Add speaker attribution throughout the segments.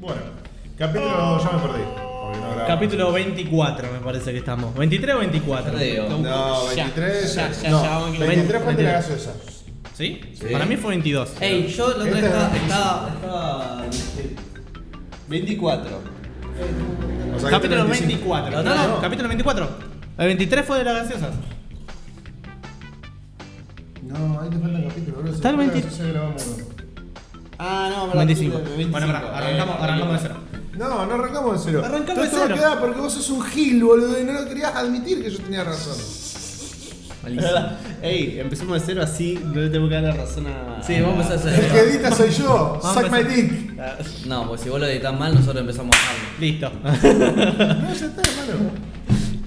Speaker 1: Bueno, capítulo, ya me perdí. porque no grabamos.
Speaker 2: Capítulo 24 me parece que estamos. 23 o 24.
Speaker 3: Creo.
Speaker 1: No,
Speaker 3: Ya,
Speaker 1: 23.
Speaker 3: ya, ya,
Speaker 1: no,
Speaker 3: ya, vamos,
Speaker 1: 23 fue el de la
Speaker 2: 23.
Speaker 1: gaseosa.
Speaker 2: ¿Sí?
Speaker 1: Sí.
Speaker 2: Para mí fue 22.
Speaker 3: Ey, yo el otro día
Speaker 1: Este-
Speaker 3: estaba. estaba, estaba este, 24.
Speaker 1: O sea,
Speaker 2: capítulo
Speaker 1: 25.
Speaker 2: 24. No, no, capítulo 24. El 23 fue de las gaseosas.
Speaker 1: No, ahí te falta el capítulo, bro.
Speaker 2: Está el 20.
Speaker 1: Se grabamos uno.
Speaker 3: Ah, no, verdad,
Speaker 2: 25.
Speaker 3: tú,
Speaker 2: Bueno, pará, arrancamos,
Speaker 3: Eh,
Speaker 2: arrancamos de cero.
Speaker 1: No, no arrancamos de cero.
Speaker 2: Arrancamos
Speaker 1: Todo
Speaker 2: de
Speaker 1: te va a
Speaker 2: cero.
Speaker 1: quedar porque vos sos un gil, boludo, y no lo querías admitir que yo tenía razón.
Speaker 4: Ey, empezamos de cero así, no le tengo que dar la razón a.
Speaker 3: Sí, vamos a hacer.
Speaker 1: El que edita soy yo.
Speaker 2: Vamos
Speaker 1: Suck
Speaker 2: a
Speaker 1: my
Speaker 2: empezar.
Speaker 1: dick.
Speaker 3: No, pues si vos lo editás mal, nosotros empezamos a hablar.
Speaker 2: Listo.
Speaker 1: No, ya está, hermano.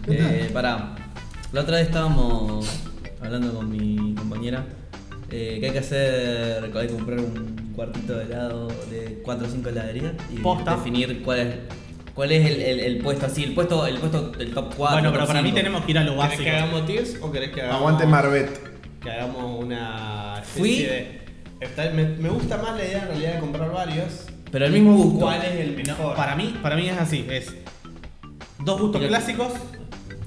Speaker 3: Eh, pará. La otra vez estábamos hablando con mi compañera eh, que hay que hacer, que hay que comprar un cuartito de helado de 4 o 5 heladerías y
Speaker 2: Posta.
Speaker 3: definir cuál es, cuál es el, el- el puesto así, el puesto, el puesto del top 4.
Speaker 2: bueno, pero para mí tenemos que ir a lo
Speaker 4: ¿Querés que
Speaker 2: básico.
Speaker 4: hagamos tiers o querés que hagamos.
Speaker 1: Aguante Marbet.
Speaker 4: Que hagamos una. especie
Speaker 3: Fui-
Speaker 4: de- está- me, me gusta más la idea en realidad de comprar varios.
Speaker 3: Pero el mismo gusto.
Speaker 4: ¿Cuál es el mejor?
Speaker 2: No, para mí, para mí es así, es dos gustos
Speaker 3: Y-
Speaker 2: clásicos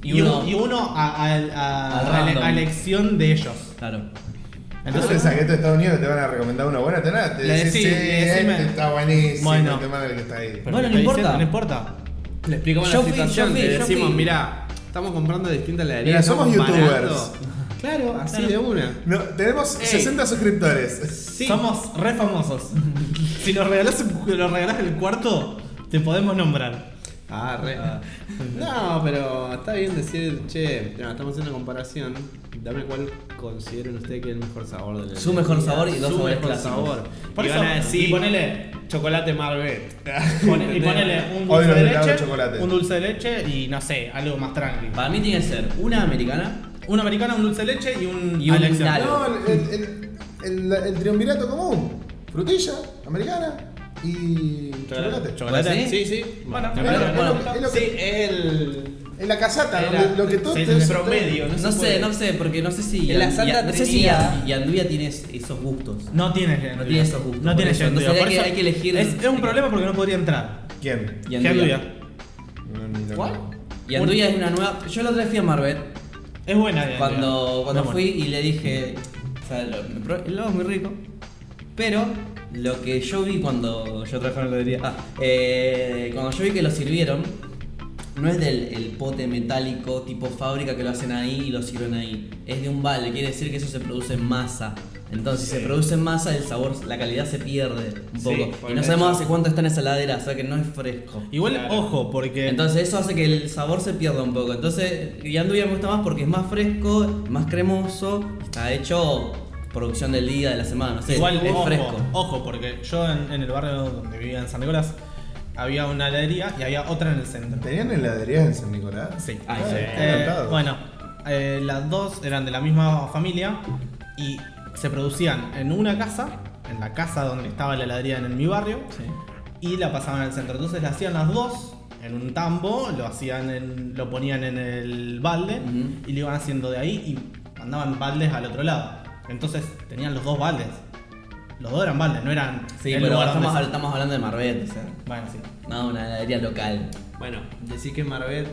Speaker 3: y
Speaker 2: y, un- y
Speaker 3: uno-
Speaker 2: uno, a, a- a-
Speaker 3: Al
Speaker 2: a la-
Speaker 3: random.
Speaker 2: a elección de ellos.
Speaker 3: Claro.
Speaker 4: Ah,
Speaker 1: Entonces
Speaker 2: Entonces,
Speaker 1: pensás que esto es Estados Unidos que te van a recomendar una buena tenada. Te
Speaker 2: Le
Speaker 1: decís,
Speaker 2: decís,
Speaker 1: sí,
Speaker 2: le decís,
Speaker 1: este
Speaker 2: me-
Speaker 1: está buenísimo,
Speaker 2: Bueno.
Speaker 1: el tema del que está ahí.
Speaker 2: pero
Speaker 3: Bueno,
Speaker 2: te
Speaker 3: no importa.
Speaker 2: dicen, no importa.
Speaker 4: Le explicamos
Speaker 3: Yo
Speaker 4: la
Speaker 3: fui,
Speaker 4: situación,
Speaker 3: yo fui,
Speaker 4: le
Speaker 3: yo
Speaker 4: decimos,
Speaker 3: fui.
Speaker 4: mira, estamos comprando distintas
Speaker 1: Mirá,
Speaker 4: heladerías.
Speaker 1: somos
Speaker 4: estamos
Speaker 1: youtubers.
Speaker 4: barato". Claro, así de una.
Speaker 1: No, tenemos
Speaker 4: Ey.
Speaker 1: 60 suscriptores.
Speaker 4: Sí.
Speaker 2: Somos re famosos. si nos regalás, nos regalás el cuarto, te podemos nombrar.
Speaker 4: Ah, re. No, pero está bien decir, che, no, estamos haciendo una comparación. Dame cuál consideran ustedes que es el mejor sabor de la
Speaker 3: Su mejor
Speaker 4: heladería.
Speaker 3: sabor y dos
Speaker 4: Su
Speaker 3: sabores
Speaker 4: mejor
Speaker 3: clásicos.
Speaker 4: sabor.
Speaker 2: Por
Speaker 4: y
Speaker 2: eso,
Speaker 4: van a decir,
Speaker 2: y ponele-
Speaker 4: chocolate Marbet.
Speaker 2: Pone- y ponele un
Speaker 1: Hoy
Speaker 2: dulce
Speaker 1: nos
Speaker 2: de
Speaker 1: regalaron
Speaker 2: leche,
Speaker 1: chocolate.
Speaker 2: un dulce de leche y no sé, algo más tranquilo.
Speaker 3: Para mí tiene que ser una americana.
Speaker 2: Una americana, un dulce de leche y un,
Speaker 3: Y un
Speaker 2: a elección.
Speaker 3: dal.
Speaker 1: No, el, el, el, el- el triunvirato común. Frutilla, americana y chocolate.
Speaker 2: Chocolate.
Speaker 3: ¿Sí?
Speaker 4: Sí, sí.
Speaker 2: Bueno,
Speaker 1: Es
Speaker 3: Bueno,
Speaker 1: lo- es lo-
Speaker 3: bueno,
Speaker 1: es lo
Speaker 4: Sí,
Speaker 1: que-
Speaker 4: el.
Speaker 1: Es la casata,
Speaker 4: Era-
Speaker 1: donde lo que todo
Speaker 2: sí,
Speaker 1: te-
Speaker 2: el
Speaker 4: promedio,
Speaker 3: No,
Speaker 4: No se
Speaker 3: sé,
Speaker 4: puede.
Speaker 3: no sé, porque no sé si.
Speaker 4: En la
Speaker 3: Yan-
Speaker 4: Santa
Speaker 3: Yan- no sé si
Speaker 4: Trinidad.
Speaker 3: Yan- Yanduya tiene es- esos gustos.
Speaker 2: No tiene
Speaker 3: No tiene esos gustos,
Speaker 2: No tiene
Speaker 3: por eso.
Speaker 2: sentido.
Speaker 3: Entonces
Speaker 2: Por
Speaker 3: hay que-
Speaker 2: eso
Speaker 3: hay que elegir-
Speaker 2: Es, es un problema porque no podría entrar.
Speaker 1: ¿Quién?
Speaker 2: Yanduya.
Speaker 1: No, ni lo-
Speaker 3: Yanduya es una nueva. Yo la otra vez fui a Marbet.
Speaker 2: Es buena Yanduya.
Speaker 3: Cuando, cuando
Speaker 2: No,
Speaker 3: fui
Speaker 2: bueno.
Speaker 3: y le dije, o sea, lo- me probé- el helado es muy rico, pero lo que yo vi cuando yo trabajaba en la heladería, ah, eh, cuando yo vi que lo sirvieron, no es del el pote metálico tipo fábrica que lo hacen ahí y lo sirven ahí, es de un balde, quiere decir que eso se produce en masa. Entonces, si se produce en masa, el sabor, la calidad se pierde un
Speaker 4: Sí,
Speaker 3: poco.
Speaker 4: por
Speaker 3: y no
Speaker 4: eso.
Speaker 3: sabemos hace cuánto está en esa heladera, o sea que no es fresco.
Speaker 2: Igual,
Speaker 4: Claro.
Speaker 2: ojo, porque.
Speaker 3: Entonces eso hace que el sabor se pierda un poco. Entonces Yanduya me gusta más porque es más fresco, más cremoso, está hecho producción del día, de la semana, no sé,
Speaker 2: Igual,
Speaker 3: es
Speaker 2: ojo,
Speaker 3: fresco.
Speaker 2: ojo, porque yo en, en el barrio donde vivía en San Nicolás había una heladería y había otra en el centro.
Speaker 1: ¿Tenían heladerías en San Nicolás?
Speaker 2: Sí.
Speaker 3: Ah,
Speaker 1: Ah,
Speaker 3: sí.
Speaker 1: está
Speaker 2: Eh,
Speaker 1: encantado.
Speaker 2: bueno, eh, las dos eran de la misma familia y se producían en una casa, en la casa donde estaba la heladería en, en mi barrio, y la pasaban al centro. Entonces la hacían las dos en un tambo, lo hacían en, lo ponían en el balde
Speaker 3: Ujú.
Speaker 2: y lo iban haciendo de ahí y mandaban baldes al otro lado. Entonces tenían los dos baldes. Los dos eran baldes, no eran
Speaker 3: Sí,
Speaker 2: el
Speaker 3: pero
Speaker 2: lugar donde
Speaker 3: estamos,
Speaker 2: se-
Speaker 3: estamos hablando de Marbet, o sea,
Speaker 2: Bueno, sí.
Speaker 3: no, una heladería local.
Speaker 4: Bueno, decís que Marbet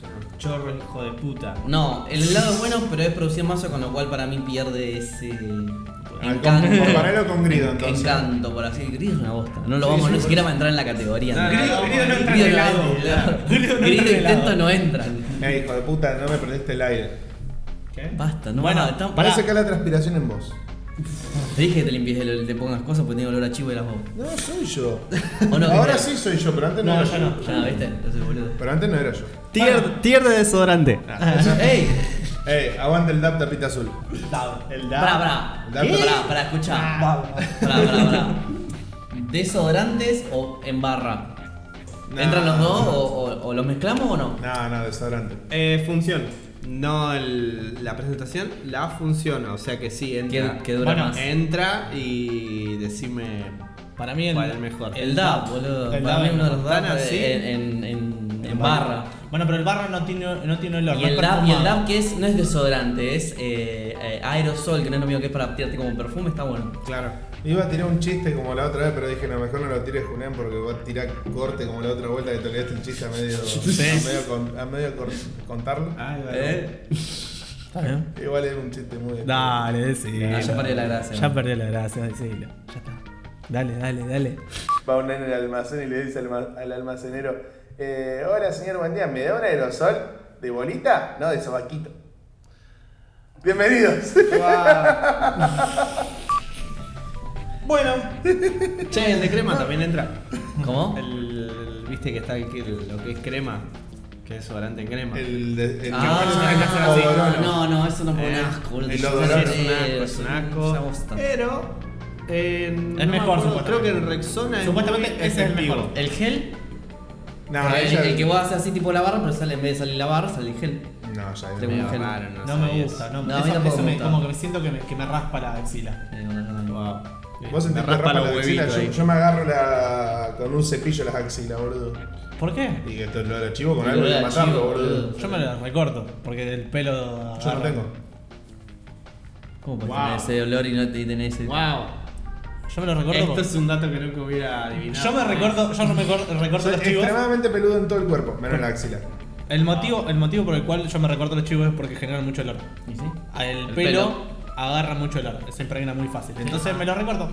Speaker 4: son un chorro, hijo de puta.
Speaker 3: No, el helado es bueno, pero es producido en masa, con lo cual para mí pierde ese
Speaker 1: Ah,
Speaker 3: encanto.
Speaker 1: con- comparalo con Grido,
Speaker 3: En-
Speaker 1: entonces.
Speaker 3: Encanto, por así Grido es una bosta. No lo vamos, ni siquiera va a entrar en la categoría.
Speaker 4: No, no, Grido-
Speaker 3: vamos,
Speaker 4: Grido no
Speaker 2: entra en
Speaker 3: Grido
Speaker 2: helado,
Speaker 3: entra,
Speaker 2: claro. Grido no
Speaker 3: Grido
Speaker 2: entra
Speaker 3: y
Speaker 2: en helado.
Speaker 3: Tento no entran.
Speaker 1: Eh, hijo de puta, no me perdiste el aire.
Speaker 2: ¿Qué?
Speaker 3: Basta, no
Speaker 2: Bueno,
Speaker 3: va, está-
Speaker 2: pará.
Speaker 1: Parece que la transpiración en vos.
Speaker 3: Te dije que te limpies el, te pongas cosas porque tiene olor a chivo y las vos.
Speaker 1: No, soy yo.
Speaker 3: ¿O no?
Speaker 1: Ahora sí soy yo, pero antes no,
Speaker 2: No,
Speaker 1: era
Speaker 2: ya
Speaker 1: yo.
Speaker 2: no.
Speaker 3: Ya, ¿viste? Entonces, boludo.
Speaker 1: Pero antes no era yo.
Speaker 4: Tier, de desodorante.
Speaker 3: ¡Ey!
Speaker 1: Ey, aguante el DAP tapita azul.
Speaker 2: El da-
Speaker 3: Pará, pará.
Speaker 1: Dame.
Speaker 3: Pará, Pará, pará, escucha.
Speaker 2: Ah.
Speaker 3: Pará, pará, pará. ¿Desodorantes o en barra?
Speaker 1: No.
Speaker 3: ¿Entran los dos o, o- o los mezclamos o no?
Speaker 1: No, no, desodorante.
Speaker 4: Eh, función. No el- la presentación, la función. O sea que sí, entra.
Speaker 3: Que- que dura
Speaker 4: Bueno, eh,
Speaker 3: más.
Speaker 4: Entra y decime.
Speaker 2: Para mí el,
Speaker 4: ¿Cuál es mejor?
Speaker 3: El DAB, boludo.
Speaker 2: El
Speaker 3: Para
Speaker 2: DAB
Speaker 3: mí
Speaker 2: en
Speaker 3: uno de los
Speaker 4: Montana,
Speaker 3: DAB
Speaker 4: sí.
Speaker 3: en, en, en, en barra.
Speaker 2: Bueno, pero el barra no tiene, no tiene olor.
Speaker 3: Y
Speaker 2: no es
Speaker 3: el, DAP, y el
Speaker 2: perfumado.
Speaker 3: DAP que es, no es desodorante, es eh, eh, aerosol, que no es lo mismo que es para tirarte como perfume, está bueno.
Speaker 2: Claro.
Speaker 1: Iba a tirar un chiste como la otra vez, pero dije, no, mejor no lo tires Junen porque va a tirar corte como la otra vuelta que te olvidaste el chiste a medio, a medio, con- a medio cor- contarlo.
Speaker 4: Ay,
Speaker 3: ¿Eh?
Speaker 2: Está bien.
Speaker 1: Igual era un chiste muy...
Speaker 2: Dale, decilo.
Speaker 3: Ah, ya perdió la gracia.
Speaker 2: Ya perdió la gracia, decilo. Ya está. Dale, dale, dale.
Speaker 1: Va un nene al almacén y le dice al, ma- al almacenero, eh, hola señor, buen día, ¿me da un aerosol de bolita? No, de sobaquito. Bienvenidos.
Speaker 2: Bueno,
Speaker 4: Che, el de crema también entra.
Speaker 3: ¿Cómo?
Speaker 4: El, el- viste que está aquí el- lo que es crema, que es sobrante en crema.
Speaker 1: El, de- el
Speaker 3: Ah,
Speaker 1: que parece que hace
Speaker 3: no,
Speaker 1: odorano.
Speaker 3: no, no, eso no
Speaker 4: Eh,
Speaker 3: es un asco.
Speaker 1: el
Speaker 3: boludo.
Speaker 1: odorante
Speaker 4: es un asco, es un
Speaker 3: Esa
Speaker 4: asco.
Speaker 3: bosta.
Speaker 4: Pero. eh, no
Speaker 2: Es
Speaker 4: me
Speaker 2: mejor,
Speaker 4: acuerdo,
Speaker 2: supuestamente.
Speaker 4: Creo que en Rexona es
Speaker 2: Supuestamente
Speaker 4: muy
Speaker 2: ese es el
Speaker 4: efectivo.
Speaker 2: mejor.
Speaker 3: ¿El gel?
Speaker 1: No,
Speaker 3: el,
Speaker 1: ella-
Speaker 3: el que vos haces así tipo la barra, pero sale en vez de salir la barra, sale el gel.
Speaker 1: No, ya
Speaker 3: Te
Speaker 1: no.
Speaker 4: Me
Speaker 3: gel.
Speaker 4: llamaron,
Speaker 2: no,
Speaker 4: sabía
Speaker 2: me
Speaker 4: eso.
Speaker 2: gusta. No,
Speaker 3: No, a mí
Speaker 2: eso,
Speaker 3: tampoco
Speaker 2: eso
Speaker 3: me
Speaker 2: me,
Speaker 3: gusta.
Speaker 2: como que me siento que me, que me raspa la axila.
Speaker 3: Eh, no, no, no.
Speaker 4: Wow.
Speaker 1: Vos sentís
Speaker 4: Eh, me
Speaker 1: que raspa la axila,
Speaker 4: huevitos
Speaker 1: yo,
Speaker 4: ahí.
Speaker 1: yo me agarro la, con un cepillo las axilas, boludo.
Speaker 2: ¿Por qué?
Speaker 1: Y que esto lo lo chivo con
Speaker 3: Y
Speaker 1: algo
Speaker 3: lo
Speaker 1: y
Speaker 3: de
Speaker 1: matarlo,
Speaker 3: chivo,
Speaker 1: boludo.
Speaker 3: boludo.
Speaker 2: Yo me lo recorto, porque el pelo.
Speaker 1: Yo no
Speaker 2: agarra.
Speaker 1: tengo.
Speaker 3: ¿Cómo puedes
Speaker 4: Wow.
Speaker 3: tener ese olor y no te tenés ese?
Speaker 4: Wow.
Speaker 2: Yo me lo recorto.
Speaker 4: Esto
Speaker 2: porque-
Speaker 4: es un dato que nunca hubiera adivinado.
Speaker 2: Yo me recorto, yo me cor- recorto
Speaker 1: Soy
Speaker 2: los chivos.
Speaker 1: extremadamente peludo en todo el cuerpo, menos la axila.
Speaker 2: El motivo, el motivo por el cual yo me recorto los chivos es porque generan mucho olor.
Speaker 3: ¿Y sí?
Speaker 2: El,
Speaker 3: El
Speaker 2: pelo,
Speaker 3: pelo.
Speaker 2: agarra mucho olor, se impregna muy fácil. Entonces me lo recorto.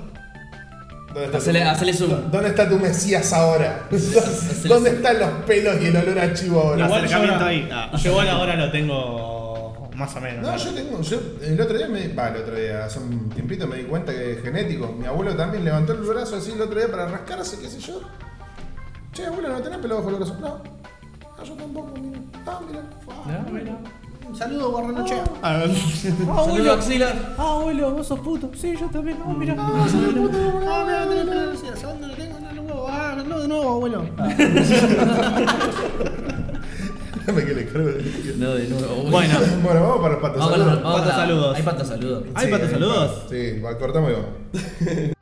Speaker 1: ¿Dónde está,
Speaker 3: Hacele,
Speaker 1: tu,
Speaker 3: hacele zoom.
Speaker 1: ¿Dónde está tu Mesías ahora? ¿Dónde están los pelos y el olor a chivo ahora?
Speaker 2: Igual yo
Speaker 4: acercamiento
Speaker 2: ahora,
Speaker 4: ahí. Ah.
Speaker 2: yo igual ahora lo tengo más o menos.
Speaker 1: No,
Speaker 2: ¿no?
Speaker 1: yo tengo, yo el otro día me, va, el otro día, hace un tiempito me di cuenta que es genético. Mi abuelo también levantó el brazo así el otro día para rascarse, qué sé yo. Che, abuelo, ¿no tenés pelo bajo el brazo? No. Ah, yo tampoco, mira. Ah, mira. Ah,
Speaker 2: No, mira.
Speaker 4: Un saludo, Guarranoche.
Speaker 2: ¿Eh? Ah,
Speaker 3: Saludo,
Speaker 2: abuelo,
Speaker 3: axila.
Speaker 2: ah, abuelo, vos sos puto. Sí, yo también. Ah, mira.
Speaker 4: Ah, mira, no tenés pelo, sí, ¿sabes dónde lo tengo? No, no, huevo. Ah, no, de nuevo, abuelo.
Speaker 1: Dame que le cargo de-
Speaker 3: No, de nuevo. Uy.
Speaker 2: Bueno,
Speaker 1: Bueno, vamos para los patos.
Speaker 3: Vamos con los-
Speaker 1: saludos.
Speaker 3: vamos
Speaker 2: Pato
Speaker 3: con la-
Speaker 2: saludos.
Speaker 3: Hay pato saludos.
Speaker 2: ¿Hay patos Ah, saludos?
Speaker 1: patos. Eh, Sí, va, cortamos y vamos.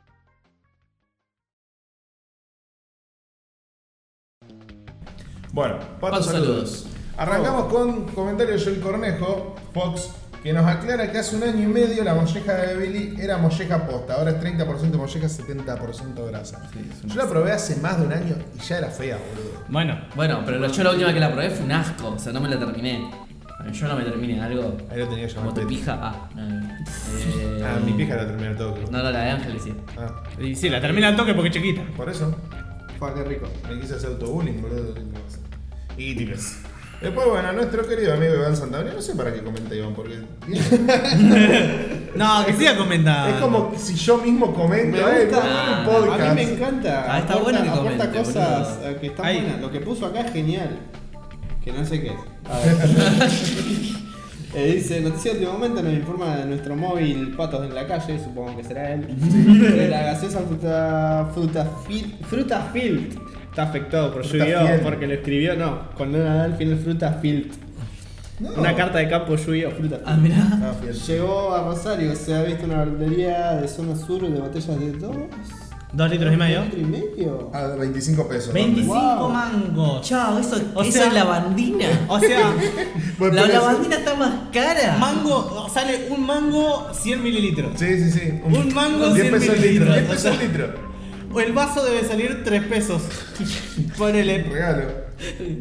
Speaker 1: Bueno, patos
Speaker 3: Patos
Speaker 1: saludos.
Speaker 3: saludos.
Speaker 1: Arrancamos con comentarios del Cornejo, Fox, que nos aclara que hace un año y medio la molleja de Billy era molleja posta, ahora es 30% molleja, 70% grasa. Yo la probé hace más de un año y ya era fea, boludo.
Speaker 2: bueno.
Speaker 3: Bueno, pero yo la última que la probé fue un asco, o sea, no me la terminé. Yo no me terminé algo.
Speaker 1: Ahí lo tenía yo.
Speaker 3: Como tu pija. Ah, no, no. Eh,
Speaker 1: Ah, mi pija la terminé todo. creo.
Speaker 3: No, no, la de Ángel sí.
Speaker 1: Ah,
Speaker 2: Y sí, la termina al toque porque es chiquita.
Speaker 1: por eso. Fua, qué rico. Me quise hacer autobullying, boludo. Y tipes. Después, bueno, nuestro querido amigo Iván Santaolalla, no sé para qué comenta Iván, porque
Speaker 2: No, que siga comentando.
Speaker 1: es como si yo mismo comento,
Speaker 4: Me gusta.
Speaker 1: eh, bueno, el podcast.
Speaker 4: Ah, A mí me encanta.
Speaker 3: Ah, está
Speaker 4: aporta,
Speaker 3: bueno que
Speaker 4: aporta
Speaker 3: comente,
Speaker 4: cosas
Speaker 3: boludo.
Speaker 4: eh, que están
Speaker 2: Ahí.
Speaker 4: buenas. Lo que puso acá es genial. Que no sé qué es. A ver. Eh, dice, noticia de último momento nos informa de nuestro móvil Patos en la calle, supongo que será él. Que la gaseosa fruta fruta fil, fruta filt está afectado por
Speaker 1: Fruta
Speaker 4: Yu-Gi-Oh
Speaker 1: Fiel.
Speaker 4: porque lo escribió, no, cuando era al final fruta filt.
Speaker 1: No.
Speaker 4: Una carta de campo Yu-Gi-Oh fruta
Speaker 3: Ah,
Speaker 4: filt.
Speaker 3: mirá.
Speaker 1: Ah, fiel.
Speaker 4: Llegó a Rosario, se ha visto una verdulería de zona sur de botellas de dos
Speaker 2: Dos litros y medio.
Speaker 4: ¿Litro y medio?
Speaker 1: A 25 Ah, pesos. ¿dónde?
Speaker 2: 25
Speaker 4: Wow.
Speaker 2: mangos.
Speaker 3: Chao, eso,
Speaker 2: O
Speaker 3: eso
Speaker 2: sea-
Speaker 3: es lavandina.
Speaker 2: O sea,
Speaker 1: Bueno,
Speaker 3: La
Speaker 1: pero-
Speaker 3: lavandina está más cara.
Speaker 2: mango, sale un mango 100 mililitros.
Speaker 1: Sí, sí, sí.
Speaker 2: Un mango,
Speaker 1: 10
Speaker 2: 100
Speaker 1: pesos el litro.
Speaker 2: mililitros.
Speaker 1: 10
Speaker 2: O
Speaker 1: pesos
Speaker 2: sea,
Speaker 1: el litro.
Speaker 2: O el vaso debe salir 3 pesos. Ponele.
Speaker 1: Regalo.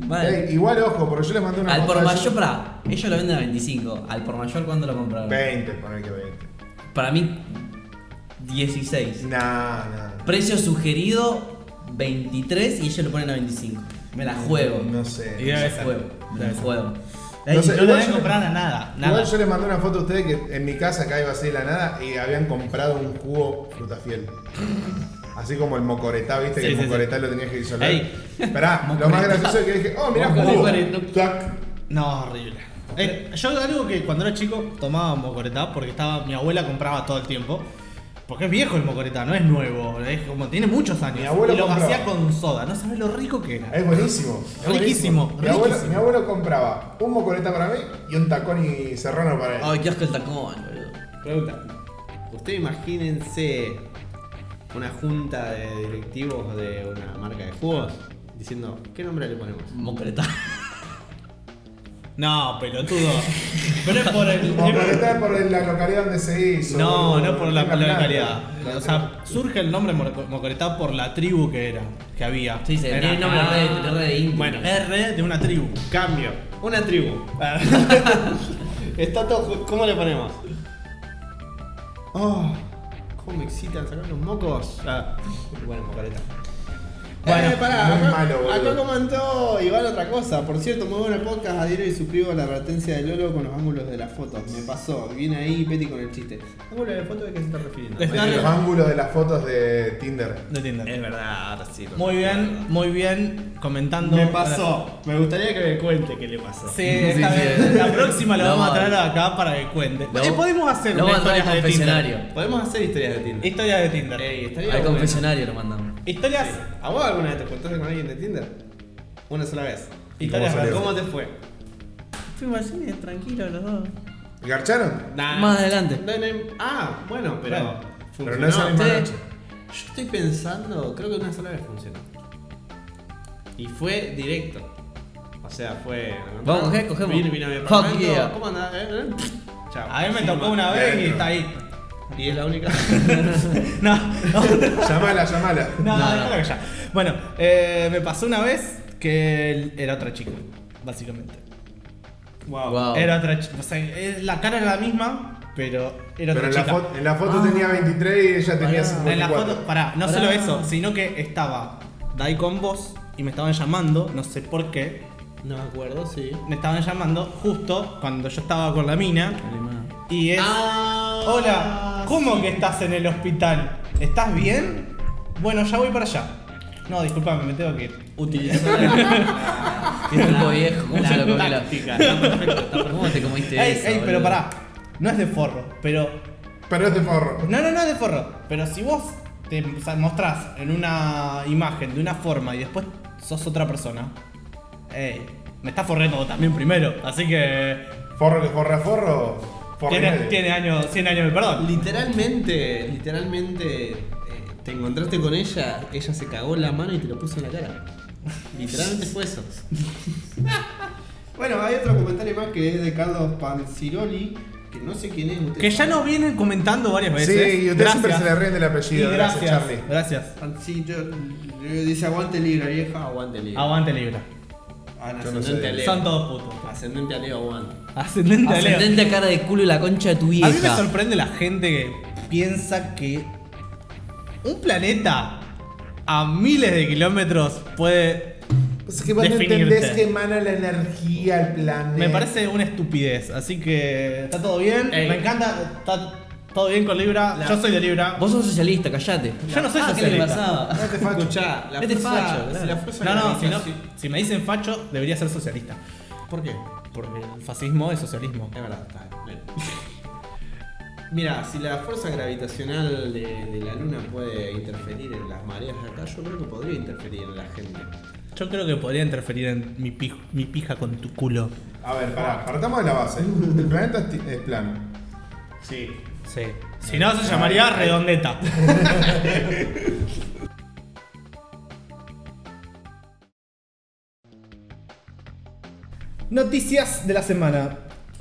Speaker 3: Vale.
Speaker 1: Ey, igual, ojo, porque yo les mandé una
Speaker 3: Al por
Speaker 1: foto a
Speaker 3: mayor, para. Ellos lo venden a 25. Al por mayor, ¿cuándo lo compraron?
Speaker 1: 20, poner que 20.
Speaker 3: Para mí, 16.
Speaker 1: Nah, nah.
Speaker 3: Precio sugerido, 23 y ellos lo ponen a 25. Me la juego.
Speaker 1: No sé.
Speaker 2: Y debe
Speaker 3: Me la
Speaker 2: ser.
Speaker 3: juego. Me la juego.
Speaker 2: Ey,
Speaker 1: No sé,
Speaker 2: no le
Speaker 1: igual
Speaker 2: deben
Speaker 1: yo-
Speaker 2: comprar a nada.
Speaker 1: Igual
Speaker 2: nada.
Speaker 1: yo les mandé una foto a ustedes que en mi casa acá iba así de la nada y habían comprado un jugo frutafiel. Así como el mocoretá, viste que
Speaker 2: Sí,
Speaker 1: el
Speaker 2: sí,
Speaker 1: mocoretá lo tenías que disolver.
Speaker 2: Ey.
Speaker 1: Esperá, lo más gracioso es que dije, oh, mirá, jugo.
Speaker 3: Mocoretá.
Speaker 1: Tac.
Speaker 2: No, horrible. Eh, yo algo que cuando era chico tomaba mocoretá porque estaba mi abuela compraba todo el tiempo. Porque es viejo el mocoretá, no es nuevo, es como tiene muchos años.
Speaker 1: Mi abuelo
Speaker 2: y lo
Speaker 1: compraba. Eh.
Speaker 2: hacía con soda, no sabes lo rico que era.
Speaker 1: Es buenísimo. es buenísimo.
Speaker 2: Riquísimo,
Speaker 1: Mi abuelo,
Speaker 2: riquísimo.
Speaker 1: mi abuelo compraba un mocoreta para mí y un tacón y serrano para él.
Speaker 2: Oh.
Speaker 3: Ay, qué asco el tacón, boludo.
Speaker 4: Pregunta. Ustedes imagínense una junta de directivos de una marca de jugos diciendo, ¿qué nombre le ponemos?
Speaker 3: Mocoreta.
Speaker 2: No, pelotudo. Pero es por el.
Speaker 1: O por estar por la localidad donde se hizo.
Speaker 2: No,
Speaker 1: boludo.
Speaker 2: no por la,
Speaker 1: Es planta.
Speaker 2: localidad.
Speaker 1: La-
Speaker 2: O sea, surge el nombre Moco- Mocoretá por la tribu que era, que había.
Speaker 3: Sí, se
Speaker 2: Era-
Speaker 3: tiene nombre
Speaker 2: Ah.
Speaker 3: re, re de indio.
Speaker 2: Bueno, R de una tribu.
Speaker 4: Cambio. Una tribu. Está todo. ¿Cómo le ponemos? Oh, ¿Cómo me excitan sacar los mocos? Ah, bueno, mocareta.
Speaker 1: Bueno,
Speaker 4: eh, pará,
Speaker 1: muy
Speaker 4: acá,
Speaker 1: malo, boludo.
Speaker 4: acá comentó Iván otra cosa. Por cierto, muy buena podcast. Adhiero y suscribo a la advertencia de Lolo con los ángulos de las fotos. Me pasó. Viene ahí Petty con el chiste. ¿Ángulo de fotos de qué se está refiriendo?
Speaker 2: Les-
Speaker 1: de los ángulos de las fotos de Tinder.
Speaker 2: De Tinder.
Speaker 3: Eh,
Speaker 4: Es verdad, ahora sí.
Speaker 2: Muy bien, muy bien. Comentando.
Speaker 4: Me pasó. Me gustaría que me cuente qué le pasó.
Speaker 2: Sí,
Speaker 3: Sí,
Speaker 2: está
Speaker 3: sí.
Speaker 2: bien. La próxima
Speaker 3: Lo
Speaker 2: la vamos a
Speaker 3: vamos a-
Speaker 2: traer acá para que cuente.
Speaker 3: Lo-
Speaker 2: Eh, podemos hacer
Speaker 3: lo
Speaker 2: una
Speaker 3: vamos a traer
Speaker 2: historia de
Speaker 3: confesionario.
Speaker 2: Tinder.
Speaker 4: Podemos hacer historias de Tinder.
Speaker 2: Historias de Tinder.
Speaker 4: Ey, estaría
Speaker 3: Al
Speaker 4: bueno.
Speaker 3: confesionario lo mandamos.
Speaker 2: Historias.
Speaker 4: ¿A vos alguna vez te encontraste con alguien de Tinder? Una sola vez.
Speaker 1: ¿Y
Speaker 2: Historias
Speaker 1: cómo salió?
Speaker 2: raras.
Speaker 4: ¿Cómo te fue?
Speaker 3: Fuimos al cine tranquilo los dos.
Speaker 1: ¿Garcharon?
Speaker 4: Nah.
Speaker 3: Más adelante.
Speaker 4: No, no, ah, bueno, pero.
Speaker 2: Bueno,
Speaker 1: pero
Speaker 4: funcionó.
Speaker 1: no es la misma
Speaker 4: Sí.
Speaker 1: noche.
Speaker 4: Yo estoy pensando, creo que una sola vez funcionó. Y fue directo. O sea, fue.
Speaker 3: Vamos a coger, cogemos.
Speaker 4: Vino, vino a mi
Speaker 3: Fuck
Speaker 4: apartamento,
Speaker 3: yeah.
Speaker 4: ¿Cómo andás? Eh, eh. Chao.
Speaker 2: A mí me
Speaker 4: Sin
Speaker 2: tocó
Speaker 4: más.
Speaker 2: una vez y
Speaker 1: Dentro.
Speaker 2: está ahí.
Speaker 4: Y es la única.
Speaker 2: No, no.
Speaker 1: Llamala, llamala.
Speaker 2: No,
Speaker 3: No,
Speaker 2: no,
Speaker 3: no.
Speaker 2: déjalo que ya. Bueno, eh, me pasó una vez que él era otra chica, básicamente.
Speaker 4: wow.
Speaker 3: Wow.
Speaker 2: Era otra chica. O sea, eh, la cara era la misma, pero
Speaker 1: Pero
Speaker 2: era otra
Speaker 1: en la,
Speaker 2: chica.
Speaker 1: fo- en la foto
Speaker 3: Ah.
Speaker 1: tenía 23 y ella tenía
Speaker 3: Pará.
Speaker 1: 54.
Speaker 2: en la foto, pará, no
Speaker 3: Pará.
Speaker 2: solo eso, sino que estaba Dai con vos y me estaban llamando, no sé por qué,
Speaker 4: No me acuerdo, sí.
Speaker 2: me estaban llamando justo cuando yo estaba con la mina y es.
Speaker 4: Ah,
Speaker 2: Hola, ¿cómo
Speaker 4: sí.
Speaker 2: que estás en el hospital? ¿Estás bien? Bueno, ya voy para allá. No, disculpame, me tengo que ir.
Speaker 4: Utilizó
Speaker 3: Qué tipo viejo, ¿cómo
Speaker 4: La
Speaker 3: se lo comió la
Speaker 4: táctica,
Speaker 3: Está perfecto, está perfecto. ¿Cómo te comiste
Speaker 2: Ey,
Speaker 3: eso?
Speaker 2: ey, pero
Speaker 3: boludo?
Speaker 2: pará. No es de forro, pero.
Speaker 1: Pero este forro.
Speaker 2: No, no, no es de forro. Pero si vos te sa- mostrás en una imagen de una forma y después sos otra persona. Ey, me está forrando vos también primero. Así que.
Speaker 1: Forro que forra forro. Forro y
Speaker 2: Tiene,
Speaker 1: medio.
Speaker 2: tiene años, 100 años de perdón.
Speaker 4: Literalmente, literalmente eh, te encontraste con ella, ella se cagó en la mano y te lo puso en la cara. Literalmente fue eso. bueno, hay otro comentario más que es de Carlos Panciroli, que no sé quién es. usted
Speaker 2: Que ya
Speaker 4: sabe.
Speaker 2: nos vienen comentando varias
Speaker 1: Sí,
Speaker 2: veces.
Speaker 1: y ustedes siempre se le ríen del
Speaker 2: Y
Speaker 1: apellido. Gracias,
Speaker 2: gracias,
Speaker 1: Charlie.
Speaker 2: gracias.
Speaker 4: Panciroli dice aguante libra, vieja, aguante libra.
Speaker 2: Aguante Libra.
Speaker 4: Al
Speaker 1: Yo no sé.
Speaker 4: ascendente a Leo.
Speaker 2: Son todos putos.
Speaker 4: Ascendente a Leo, aguante.
Speaker 2: Ascendente, a Leo.
Speaker 3: Ascendente a cara de culo y la concha de tu vieja.
Speaker 2: A mí me sorprende la gente que piensa que un planeta a miles de kilómetros puede.
Speaker 1: Pues es que vos no
Speaker 2: Definirte.
Speaker 1: entendés que emana la energía al planeta.
Speaker 2: Me parece una estupidez. Así que está todo bien.
Speaker 4: Ey.
Speaker 2: Me encanta. Está todo bien con Libra.
Speaker 4: La-
Speaker 2: Yo soy de Libra.
Speaker 3: Vos sos socialista, callate.
Speaker 2: Yo no soy
Speaker 3: Ah, ¿qué le
Speaker 2: socialista.
Speaker 3: pasaba?
Speaker 1: No te facho.
Speaker 4: Escuchá, la
Speaker 3: Este
Speaker 4: fuerza,
Speaker 3: facho, claro.
Speaker 4: si la fuerza
Speaker 2: No, no, si, no-
Speaker 4: gravitación-
Speaker 2: si me dicen facho, debería ser socialista.
Speaker 4: ¿Por qué?
Speaker 2: Porque el fascismo es socialismo.
Speaker 4: Es verdad, está bien. Mira, si la fuerza gravitacional de, de la luna puede interferir en las mareas de acá, yo creo que podría interferir en la gente.
Speaker 2: Yo creo que podría interferir en mi, pij- mi pija con tu culo.
Speaker 1: A ver, pará, partamos de la base. El planeta es, ti- es plano.
Speaker 4: Sí.
Speaker 2: Sí. Si no, se llamaría redondeta. Noticias de la semana.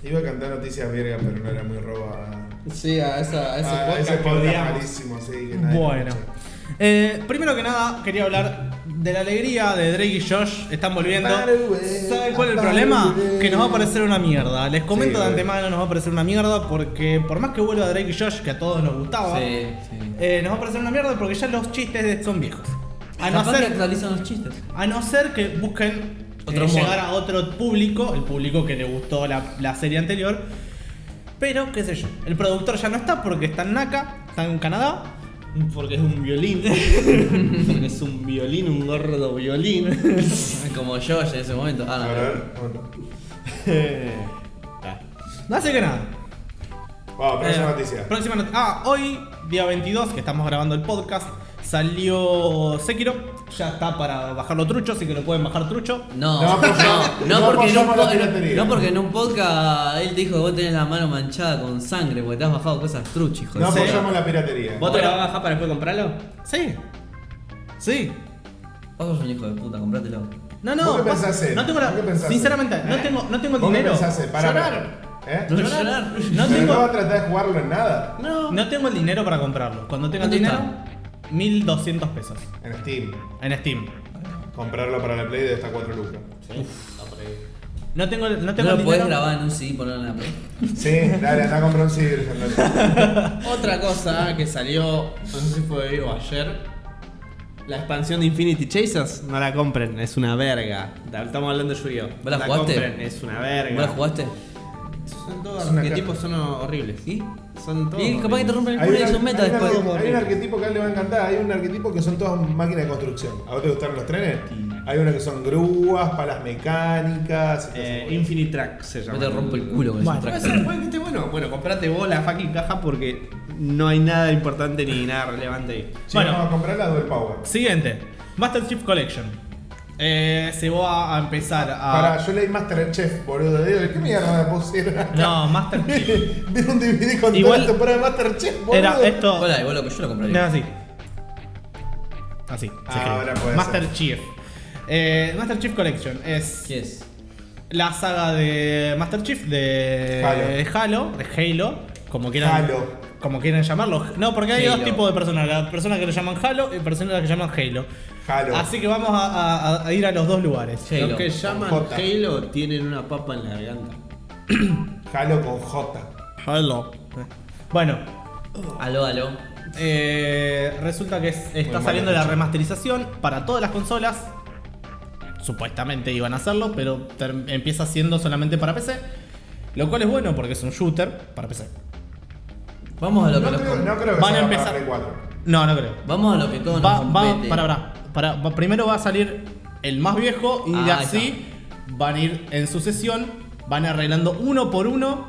Speaker 1: Iba a cantar noticias verga, pero no era muy robada.
Speaker 4: Sí, a, esa, a ese
Speaker 1: Ah,
Speaker 4: podcast
Speaker 1: ese
Speaker 4: que
Speaker 1: podcast
Speaker 4: odiamos.
Speaker 1: malísimo, sí, que nadie
Speaker 2: Bueno.
Speaker 1: escucha.
Speaker 2: Eh, primero que nada, quería hablar de la alegría de Drake y Josh. Están volviendo. ¿Saben cuál es el problema? Que nos va a parecer una mierda. Les comento
Speaker 1: Sí, obvio.
Speaker 2: de antemano, nos va a parecer una mierda porque por más que vuelva Drake y Josh, que a todos nos gustaba,
Speaker 3: Sí, sí.
Speaker 2: eh, nos va a parecer una mierda porque ya los chistes de- son viejos. A no
Speaker 3: Capaz que
Speaker 2: ser
Speaker 3: actualizan los chistes.
Speaker 2: A no ser que busquen
Speaker 3: Otro
Speaker 2: eh,
Speaker 3: modo.
Speaker 2: llegar a otro público, el público que le gustó la, la serie anterior. Pero, qué sé yo, el productor ya no está porque está en Naka, está en Canadá.
Speaker 4: Porque es un violín. Porque es un violín, un gordo violín.
Speaker 3: Como yo en ese momento. Ah,
Speaker 1: A
Speaker 3: no.
Speaker 1: ver, bueno.
Speaker 2: No hace que nada.
Speaker 1: Vamos, próxima
Speaker 2: Eh,
Speaker 1: noticia.
Speaker 2: próxima not- ah, hoy, día 22, que estamos grabando el podcast, salió Sekiro. Ya está para bajarlo trucho, así que lo pueden bajar trucho.
Speaker 1: No
Speaker 3: No, no,
Speaker 1: apoyamos-
Speaker 3: no,
Speaker 1: no
Speaker 3: porque en un
Speaker 1: apoyamos la
Speaker 3: po-
Speaker 1: piratería.
Speaker 3: no, porque en un podcast él te dijo que vos tenés la mano manchada con sangre porque te has bajado cosas truchas, hijo de
Speaker 1: No
Speaker 3: puta.
Speaker 1: apoyamos la piratería.
Speaker 4: ¿Vos te lo vas a bajar para después comprarlo?
Speaker 2: Sí. Sí.
Speaker 3: Vos sos un hijo de puta, comprátelo.
Speaker 1: ¿Vos
Speaker 2: No, no,
Speaker 1: qué
Speaker 2: pasa-
Speaker 1: pensás hacer?
Speaker 2: no tengo la,
Speaker 1: ¿Vos qué pensás hacer?
Speaker 2: sinceramente, no tengo, no tengo el
Speaker 1: ¿Vos qué
Speaker 2: dinero.
Speaker 1: pensás hacer? Pará,
Speaker 2: Llorar.
Speaker 1: pará. ¿Eh?
Speaker 3: No
Speaker 2: Llorar.
Speaker 3: llorar.
Speaker 2: No
Speaker 1: Pero no vas
Speaker 2: tengo,
Speaker 1: a tratar de jugarlo en nada.
Speaker 4: No.
Speaker 2: no tengo el dinero para comprarlo. Cuando tenga el
Speaker 3: ¿Cuánto
Speaker 2: dinero,
Speaker 3: está?
Speaker 2: 1200 pesos
Speaker 1: En Steam.
Speaker 2: en Steam.
Speaker 1: Comprarlo para la Play de hasta 4 lucas.
Speaker 2: No tengo, no
Speaker 3: No
Speaker 2: tengo el
Speaker 3: lo podés
Speaker 2: dinero.
Speaker 3: grabar en un CD y ponerlo en la play.
Speaker 1: Sí, dale, anda a comprar un CD virgen, dale.
Speaker 4: Otra cosa que salió, no sé si fue hoy o ayer. La expansión de Infinity Chasers, no la compren, es una verga. Estamos hablando de Yu-Gi-Oh.
Speaker 3: ¿Vos la jugaste?
Speaker 4: compren, es una verga.
Speaker 3: ¿Vos la jugaste?
Speaker 4: Son todos
Speaker 1: Es una
Speaker 4: arquetipos, son horribles.
Speaker 3: ¿Y?
Speaker 4: Son todos.
Speaker 3: Y capaz que te rompen el
Speaker 1: Hay,
Speaker 3: culo
Speaker 1: un
Speaker 3: y
Speaker 1: ar-
Speaker 3: sos meta
Speaker 1: hay un
Speaker 3: después.
Speaker 1: arque- hay un arquetipo que a él le va a encantar. Hay un arquetipo que son todas máquinas de construcción. ¿A vos te gustan los trenes? Hay unas que son grúas, palas mecánicas. y
Speaker 4: Eh,
Speaker 1: cosas
Speaker 4: Infinite Track se llama.
Speaker 3: Yo te rompo el culo con
Speaker 2: Bueno,
Speaker 3: ese
Speaker 4: Puede
Speaker 3: tractor.
Speaker 4: ser, puede que esté bueno. Bueno, comprate vos la fucking caja porque no hay nada importante ni nada relevante ahí.
Speaker 1: así. Si
Speaker 2: Bueno.
Speaker 1: vamos a comprar la Dual Power.
Speaker 2: Siguiente, Master Chief Collection. Eh, se va a empezar a.
Speaker 1: Para, yo leí Masterchef, boludo. Digo, ¿Qué mierda me pusieron? acá?
Speaker 2: No, Master Chief.
Speaker 1: Vi un DVD con
Speaker 2: Igual-
Speaker 1: toda la temporada de Masterchef, boludo.
Speaker 2: Era esto.
Speaker 3: Hola, igual loco, yo lo
Speaker 2: No,
Speaker 3: compraría.
Speaker 2: así. Así. se
Speaker 1: Ah,
Speaker 2: escribe.
Speaker 1: ahora puede
Speaker 2: Master Chief. Eh, Master Chief Collection es
Speaker 3: ¿Qué es?
Speaker 2: la saga de Master Chief de
Speaker 1: Halo.
Speaker 2: de Halo, de Halo, como quieran,
Speaker 1: Halo.
Speaker 2: como quieran llamarlo. No, porque hay
Speaker 3: Halo.
Speaker 2: dos tipos de personas, las personas que lo llaman Halo y personas que llaman Halo.
Speaker 1: Halo.
Speaker 2: Así que vamos a, a- a ir a los dos lugares.
Speaker 3: Halo.
Speaker 4: Los que llaman
Speaker 1: Jota.
Speaker 4: Halo tienen una papa en la garganta.
Speaker 1: Halo con J.
Speaker 2: Halo. Bueno,
Speaker 3: Aló, aló.
Speaker 2: eh, resulta que es- está
Speaker 1: mala
Speaker 2: saliendo la
Speaker 1: leche.
Speaker 2: remasterización para todas las consolas. Supuestamente iban a hacerlo, pero ter- empieza siendo solamente para PC. Lo cual es bueno porque es un shooter para PC.
Speaker 3: Vamos a lo
Speaker 1: No
Speaker 3: que nos
Speaker 1: creo,
Speaker 3: compete.
Speaker 1: no creo que
Speaker 2: Van a
Speaker 1: salga
Speaker 2: empezar-
Speaker 1: para Play 4.
Speaker 2: No, no creo.
Speaker 3: Vamos a lo que todo
Speaker 2: Va,
Speaker 3: nos
Speaker 2: va,
Speaker 3: compete.
Speaker 2: para, para, para, va- primero va a salir el más viejo y de
Speaker 3: Ah,
Speaker 2: así van a ir en sucesión, van arreglando uno por uno,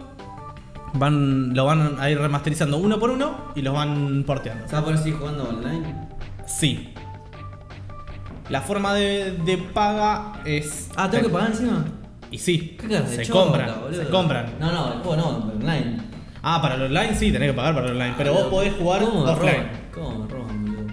Speaker 2: van, lo van a ir remasterizando uno por uno y los van porteando.
Speaker 3: ¿Sabes por qué seguir jugando online?
Speaker 2: Sí. La forma de, de paga es.
Speaker 3: Ah, ¿tengo que pagar encima?
Speaker 2: Y sí,
Speaker 3: ¿Qué caras de
Speaker 2: se
Speaker 3: chota,
Speaker 2: compran,
Speaker 3: boludo?
Speaker 2: se compran.
Speaker 3: No, no, el juego no, online.
Speaker 2: Ah, para el online sí, tenés que pagar para el online, pero
Speaker 3: Ah,
Speaker 2: vos
Speaker 3: lo-
Speaker 2: podés jugar
Speaker 3: ¿Cómo me
Speaker 2: offline.
Speaker 3: roban? ¿Cómo me roban, boludo?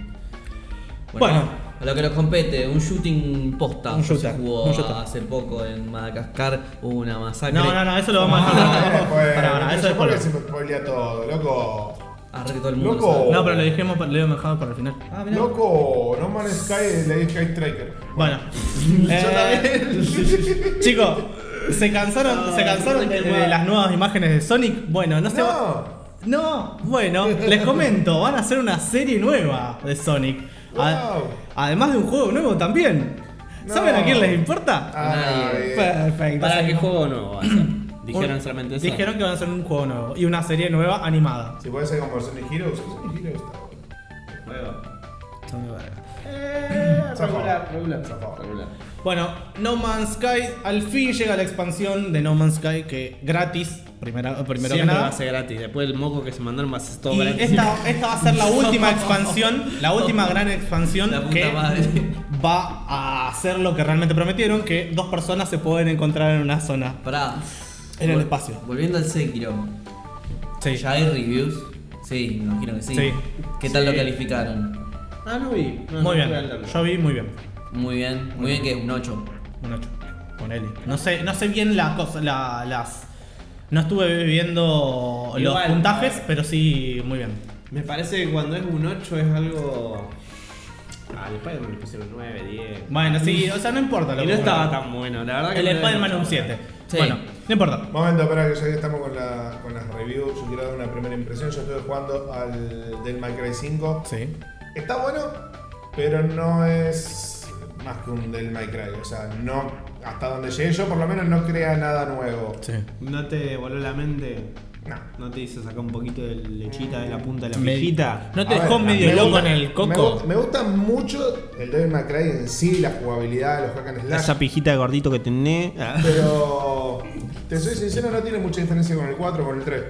Speaker 2: Bueno.
Speaker 3: A lo que nos compete, un shooting posta.
Speaker 2: Un
Speaker 3: que
Speaker 2: shooter,
Speaker 3: Se jugó
Speaker 2: un shooter.
Speaker 3: hace poco en Madagascar, hubo una masacre.
Speaker 2: No, no, no, eso lo vamos a
Speaker 1: Ah,
Speaker 2: dejar.
Speaker 1: después,
Speaker 2: Pará, pará, eso
Speaker 1: yo
Speaker 2: después.
Speaker 1: creo que se spoilea todo, loco.
Speaker 3: Arre que todo el mundo.
Speaker 1: Loco.
Speaker 3: sabe.
Speaker 2: No, pero lo dejemos, lo hemos dejado para el final.
Speaker 3: Ah, mirá.
Speaker 1: Loco, No Man's Sky le di Sky Striker.
Speaker 2: Bueno. también. Chicos, ¿se cansaron,
Speaker 4: No,
Speaker 2: se cansaron
Speaker 4: no
Speaker 2: de,
Speaker 4: te
Speaker 2: de
Speaker 4: muevas.
Speaker 2: las nuevas imágenes de Sonic? Bueno, no se va-
Speaker 1: No.
Speaker 2: No, bueno, les comento, van a hacer una serie nueva de Sonic. A-
Speaker 1: Wow.
Speaker 2: Además de un juego nuevo también.
Speaker 1: No.
Speaker 2: ¿Saben a quién les importa?
Speaker 1: Ah,
Speaker 3: Nadie.
Speaker 1: bien.
Speaker 2: Perfecto.
Speaker 4: ¿Para
Speaker 2: Sí.
Speaker 4: qué juego nuevo va a ser? Dijeron
Speaker 2: Un-
Speaker 4: solamente eso.
Speaker 2: Dijeron que van a hacer un juego nuevo y una serie nueva animada.
Speaker 1: Si puede ser como Sonic Heroes, Sonic Heroes está bueno.
Speaker 4: Juego.
Speaker 1: Zafado.
Speaker 4: Eh, regular, regular.
Speaker 1: Zafado.
Speaker 4: Regular.
Speaker 2: Bueno, No Man's Sky, al fin llega la expansión de No Man's Sky que gratis, primera, primero que
Speaker 4: Siempre
Speaker 2: nada.
Speaker 4: va a ser gratis. Después el moco que se mandaron va a ser todo
Speaker 2: Y
Speaker 4: gratis.
Speaker 2: esta, esta va a ser la última expansión, la última gran expansión
Speaker 3: La puta
Speaker 2: que
Speaker 3: madre.
Speaker 2: va a hacer lo que realmente prometieron, que dos personas se pueden encontrar en una zona.
Speaker 3: Pará.
Speaker 2: En el
Speaker 3: Vol-
Speaker 2: espacio.
Speaker 3: Volviendo al Sekiro.
Speaker 2: Sí,
Speaker 3: ¿Ya hay reviews? Sí, me imagino que sí.
Speaker 2: Sí.
Speaker 3: ¿Qué tal lo
Speaker 4: Sí.
Speaker 3: calificaron?
Speaker 4: Ah, no vi. No, no
Speaker 2: muy bien.
Speaker 4: pude hablarlo.
Speaker 2: Yo vi muy bien.
Speaker 3: Muy bien, muy bien que es un 8.
Speaker 2: Un 8. Ponele. No sé, no sé bien la cosa, la- las. No estuve viendo los
Speaker 4: Igual,
Speaker 2: puntajes,
Speaker 4: eh.
Speaker 2: pero sí, muy bien.
Speaker 4: Me parece que cuando es un 8 es algo. Ah, el Spider-Man le pusieron 9, 10.
Speaker 2: Bueno, sí, o sea, no importa lo
Speaker 4: Y
Speaker 2: que
Speaker 4: no estaba
Speaker 2: pongan.
Speaker 4: tan bueno, la verdad que.
Speaker 2: El
Speaker 4: no era
Speaker 2: Spider-Man
Speaker 4: tan
Speaker 2: un
Speaker 4: bueno.
Speaker 2: 7.
Speaker 3: Sí.
Speaker 2: Bueno, no importa.
Speaker 1: Momento, espera que ya que estamos con, la- con las reviews, yo quiero dar una primera impresión. Yo estuve jugando al del My Cry 5.
Speaker 2: Sí.
Speaker 1: Está bueno, pero no es más que un del My Cry. O sea, no, hasta donde llegué yo por lo menos no crea nada nuevo.
Speaker 2: Sí.
Speaker 4: ¿No te voló la mente?
Speaker 1: No.
Speaker 4: ¿No te hizo sacar un poquito de lechita de la punta de la
Speaker 2: Me-
Speaker 4: mejita?
Speaker 2: No
Speaker 1: A
Speaker 2: te dejó
Speaker 1: ver,
Speaker 2: medio
Speaker 1: me
Speaker 2: loco
Speaker 1: gusta-
Speaker 2: en el
Speaker 1: Me,
Speaker 2: coco.
Speaker 1: gusta- me gusta mucho el Devil May Cry en sí, la jugabilidad, los hack and slash.
Speaker 4: Esa pijita de gordito que tenés. Ah.
Speaker 1: Pero te soy sincero, no tiene mucha diferencia con el 4 o con el 3.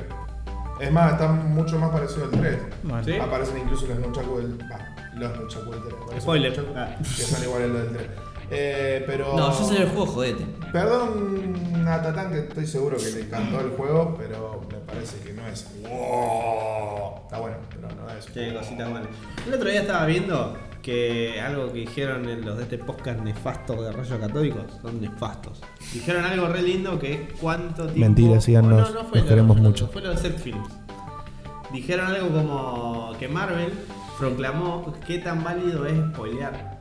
Speaker 1: Es más, está mucho más parecido al 3.
Speaker 2: Bueno.
Speaker 4: ¿Sí?
Speaker 1: Aparecen incluso los nunchakus del. bah, los nunchakus del 3. Aparecen
Speaker 4: Spoiler.
Speaker 1: los nunchakus
Speaker 4: Ah.
Speaker 1: Que son iguales a los del 3. Eh, pero.
Speaker 3: No, yo
Speaker 4: Oh.
Speaker 3: soy el juego jodete.
Speaker 1: Perdón a Tatán, que estoy seguro que le encantó el juego, pero me parece que no es. ¡Wow! Está bueno, pero no es.
Speaker 4: Che, cositas malas. El otro día estaba viendo que algo que dijeron en los de este podcast nefastos de rayos católicos son nefastos. Dijeron algo re lindo que es cuánto tiempo. Oh,
Speaker 1: Mentira, síganos,
Speaker 4: no, no fue
Speaker 1: los
Speaker 4: lo-
Speaker 1: queremos
Speaker 4: no,
Speaker 1: mucho.
Speaker 4: Fue lo de Set Films. Dijeron algo como que Marvel proclamó qué tan válido es spoilear.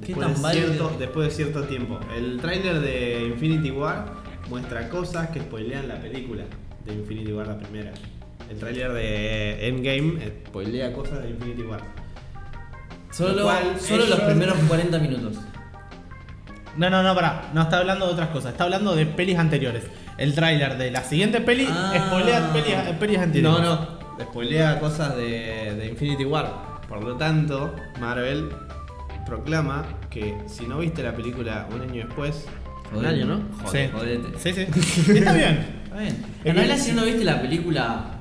Speaker 3: ¿Qué
Speaker 4: Después,
Speaker 3: tan
Speaker 4: de
Speaker 3: válido?
Speaker 4: cierto, después de cierto tiempo. El tráiler de Infinity War muestra cosas que spoilean la película de Infinity War la primera. El tráiler de Endgame eh, spoilea cosas de Infinity War. Lo
Speaker 3: Solo,
Speaker 4: cual,
Speaker 3: solo los
Speaker 4: ellos-
Speaker 3: primeros 40 minutos.
Speaker 2: No, no, no, pará. No está hablando de otras cosas. Está hablando de pelis anteriores. El tráiler de la siguiente peli
Speaker 3: Ah.
Speaker 2: spoilea pelis, pelis
Speaker 4: No,
Speaker 2: anteriores.
Speaker 4: no, spoilea cosas de, de Infinity War. Por lo tanto, Marvel proclama que si no viste la película un año después,
Speaker 3: Un año, ¿no?
Speaker 2: Sí.
Speaker 3: Joder, jodete.
Speaker 2: Sí, sí. Está bien.
Speaker 3: Está bien. En
Speaker 2: Eh,
Speaker 3: realidad, si no viste la película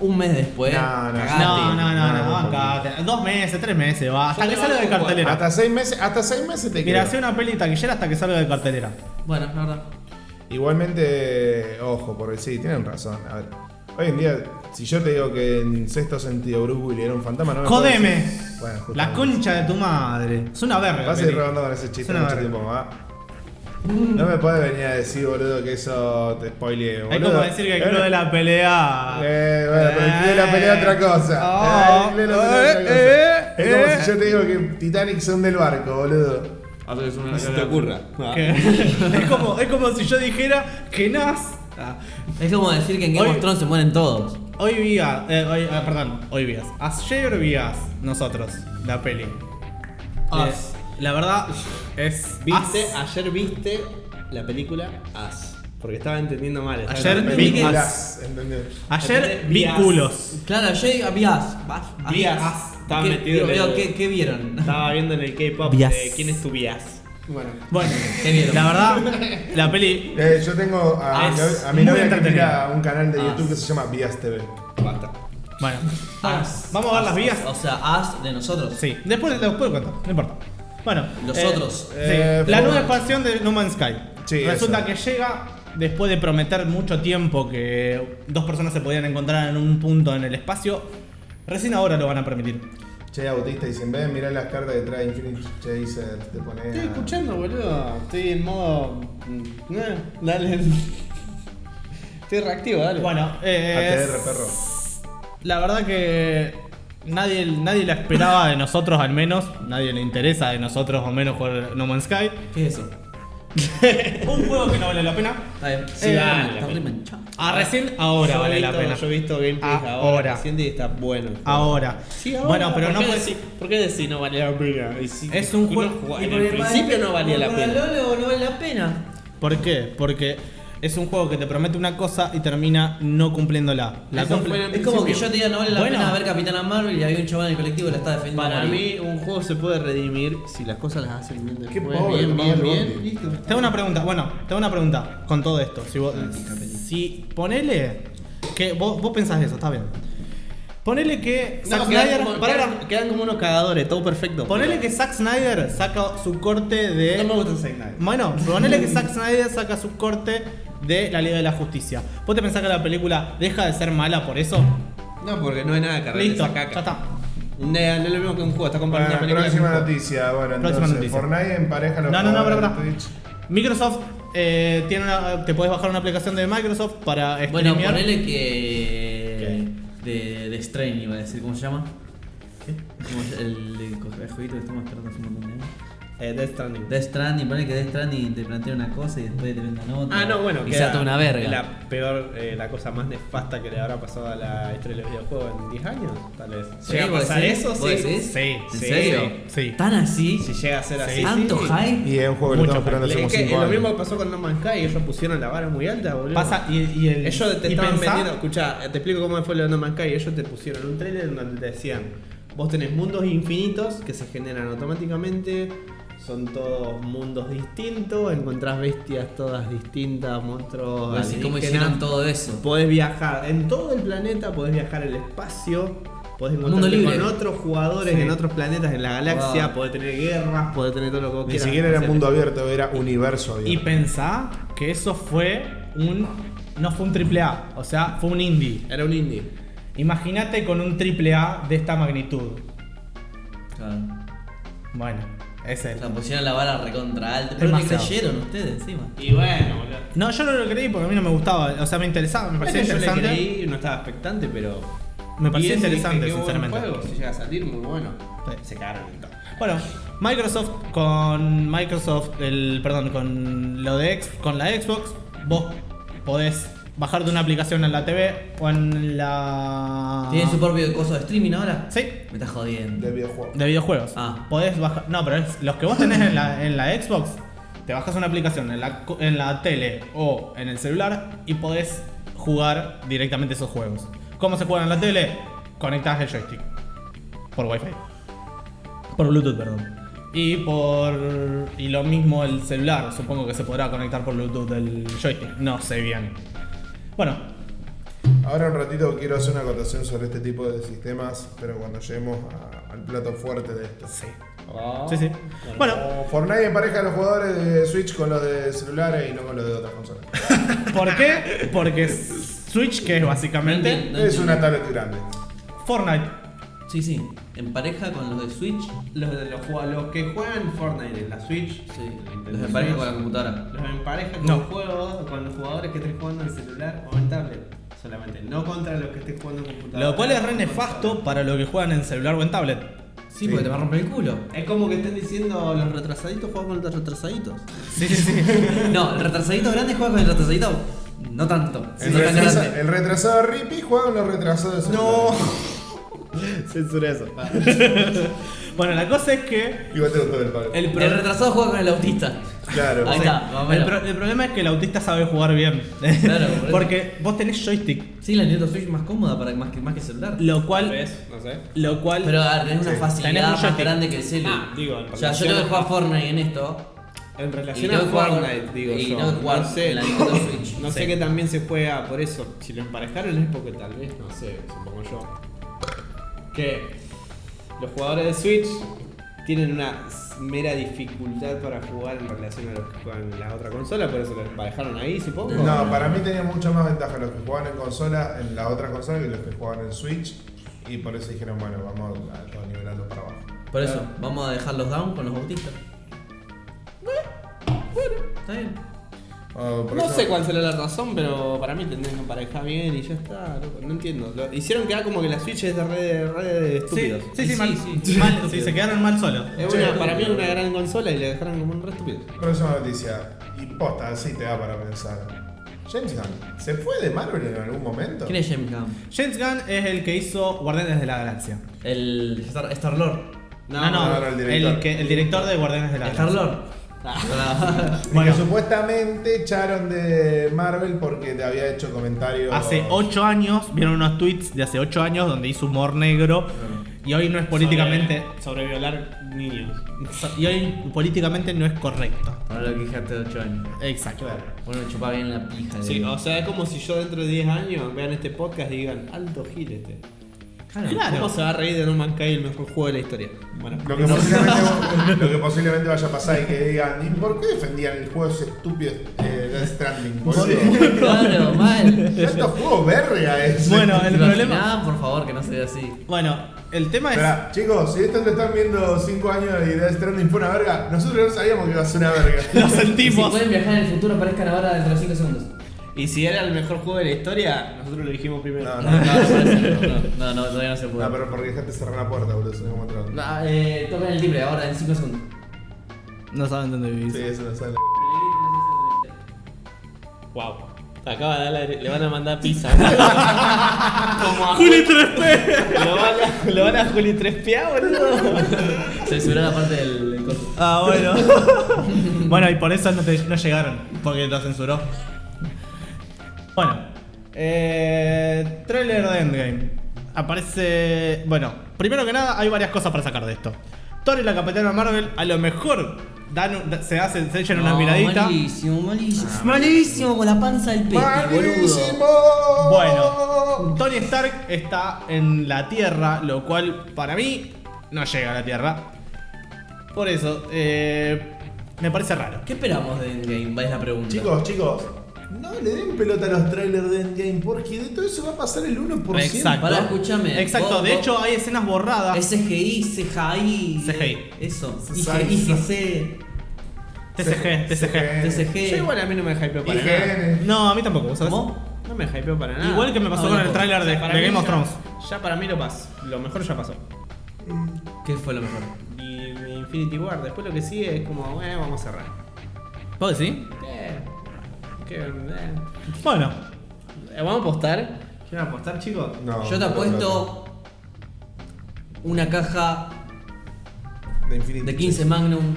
Speaker 3: un mes después,
Speaker 1: No, no,
Speaker 3: cagaste.
Speaker 2: No, no, no,
Speaker 1: no,
Speaker 2: no,
Speaker 1: no,
Speaker 2: bancate. Dos meses, tres meses, va. Hasta
Speaker 3: Yo
Speaker 2: que
Speaker 3: te
Speaker 2: salga de
Speaker 3: banco,
Speaker 2: cartelera.
Speaker 1: Hasta seis meses, hasta seis meses te
Speaker 2: Mira,
Speaker 1: queda.
Speaker 2: hace una peli taquillera hasta que salga de cartelera.
Speaker 3: Bueno, es verdad.
Speaker 1: Igualmente, ojo, porque sí, tienen razón. A ver, hoy en día, si yo te digo que en sexto sentido Bruce Willis era un fantasma, no me
Speaker 2: Jodeme.
Speaker 1: puedes decir- Bueno, justamente.
Speaker 2: La concha de tu madre. Es una verga.
Speaker 1: Vas a ir
Speaker 2: peli.
Speaker 1: robando con ese chiste
Speaker 2: Suena
Speaker 1: mucho
Speaker 2: verga.
Speaker 1: tiempo más. No me puedes venir a decir, boludo, que eso te spoile, boludo.
Speaker 2: Es como decir que el club de la pelea.
Speaker 1: Eh, bueno, pero el club de la pelea es otra cosa. Eh,
Speaker 2: Oh.
Speaker 1: el club de la pelea es otra cosa.
Speaker 2: Eh, eh,
Speaker 1: Es como si
Speaker 2: eh.
Speaker 1: yo te digo que Titanic son del barco, boludo.
Speaker 4: no se te ocurra. Ah.
Speaker 2: Que- es, como, es como si yo dijera que Nas. Ah,
Speaker 3: Es como decir que en Game
Speaker 2: Hoy-
Speaker 3: of Thrones se mueren todos.
Speaker 2: Hoy vi a- eh, hoy, ah, perdón, hoy vías. Ayer vías nosotros la peli.
Speaker 4: Us.
Speaker 2: Eh, la verdad es.
Speaker 4: ¿Viste?
Speaker 2: Us.
Speaker 4: Ayer viste la película As. Porque estaba entendiendo mal. estaba
Speaker 2: Ayer
Speaker 4: entendiendo
Speaker 2: vi
Speaker 4: mal.
Speaker 1: Películas, ¿entendés?
Speaker 2: Ayer
Speaker 4: Ayer
Speaker 2: vi
Speaker 4: vi Us.
Speaker 2: culos.
Speaker 3: Claro, yo había as. vas, as.
Speaker 4: Vi as. Estaba
Speaker 3: ¿Qué-
Speaker 4: metido
Speaker 3: digo,
Speaker 4: en el-
Speaker 3: digo, ¿qué, qué vieron?
Speaker 4: Estaba viendo en el K-pop
Speaker 2: Vías.
Speaker 4: de quién es tu Vías.
Speaker 1: Bueno.
Speaker 2: Bueno,
Speaker 3: ¿Qué vieron?
Speaker 2: la verdad, la peli.
Speaker 1: Eh, yo tengo a, mi
Speaker 2: Ah, Es
Speaker 1: novia- a mi
Speaker 2: muy
Speaker 1: novia que
Speaker 2: entretenido.
Speaker 1: mira un canal de
Speaker 3: Ah.
Speaker 1: YouTube que se llama Vías TV.
Speaker 4: Basta.
Speaker 2: Bueno,
Speaker 3: As.
Speaker 2: Ah, vamos a ver las
Speaker 3: As,
Speaker 2: vías.
Speaker 3: O sea, as de nosotros.
Speaker 2: Sí, después te después cuento, no importa. Bueno,
Speaker 3: Los
Speaker 2: eh,
Speaker 3: otros.
Speaker 2: sí,
Speaker 1: Eh,
Speaker 2: la
Speaker 1: fue-
Speaker 2: nueva expansión de No Man's Sky.
Speaker 1: Sí,
Speaker 2: Resulta
Speaker 1: eso.
Speaker 2: que llega después de prometer mucho tiempo que dos personas se podían encontrar en un punto en el espacio. Recién ahora lo van a permitir.
Speaker 1: Che, Autista, dicen, ven, mirá las cartas que trae Infinity Chaser, te pone a-
Speaker 4: Estoy escuchando, boludo. Estoy en modo. mm, eh, Dale. Estoy reactivo, dale.
Speaker 2: Bueno, eh,
Speaker 1: ATR, perro.
Speaker 2: la verdad que nadie, nadie la esperaba de nosotros al menos. Nadie le interesa de nosotros o menos jugar No Man's Sky.
Speaker 3: ¿Qué es eso?
Speaker 2: un juego que no vale la pena.
Speaker 3: Está bien. Eh,
Speaker 2: Sí, vale la
Speaker 3: está
Speaker 2: pena.
Speaker 3: re manchado.
Speaker 2: Ah, recién ahora
Speaker 4: Yo he
Speaker 2: vale la
Speaker 4: visto-
Speaker 2: pena. Ah,
Speaker 4: Yo he visto gameplays ahora,
Speaker 2: Ahora.
Speaker 4: recién y está bueno.
Speaker 2: Ahora.
Speaker 4: Sí, ahora.
Speaker 2: Bueno, pero
Speaker 4: ¿Por
Speaker 2: no
Speaker 4: qué
Speaker 2: puede
Speaker 4: decís- ¿Por qué decís no valía la pena? Y si-
Speaker 2: Es un
Speaker 4: y
Speaker 2: juego-
Speaker 4: no jugá-
Speaker 2: y
Speaker 4: en
Speaker 2: porque
Speaker 4: el principio no valía la
Speaker 3: Para
Speaker 4: pena.
Speaker 3: Lolo no vale la pena.
Speaker 2: ¿Por qué? Porque es un juego que te promete una cosa y termina no cumpliéndola. La
Speaker 4: Eso
Speaker 2: cumple-
Speaker 4: fue en el
Speaker 3: Es como que
Speaker 4: principio.
Speaker 3: yo te diga no vale la
Speaker 2: Bueno.
Speaker 3: pena ver Capitana Marvel y había un chaval en el colectivo que la estaba defendiendo. a
Speaker 4: Para
Speaker 3: morir.
Speaker 4: mí, un juego se puede redimir si las cosas las hacen bien después.
Speaker 1: Qué pobre,
Speaker 4: bien,
Speaker 1: tomando
Speaker 4: bien,
Speaker 1: el
Speaker 4: bien.
Speaker 1: bondi.
Speaker 4: Listo.
Speaker 2: Te hago una pregunta, bueno, te hago una pregunta con todo esto. Si, vos, si ponele que vos, vos pensás eso, está bien. Ponele que
Speaker 4: No,
Speaker 2: Zack
Speaker 4: quedan,
Speaker 2: Snyder.
Speaker 4: como,
Speaker 2: pará,
Speaker 4: quedan- quedan como unos cagadores, todo perfecto.
Speaker 2: ponele que Zack Snyder saca su corte de.
Speaker 4: No me gusta Zack Snyder.
Speaker 2: Bueno, ponele que Zack Snyder saca su corte de la Liga de la Justicia. ¿Vos te pensás que la película deja de ser mala por eso?
Speaker 4: No, porque no hay nada que arregle
Speaker 2: Listo,
Speaker 4: esa
Speaker 2: ya
Speaker 4: caca.
Speaker 2: está.
Speaker 4: No, no es lo mismo que un juego, está
Speaker 1: Bueno,
Speaker 4: comparando una película.
Speaker 1: próxima
Speaker 4: con un juego.
Speaker 1: noticia. Bueno,
Speaker 2: Próxima
Speaker 1: entonces,
Speaker 2: noticia.
Speaker 1: Fortnite empareja los
Speaker 2: No, no, no,
Speaker 1: jugadores
Speaker 2: pará, pará.
Speaker 1: de Twitch.
Speaker 2: Microsoft eh, tiene una, te puedes bajar una aplicación de Microsoft para
Speaker 3: Bueno,
Speaker 2: streamear.
Speaker 3: ponele que. De, de Strain iba a decir, ¿cómo se llama? ¿Qué? el, el co- el jueguito que estamos esperando hace un montón de años.
Speaker 4: Eh, Death Stranding.
Speaker 3: Death Stranding, ponele que Death Stranding te plantea una cosa y después te vendan otra.
Speaker 4: Ah, no, bueno,
Speaker 3: Y
Speaker 4: que
Speaker 3: sea toda una verga.
Speaker 4: La peor, eh, la cosa más nefasta que le habrá pasado a la historia de los videojuegos en 10 años, tal vez.
Speaker 3: Sí,
Speaker 4: ¿Llega a
Speaker 3: ¿vos
Speaker 4: pasar
Speaker 3: decís?
Speaker 4: eso?
Speaker 3: ¿Vos
Speaker 4: Sí.
Speaker 3: decís?
Speaker 2: Sí,
Speaker 3: ¿En
Speaker 4: sí,
Speaker 3: serio?
Speaker 2: sí.
Speaker 3: ¿Tan así?
Speaker 4: Si llega a ser así.
Speaker 2: Sí.
Speaker 3: ¿Tanto hype?
Speaker 1: Y es un juego que lo estamos
Speaker 2: Mucho
Speaker 1: esperando hace
Speaker 4: Es
Speaker 1: como
Speaker 4: que es
Speaker 1: 5
Speaker 4: lo
Speaker 1: años.
Speaker 4: mismo que pasó con No Man's Sky, ellos pusieron la vara muy alta, boludo.
Speaker 2: Pasa y, y el,
Speaker 4: Ellos te
Speaker 2: y
Speaker 4: estaban
Speaker 2: pensá-
Speaker 4: vendiendo, escuchá, te explico cómo fue lo de No Man's Sky, ellos te pusieron un trailer donde te decían, vos tenés mundos infinitos que se generan automáticamente, son todos mundos distintos, encontrás bestias todas distintas, monstruos,
Speaker 3: Así como
Speaker 4: alienígenas,
Speaker 3: hicieron todo eso.
Speaker 4: podés viajar en todo el planeta, podés viajar al espacio, Podés
Speaker 3: Mundo
Speaker 4: encontrarte
Speaker 3: libre.
Speaker 4: con otros jugadores
Speaker 2: Sí.
Speaker 4: en otros planetas en la galaxia,
Speaker 3: Wow.
Speaker 4: podés tener guerras, podés tener todo lo que vos
Speaker 1: Ni
Speaker 4: quieras.
Speaker 1: siquiera era
Speaker 4: hacer.
Speaker 1: mundo abierto, era universo
Speaker 2: Y
Speaker 1: abierto.
Speaker 2: pensá que eso fue un. No fue un triple A, o sea, fue un indie.
Speaker 4: Era un indie.
Speaker 2: Imagínate con un triple A de esta magnitud.
Speaker 3: Claro.
Speaker 2: Bueno, es él.
Speaker 3: O sea, pusieron la vara recontra alta. Pero le
Speaker 2: Demasiado.
Speaker 3: creyeron ustedes encima.
Speaker 4: Y bueno, boludo.
Speaker 2: No, yo no lo creí porque a mí no me gustaba. O sea, me interesaba, me parecía
Speaker 4: Bueno, yo le
Speaker 2: interesante.
Speaker 4: creí, no estaba expectante, pero.
Speaker 2: Me parecía
Speaker 4: bien, dije,
Speaker 2: interesante,
Speaker 4: qué buen
Speaker 2: sinceramente.
Speaker 4: juego, si llega a salir, muy bueno.
Speaker 2: Sí.
Speaker 4: Se cagaron en todo.
Speaker 2: Bueno, Microsoft con Microsoft, el, perdón, con lo de ex- con la Xbox, vos podés bajar de una aplicación en la TV o en la
Speaker 3: ¿Tienen su propio coso de streaming ahora?
Speaker 2: Sí,
Speaker 3: Me estás jodiendo.
Speaker 1: De videojuego.
Speaker 2: de videojuegos.
Speaker 3: Ah.
Speaker 2: Podés bajar, no, pero es- los que vos tenés en la, en la Xbox, te bajas una aplicación en la co- en la tele o en el celular y podés jugar directamente esos juegos. ¿Cómo se juega en la tele? Conectás el joystick por Wi-Fi. Por Bluetooth, perdón. Y por. Y lo mismo el celular, supongo que se podrá conectar por Bluetooth el joystick. No sé bien. Bueno,
Speaker 1: Ahora un ratito quiero hacer una acotación sobre este tipo de sistemas, pero cuando lleguemos a- al plato fuerte de esto. Sí.
Speaker 2: sí, sí. Bueno,
Speaker 1: Fortnite empareja a los jugadores de Switch con los de celulares y no con los de otras consolas.
Speaker 2: ¿por qué? Porque Switch, que es básicamente
Speaker 3: No
Speaker 1: es
Speaker 3: entiendo.
Speaker 1: una tablet grande.
Speaker 2: Fortnite.
Speaker 3: Sí, sí. En pareja con los de Switch.
Speaker 4: Los, de los, jua- los que juegan Fortnite en la Switch,
Speaker 3: Sí. Los
Speaker 4: Nintendo
Speaker 3: en pareja
Speaker 4: Switch,
Speaker 3: con la computadora.
Speaker 4: los empareja con
Speaker 2: No.
Speaker 4: juegos, con los jugadores que estén jugando en celular o en tablet. Solamente, no contra los que estén jugando en computadora.
Speaker 2: Lo cual es re
Speaker 4: No
Speaker 2: nefasto para los que juegan en celular o en tablet.
Speaker 3: Sí, porque te va a romper el culo.
Speaker 4: contra- Es como que estén diciendo los retrasaditos juegan con los retrasaditos.
Speaker 2: Sí, sí, sí.
Speaker 3: No, el retrasadito grande juega con el retrasadito. No tanto.
Speaker 1: El,
Speaker 3: no tan
Speaker 1: retrasa-
Speaker 3: grande.
Speaker 1: el retrasado Rippy juega con los retrasados de celulares.
Speaker 4: Censura eso.
Speaker 2: Bueno, la cosa es que.
Speaker 1: Igual te gustó del palo.
Speaker 2: El, pro-
Speaker 3: El retrasado juega con el autista.
Speaker 1: Claro.
Speaker 3: Ahí está, más o
Speaker 2: el
Speaker 3: menos.
Speaker 2: pro- el problema es que el autista sabe jugar bien.
Speaker 3: Claro, por eso.
Speaker 2: Porque vos tenés joystick.
Speaker 3: Sí, la Nintendo Switch es más cómoda para más que, más que celular.
Speaker 2: Lo cual.
Speaker 4: ¿Ves? No sé.
Speaker 2: Lo cual.
Speaker 3: Pero a ver, tenés
Speaker 1: Sí.
Speaker 3: una
Speaker 2: Tenés
Speaker 3: facilidad
Speaker 2: un
Speaker 3: más
Speaker 2: joystick.
Speaker 3: grande que el celu.
Speaker 4: Ah, digo, en
Speaker 3: o sea, yo tengo que jugar Fortnite en esto.
Speaker 4: En
Speaker 3: Y
Speaker 4: relación
Speaker 3: no
Speaker 4: a
Speaker 3: es jugar-
Speaker 4: Fortnite, digo
Speaker 3: y
Speaker 4: yo.
Speaker 3: no es jugar en la Nintendo Switch.
Speaker 4: No
Speaker 2: Sí.
Speaker 4: sé que también se juega por eso. Si lo emparejaron es porque tal vez, no sé, supongo yo. Que los jugadores de Switch tienen una s- mera dificultad para jugar en relación a los que juegan en la otra consola, por eso lo emparejaron ahí, supongo.
Speaker 1: No, para mí tenía mucha más ventaja los que jugaban en consola, en la otra consola, que los que jugaban en Switch. Y por eso dijeron, bueno, vamos a, a nivelarlo para abajo.
Speaker 3: Por eso, vamos a dejarlos down con los autistas. Bueno, está bien.
Speaker 1: Ah, por
Speaker 4: No
Speaker 1: eso-
Speaker 4: sé cuál será la razón, pero para mí tendrían que emparejar bien y ya está, loco. No entiendo. Lo- hicieron quedar como que la Switch es de red, de
Speaker 2: Sí,
Speaker 4: estúpidos.
Speaker 2: sí, sí,
Speaker 3: Sí,
Speaker 2: mal.
Speaker 3: sí.
Speaker 2: mal, sí, se quedaron mal solos.
Speaker 4: Es
Speaker 1: Sí.
Speaker 4: una- para mí es una gran consola y la dejaron como un re estúpido.
Speaker 1: Próxima noticia. Y posta, así te da para pensar. James Gunn, ¿se fue de Marvel en algún momento?
Speaker 3: ¿Quién es James Gunn?
Speaker 2: James Gunn es el que hizo Guardianes de la Galaxia.
Speaker 3: El Star, Lord.
Speaker 2: No, no,
Speaker 1: no, no, el
Speaker 2: el,
Speaker 1: director.
Speaker 2: que- el director de Guardianes de la
Speaker 3: Star
Speaker 2: Galaxia.
Speaker 3: Lord.
Speaker 1: Y que
Speaker 2: Bueno.
Speaker 1: supuestamente echaron de Marvel porque te había hecho comentarios.
Speaker 2: Hace 8 años, vieron unos tweets de hace 8 años donde hizo humor negro. Y hoy no es políticamente.
Speaker 4: Sobre, sobre violar niños.
Speaker 2: Y hoy políticamente no es correcto.
Speaker 3: Ahora lo que dije hace 8 años.
Speaker 2: Exacto.
Speaker 3: Bueno, me chupaba bien la pija.
Speaker 4: Sí,
Speaker 2: oh.
Speaker 3: digo.
Speaker 4: o sea, es como si yo dentro de 10 años vean este podcast y digan, alto gil este.
Speaker 3: Claro.
Speaker 2: Claro.
Speaker 4: ¿Cómo se va a reír de No Man's Sky, el mejor juego de la historia? Bueno,
Speaker 1: Lo que, posiblemente, lo que posiblemente vaya a pasar es que digan, ¿y por qué defendían el juego ese estúpido eh, Death Stranding? boludo?
Speaker 3: Claro, mal.
Speaker 1: Tanto juego verga es.
Speaker 2: Bueno, el problema.
Speaker 3: Nada, por favor, que no sea así.
Speaker 2: Bueno, el tema es.
Speaker 1: Esperá, chicos, si esto lo están viendo 5 años y Death Stranding fue una verga, nosotros no sabíamos que iba a ser una verga.
Speaker 2: Lo
Speaker 3: Y Si
Speaker 2: sentimos.
Speaker 3: pueden viajar en el futuro, aparezcan ahora dentro de 5 segundos.
Speaker 4: y si era el mejor juego de la historia, nosotros lo dijimos primero.
Speaker 1: No, Ah,
Speaker 3: No,
Speaker 1: no, Ah,
Speaker 3: no, parece- no, no, no, todavía no se puede.
Speaker 1: No, pero porque dejaste cerrar la puerta, boludo, se me encontró.
Speaker 3: No, eh, toquen el timbre ahora en 5 segundos.
Speaker 2: No saben dónde vivís.
Speaker 1: Sí, eso no sale.
Speaker 4: Wow. Acaba de darle, le van a mandar pizza.
Speaker 2: Ah, Juli 3P.
Speaker 4: lo, van a, lo van a Juli Trespiá, boludo.
Speaker 3: Censurá la parte del, del coso.
Speaker 2: Ah, bueno. bueno, y por eso no, te- no llegaron, porque lo censuró. Bueno, eh, trailer de Endgame. Aparece. Bueno, primero que nada, hay varias cosas para sacar de esto. Thor y la Capitana Marvel, a lo mejor dan, un- se, hacen, se echan una
Speaker 3: No,
Speaker 2: miradita.
Speaker 3: Malísimo, malísimo. malísimo con la panza del pete,
Speaker 1: ¡Malísimo!
Speaker 3: boludo.
Speaker 2: Bueno, Tony Stark está en la Tierra, lo cual para mí no llega a la Tierra. Por eso, eh, me parece raro.
Speaker 3: ¿Qué esperamos de Endgame? Es la pregunta.
Speaker 1: Chicos, chicos, no le den pelota a los trailers de Endgame porque de todo eso va a pasar el 1%.
Speaker 2: Exacto.
Speaker 3: Pará, escúchame.
Speaker 2: Exacto,
Speaker 3: Vos-
Speaker 2: de
Speaker 3: vos-
Speaker 2: hecho hay escenas borradas.
Speaker 3: Es CGI, CGI.
Speaker 2: CGI.
Speaker 3: Eso.
Speaker 1: CGI.
Speaker 3: IGC.
Speaker 2: TCG, TCG.
Speaker 3: TCG.
Speaker 4: Yo igual a mí no me hypeó para nada.
Speaker 1: IGN.
Speaker 2: No, a mí tampoco, ¿vos ¿sabes? Ah.
Speaker 3: ¿Cómo?
Speaker 4: No me hypeó para nada.
Speaker 2: Igual que me pasó
Speaker 3: No,
Speaker 2: con
Speaker 3: loco.
Speaker 2: el tráiler de,
Speaker 4: Para
Speaker 2: de
Speaker 4: mí
Speaker 2: Game of
Speaker 4: ya-
Speaker 2: Thrones.
Speaker 4: Ya para mí lo pasó. Lo mejor ya pasó.
Speaker 3: ¿Qué fue lo mejor?
Speaker 4: Y Infinity War. Después lo que sigue es como, eh, vamos a cerrar.
Speaker 2: ¿Vos decís?
Speaker 4: Eh, que, eh.
Speaker 2: Bueno,
Speaker 4: Eh, ¿Vamos a apostar? ¿Quieren apostar, chicos?
Speaker 1: No,
Speaker 3: Yo te
Speaker 1: no,
Speaker 3: apuesto una caja
Speaker 1: no. De Infinity.
Speaker 3: de 15 Magnum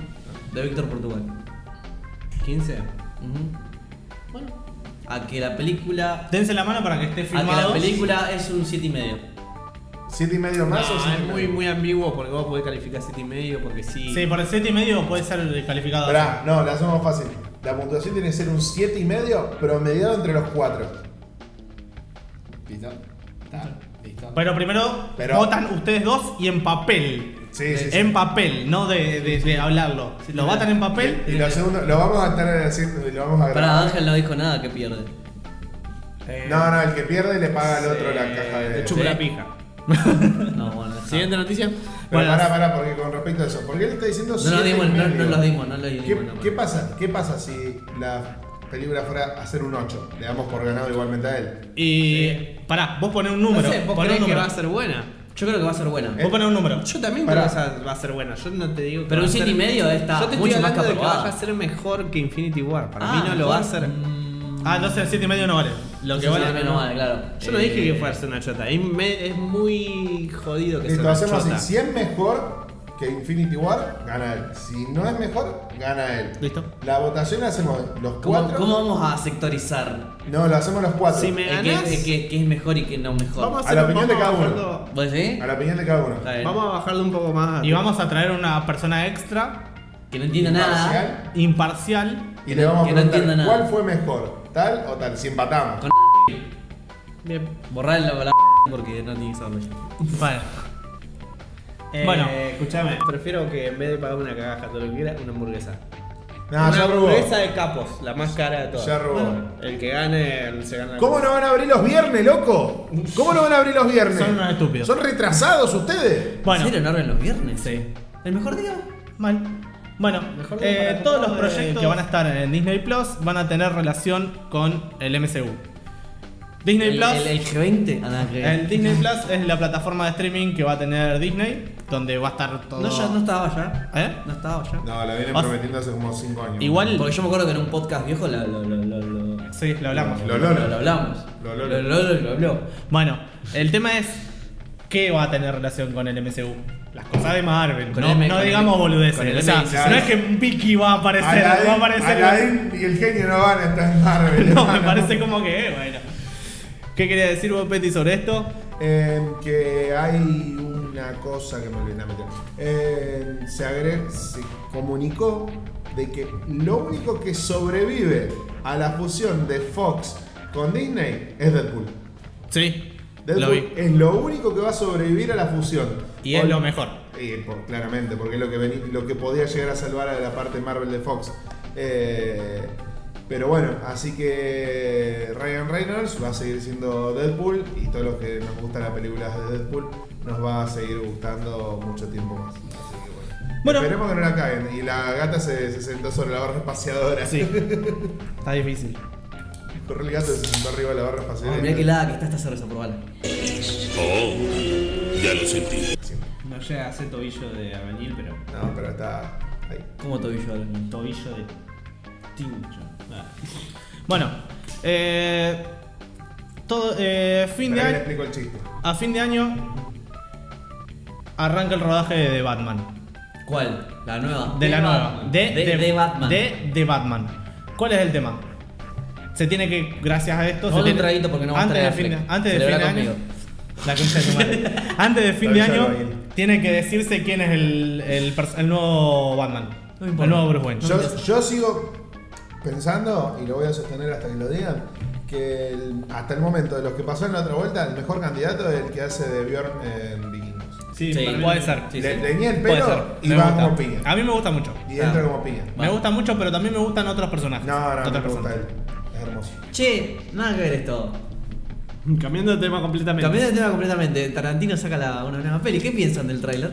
Speaker 3: de Víctor Portugal.
Speaker 4: 15.
Speaker 3: Ujú. Bueno. A que la película.
Speaker 2: dense la mano para que esté
Speaker 3: A Ah, que la
Speaker 2: filmado.
Speaker 3: película es un 7 y medio.
Speaker 1: ¿Siete y medio más o
Speaker 4: No,
Speaker 1: siete
Speaker 4: es
Speaker 1: y
Speaker 4: muy,
Speaker 1: medio?
Speaker 4: muy ambiguo porque vos podés calificar 7 y medio porque sí.
Speaker 2: Sí, por el 7 y medio puede ser calificado.
Speaker 1: Pará, no, la hacemos fácil. La puntuación tiene que ser un 7 y medio promediado entre los cuatro.
Speaker 5: ¿Listo? Está, listo.
Speaker 2: Pero primero
Speaker 1: Pero-
Speaker 2: votan ustedes dos y en papel.
Speaker 1: Sí, sí, sí.
Speaker 2: En papel, no de, de- de hablarlo. Si lo votan en papel.
Speaker 1: Y lo segundo, lo vamos a estar haciendo, lo vamos a
Speaker 3: Pará,
Speaker 1: grabar.
Speaker 3: Ángel no dijo nada que pierde.
Speaker 4: Eh,
Speaker 1: No, no, el que pierde le paga al otro
Speaker 4: eh,
Speaker 1: la caja de.
Speaker 4: Te chupo
Speaker 3: Sí.
Speaker 4: la pija.
Speaker 3: No, bueno. dejá.
Speaker 4: Siguiente noticia.
Speaker 1: Pero
Speaker 2: Bueno,
Speaker 1: pará, pará, porque con respecto a eso, ¿por qué le está diciendo
Speaker 3: No lo
Speaker 1: 7 y
Speaker 3: dimos, no,
Speaker 1: medio?
Speaker 3: no lo dimos, no lo dimos.
Speaker 1: ¿Qué,
Speaker 3: no,
Speaker 1: qué
Speaker 3: bueno.
Speaker 1: pasa? ¿Qué pasa si la película fuera a ser un 8? Le damos por ganado igualmente a él.
Speaker 2: Y. Pará, vos ponés un
Speaker 4: No
Speaker 2: número.
Speaker 4: sé, vos
Speaker 2: poné
Speaker 4: creés
Speaker 2: un
Speaker 4: que
Speaker 2: número.
Speaker 4: va a ser buena.
Speaker 3: Yo creo que va a ser buena.
Speaker 1: Eh,
Speaker 2: Vos ponés un número.
Speaker 4: Yo también
Speaker 1: Pará.
Speaker 4: creo que esa va a ser buena. Yo no te digo que
Speaker 3: Pero
Speaker 4: va
Speaker 3: un
Speaker 4: a ser-
Speaker 3: siete y medio está
Speaker 4: Yo te
Speaker 3: mucho
Speaker 4: estoy
Speaker 3: más que
Speaker 4: hablando de que
Speaker 3: aprobada.
Speaker 4: vaya a ser mejor que Infinity War. Para
Speaker 3: Ah,
Speaker 4: mí no lo va a
Speaker 3: mejor.
Speaker 4: hacer.
Speaker 3: Mm,
Speaker 2: Ah, entonces el 7 y medio no vale. Lo que
Speaker 3: entonces
Speaker 2: vale.
Speaker 3: no, no vale, claro.
Speaker 4: Yo no
Speaker 3: Eh,
Speaker 4: dije que fuera a ser una chota. Es, me- es muy jodido que sea
Speaker 1: Listo,
Speaker 4: una
Speaker 1: hacemos
Speaker 4: chota.
Speaker 1: así. Si es mejor que Infinity War, gana él. Si no es mejor, gana él.
Speaker 2: Listo.
Speaker 1: La votación la hacemos los
Speaker 3: ¿Cómo,
Speaker 1: cuatro.
Speaker 3: cómo vamos a sectorizar?
Speaker 1: No, lo hacemos los cuatro.
Speaker 4: Si me
Speaker 3: Eh,
Speaker 4: ganás,
Speaker 3: ¿Qué que, es mejor y qué no mejor?
Speaker 4: vamos a,
Speaker 1: A la
Speaker 4: hacer un
Speaker 1: opinión de
Speaker 4: poco
Speaker 1: cada uno.
Speaker 4: acuerdo.
Speaker 3: ¿Vos decís?
Speaker 1: A la opinión de cada uno.
Speaker 3: Está bien.
Speaker 4: Vamos a bajarlo un poco más.
Speaker 2: Y vamos a traer una persona extra,
Speaker 3: Que no entienda nada.
Speaker 1: Parcial,
Speaker 2: imparcial.
Speaker 1: Y le vamos a
Speaker 3: Que no
Speaker 1: preguntar
Speaker 3: entienda nada.
Speaker 1: cuál fue mejor, tal o tal, si empatamos.
Speaker 3: Con-
Speaker 4: Bien.
Speaker 3: Borrar la palabra porque no tiene que saberlo.
Speaker 2: Vale.
Speaker 4: Eh,
Speaker 2: Bueno.
Speaker 4: escúchame. Prefiero que en vez de pagar una cagaja, todo lo que quiera, una hamburguesa.
Speaker 1: No,
Speaker 4: una
Speaker 1: ya robó.
Speaker 4: hamburguesa de capos, la más cara de todas.
Speaker 1: Ya robó.
Speaker 4: El que gane, el- se gana. la
Speaker 1: ¿Cómo no van a abrir los viernes, loco? ¿Cómo no van a abrir los viernes?
Speaker 2: Son unos estúpidos.
Speaker 1: Son retrasados ustedes.
Speaker 2: Bueno.
Speaker 3: ¿En serio no abren los viernes?
Speaker 2: Sí.
Speaker 3: ¿El mejor día?
Speaker 2: Mal. Bueno,
Speaker 4: Mejor
Speaker 2: eh,
Speaker 4: para
Speaker 2: todos
Speaker 4: todo,
Speaker 2: los
Speaker 4: eh,
Speaker 2: proyectos que van a estar en Disney Plus van a tener relación con el MCU. Disney
Speaker 3: ¿El,
Speaker 2: Plus.
Speaker 3: el, el G20? Ah, nada que ver.
Speaker 2: el Disney Plus es la plataforma de streaming que va a tener Disney, donde va a estar todo.
Speaker 3: No, ya no estaba ya.
Speaker 2: ¿Eh?
Speaker 3: No estaba ya.
Speaker 1: No, la vienen
Speaker 2: Vas-
Speaker 1: prometiendo hace como 5 años.
Speaker 2: Igual-
Speaker 3: Porque yo me acuerdo que en un podcast viejo lo, lo, lo, lo, lo-
Speaker 2: Sí, lo hablamos.
Speaker 1: Lo lolo.
Speaker 3: lo- lo hablamos.
Speaker 1: Lo-
Speaker 3: lo,
Speaker 1: lo-
Speaker 3: lo, lo- lo habló.
Speaker 2: Bueno, el tema es que va a tener relación con el MCU. Las cosas de Marvel,
Speaker 3: Con
Speaker 2: no,
Speaker 3: el-
Speaker 2: no
Speaker 3: con el-
Speaker 2: digamos boludeces.
Speaker 3: con el
Speaker 2: o sea,
Speaker 1: MCU.
Speaker 2: no es que Vicky va a aparecer,
Speaker 1: Aladdin,
Speaker 2: va a aparecer.
Speaker 1: Aladdin y el genio no van a estar en Marvel.
Speaker 2: No, me
Speaker 1: hermano.
Speaker 2: parece como que, eh, bueno. ¿Qué quería decir vos, Petty, sobre esto?
Speaker 1: Eh, que hay una cosa que me olvidé de meter. Eh, se, agre- se comunicó de que lo único que sobrevive a la fusión de Fox con Disney es Deadpool.
Speaker 2: Sí, lo vi.
Speaker 1: Deadpool es lo único que va a sobrevivir a la fusión.
Speaker 2: Y es
Speaker 1: Con-
Speaker 2: lo mejor.
Speaker 1: Y, por- claramente, porque es lo que, veni- lo que podía llegar a salvar a la parte Marvel de Fox. Eh, pero bueno, así que Ryan Reynolds va a seguir siendo Deadpool y todos los que nos gustan las películas de Deadpool nos va a seguir gustando mucho tiempo más. Así que bueno.
Speaker 2: Bueno.
Speaker 1: Esperemos que no la caguen. Y la gata se, se sentó sobre la barra espaciadora.
Speaker 2: Sí. Está difícil.
Speaker 1: Corrió el gato y se sentó arriba de la barra
Speaker 3: Ah,
Speaker 1: espaciadora.
Speaker 3: mirá que lada que está esta cerveza, probala.
Speaker 6: Oh, ya lo sentí.
Speaker 4: No llega a ser tobillo de albañil, pero
Speaker 1: No, pero está ahí.
Speaker 3: ¿Cómo tobillo ahora?
Speaker 4: tobillo de tincho. Ah.
Speaker 2: Bueno, eh, todo, eh, fin de
Speaker 1: Para que le
Speaker 2: año,
Speaker 1: explico el chiste.
Speaker 2: a fin de año arranca el rodaje de Batman.
Speaker 3: ¿Cuál? ¿La nueva?
Speaker 2: De la nueva.
Speaker 3: Batman.
Speaker 2: De,
Speaker 3: de, de Batman.
Speaker 2: De, de Batman. ¿Cuál es el tema? Se tiene que, gracias a esto,
Speaker 3: Toma
Speaker 2: se
Speaker 3: un
Speaker 2: tiene-
Speaker 3: traguito porque no va a
Speaker 2: antes de
Speaker 3: estar
Speaker 2: fin de,
Speaker 3: Affleck.
Speaker 2: antes de fin de
Speaker 3: Celebra
Speaker 2: año.
Speaker 3: conmigo.
Speaker 2: La concha de tu madre. Antes de fin de
Speaker 1: Avisalo
Speaker 2: año
Speaker 1: a él.
Speaker 2: tiene que decirse quién es el, el pers- el nuevo Batman.
Speaker 3: No me
Speaker 2: El
Speaker 3: importa.
Speaker 2: nuevo Bruce Wayne.
Speaker 3: No.
Speaker 1: Yo, yo sigo pensando, y lo voy a sostener hasta que lo digan, que el- hasta el momento de los que pasó en la otra vuelta, el mejor candidato es el que hace de Bjorn en Vikingos.
Speaker 2: Sí,
Speaker 3: Sí,
Speaker 2: puede ser.
Speaker 3: sí,
Speaker 1: Le
Speaker 3: sí.
Speaker 1: tenía el
Speaker 2: Puede
Speaker 1: pelo
Speaker 2: ser.
Speaker 1: y
Speaker 2: Me
Speaker 1: va
Speaker 2: gusta.
Speaker 1: como piña.
Speaker 2: A mí me gusta mucho.
Speaker 1: Y entra
Speaker 3: Ah.
Speaker 1: como piña.
Speaker 2: Me gusta mucho, pero también me gustan otros personajes.
Speaker 1: No, no, no
Speaker 2: Otras
Speaker 1: me gusta
Speaker 2: personas.
Speaker 1: él. Es hermoso.
Speaker 3: Che, nada que ver esto.
Speaker 7: Cambiando de tema completamente.
Speaker 3: Cambiando de tema completamente, Tarantino saca la, una nueva peli. ¿Qué piensan del tráiler?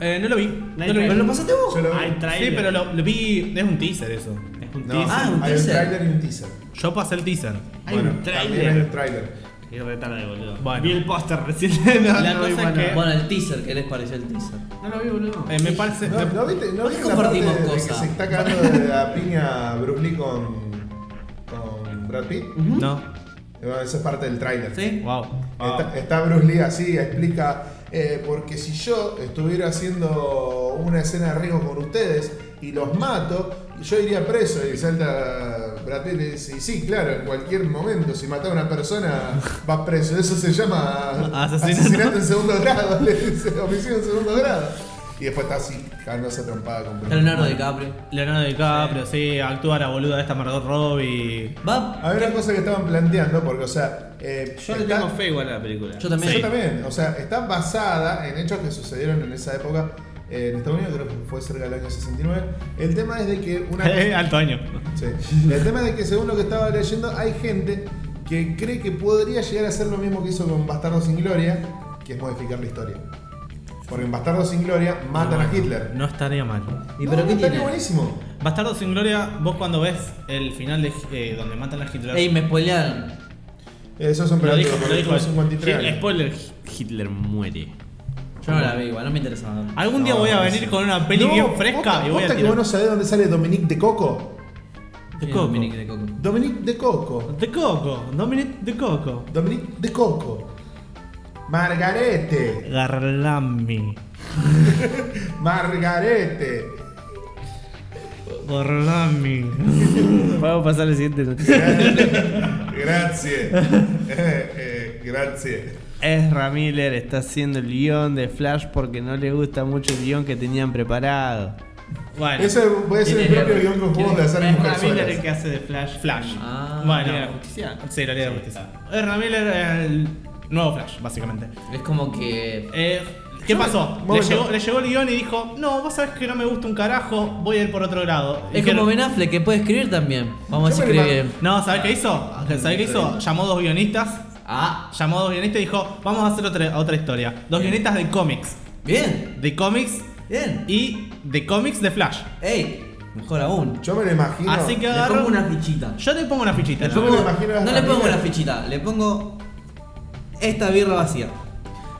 Speaker 2: Eh, no lo vi.
Speaker 7: No
Speaker 2: No
Speaker 7: hay
Speaker 2: lo vi.
Speaker 3: ¿Pero lo pasaste vos?
Speaker 1: Yo lo vi.
Speaker 7: Hay trailer.
Speaker 2: Sí, pero lo, lo vi. Es un teaser eso.
Speaker 7: Es un
Speaker 1: No,
Speaker 7: teaser.
Speaker 3: Ah,
Speaker 1: hay
Speaker 3: un
Speaker 1: un
Speaker 3: teaser.
Speaker 1: trailer y un teaser.
Speaker 2: Yo pasé el teaser.
Speaker 7: Hay
Speaker 1: bueno,
Speaker 7: un
Speaker 1: También hay
Speaker 7: trailer.
Speaker 1: un trailer.
Speaker 7: Qué retarde, boludo.
Speaker 2: Bueno.
Speaker 7: Vi el póster recién. no,
Speaker 2: La
Speaker 7: no vi
Speaker 2: cosa es
Speaker 7: más
Speaker 2: que-
Speaker 7: nada.
Speaker 3: Bueno, el teaser, ¿qué les pareció el teaser?
Speaker 7: No lo vi, boludo.
Speaker 2: Eh, me parece.
Speaker 1: No,
Speaker 2: me-
Speaker 1: ¿no viste, no
Speaker 3: ¿Por qué
Speaker 1: viste la parte de,
Speaker 3: compartimos
Speaker 1: de que
Speaker 3: cosas?
Speaker 1: se está cagando de la piña Bruce Lee con, con Brad Pitt?
Speaker 2: no.
Speaker 1: Bueno, esa es parte del tráiler.
Speaker 3: Mm. ¿Sí?
Speaker 2: Wow.
Speaker 4: Ah.
Speaker 1: Está, está Bruce Lee así, explica, eh, porque si yo estuviera haciendo una escena de riesgo con ustedes y los mato, yo iría preso y salta Brad Pitt y le dice, "Y sí, claro, en cualquier momento, si matas a una persona, vas preso. Eso se llama
Speaker 2: Asesinato.
Speaker 1: asesinato en segundo grado, le dice, homicidio en segundo grado. Y después está así, cagándose a trompada con Brad Pitt.
Speaker 3: Leonardo DiCaprio.
Speaker 2: Leonardo DiCaprio, sí, actúa la boluda esta Margot Robbie.
Speaker 3: ¿Va?
Speaker 1: Había una cosa que estaban planteando, porque, o sea, eh,
Speaker 4: Yo le
Speaker 1: está-
Speaker 4: tengo fe igual a la película.
Speaker 3: Yo
Speaker 1: Yo
Speaker 3: también.
Speaker 1: también, o sea, está basada en hechos que sucedieron en esa época eh, en Estados Unidos, creo que fue cerca del año 69. El tema es de que una...
Speaker 2: Eh, Alto año.
Speaker 1: Sí. El tema es de que según lo que estaba leyendo, hay gente que cree que podría llegar a hacer lo mismo que hizo con Bastardos sin Gloria, que es modificar la historia. Porque en Bastardos sin Gloria matan a Hitler.
Speaker 2: No estaría mal.
Speaker 3: ¿Y pero
Speaker 1: No,
Speaker 3: qué
Speaker 1: estaría
Speaker 3: tiene?
Speaker 1: buenísimo.
Speaker 2: Bastardo sin Gloria, vos cuando ves el final de eh, donde matan a Hitler.
Speaker 3: Ey, me spoilearon.
Speaker 1: Eso son
Speaker 2: lo dijo,
Speaker 1: pelotudos,
Speaker 2: lo
Speaker 1: porque
Speaker 2: dijo.
Speaker 1: son 53
Speaker 7: Hit-
Speaker 1: años.
Speaker 7: Spoiler: Hitler muere.
Speaker 3: Yo no la vi igual, no me interesaba.
Speaker 2: Algún día voy a venir con una peli
Speaker 1: No,
Speaker 2: bien fresca
Speaker 1: posta-
Speaker 2: y voy a
Speaker 1: posta que vos
Speaker 2: tirar.
Speaker 1: no sabés dónde sale Dominique de Coco.
Speaker 2: De
Speaker 3: Sí,
Speaker 2: Coco.
Speaker 3: Dominique de Coco.
Speaker 1: Dominique de Coco.
Speaker 2: De Coco, Dominic de Coco.
Speaker 1: Dominique de Coco. Margarete.
Speaker 2: Garlami.
Speaker 1: Margarete.
Speaker 2: Garlami.
Speaker 7: Vamos a pasar a la siguiente noticia.
Speaker 1: Gracias. gracias.
Speaker 7: Ezra Miller está haciendo el guión de Flash porque no le gusta mucho el guión que tenían preparado.
Speaker 2: Bueno.
Speaker 1: Ese puede ser el
Speaker 3: Tiene-
Speaker 1: propio guión con juegos de azar y
Speaker 2: Es
Speaker 1: mujer
Speaker 2: Ramiller el
Speaker 1: solas.
Speaker 2: que hace de Flash. Flash.
Speaker 3: Ah,
Speaker 2: bueno.
Speaker 4: Liga de la Justicia.
Speaker 2: Sí, la Liga de la Justicia. Eh, Es Ramiller el nuevo Flash, básicamente.
Speaker 3: Es como que.
Speaker 2: Eh, ¿Qué pasó? Le
Speaker 1: momento.
Speaker 2: llegó, le llegó el guión y dijo, no, vos sabés que no me gusta un carajo, voy a ir por otro grado.
Speaker 3: Es
Speaker 2: Dijeron,
Speaker 3: como Ben Affleck que puede escribir también. Vamos a
Speaker 1: Yo me
Speaker 3: escribir
Speaker 1: lo
Speaker 3: bien.
Speaker 2: No, ¿sabés qué hizo? ¿Sabés qué hizo? Llamó dos guionistas,
Speaker 3: Ah,
Speaker 2: llamó dos guionistas y dijo, vamos a hacer otra, otra historia. Dos
Speaker 3: Bien.
Speaker 2: guionistas de cómics.
Speaker 3: bien,
Speaker 2: De cómics
Speaker 3: bien.
Speaker 2: y de cómics de Flash.
Speaker 3: Ey, mejor aún.
Speaker 1: Yo me lo imagino.
Speaker 2: Así que
Speaker 3: Le
Speaker 2: agarro...
Speaker 3: pongo una fichita.
Speaker 2: Yo le pongo una fichita.
Speaker 1: Le
Speaker 2: ¿no?
Speaker 1: pongo- me lo imagino
Speaker 3: no
Speaker 1: a
Speaker 3: le pongo
Speaker 1: Ramírez.
Speaker 3: la fichita, le pongo esta birra vacía.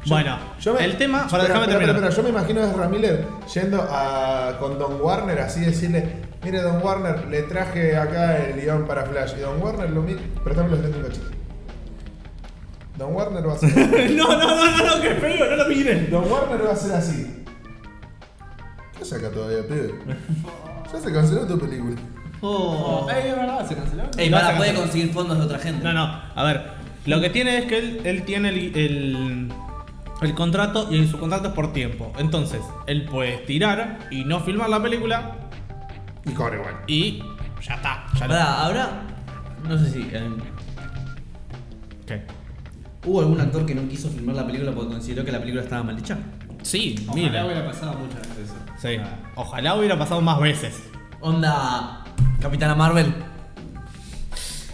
Speaker 2: bueno,
Speaker 1: Yo me-
Speaker 2: el tema...
Speaker 1: Espera,
Speaker 2: Para déjame
Speaker 1: espera,
Speaker 2: terminar.
Speaker 1: espera, yo me imagino a Ezra Miller yendo a, con Don Warner así decirle, mire Don Warner, le traje acá el guión para Flash. Y Don Warner lo mira, préstame los lentes coche. Don Warner va a hacer.
Speaker 2: No, no, no, no, no, que feo, no lo miren.
Speaker 1: Don Warner va a ser así. ¿Qué saca todavía, pibe? Ya se canceló tu película.
Speaker 3: Oh.
Speaker 4: Ey, es verdad, se canceló.
Speaker 3: Ey,
Speaker 2: No
Speaker 3: para,
Speaker 2: se
Speaker 3: puede
Speaker 2: cansa.
Speaker 3: conseguir fondos de otra gente.
Speaker 2: No, no, a ver. Lo que tiene es que él, él tiene el, el, el contrato y su contrato es por tiempo. Entonces, él puede estirar y no filmar la película
Speaker 1: Y corre igual.
Speaker 2: y ya está. Ya lo-
Speaker 3: Pará, ahora. No sé si. eh,
Speaker 2: ¿Qué?
Speaker 3: ¿Hubo algún actor que no quiso filmar la película porque consideró que la película estaba mal hecha?
Speaker 2: Sí,
Speaker 4: Ojalá
Speaker 2: mira.
Speaker 4: hubiera pasado muchas veces eso.
Speaker 2: Sí. Ojalá hubiera pasado más veces.
Speaker 3: Onda. Capitana Marvel.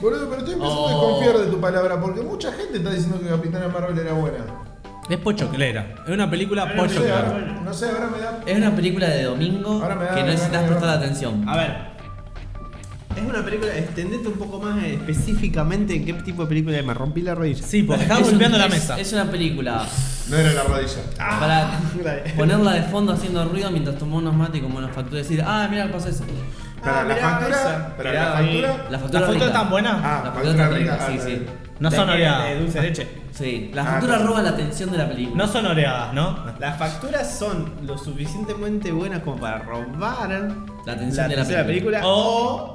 Speaker 1: Boludo, pero estoy empezando a
Speaker 3: Oh.
Speaker 1: desconfiar de tu palabra porque mucha gente está diciendo que Capitana Marvel era buena.
Speaker 2: Es pochoclera. Es una película
Speaker 1: No sé,
Speaker 2: pochoclera.
Speaker 1: ahora, no sé, ahora me da.
Speaker 3: Es una película de domingo
Speaker 1: Ahora me da
Speaker 3: que no
Speaker 1: ganas
Speaker 3: necesitas
Speaker 1: de
Speaker 3: prestar
Speaker 1: verla.
Speaker 3: atención.
Speaker 4: A ver. Es una película, extendete un poco más eh, específicamente en qué tipo de película es. Me rompí la rodilla.
Speaker 2: Sí, porque
Speaker 3: Es
Speaker 2: estaba
Speaker 3: un-
Speaker 2: golpeando la
Speaker 3: es-
Speaker 2: mesa.
Speaker 3: Es una película
Speaker 1: No era la rodilla.
Speaker 3: para ponerla de fondo haciendo ruido mientras tomó unos mates y como una factura y decir, ah, mira, pasó eso.
Speaker 1: Para la
Speaker 4: mirá
Speaker 1: factura.
Speaker 4: esa.
Speaker 1: Para
Speaker 4: Mirá,
Speaker 1: la factura.
Speaker 3: La
Speaker 2: ¿La
Speaker 3: factura
Speaker 2: foto
Speaker 3: rica.
Speaker 2: es tan buena?
Speaker 1: Ah,
Speaker 3: la
Speaker 1: factura
Speaker 3: factura
Speaker 1: rica.
Speaker 3: rica,
Speaker 1: ah,
Speaker 3: sí,
Speaker 1: está
Speaker 2: No son
Speaker 4: De
Speaker 2: oreadas.
Speaker 4: dulce de leche.
Speaker 3: Sí,
Speaker 1: Ah,
Speaker 3: la factura
Speaker 1: claro.
Speaker 3: roba la atención de la película.
Speaker 2: No son oreadas, ¿no?
Speaker 4: Las facturas son lo suficientemente buenas como para robar
Speaker 3: La atención de la
Speaker 4: atención
Speaker 3: película.
Speaker 2: O
Speaker 4: o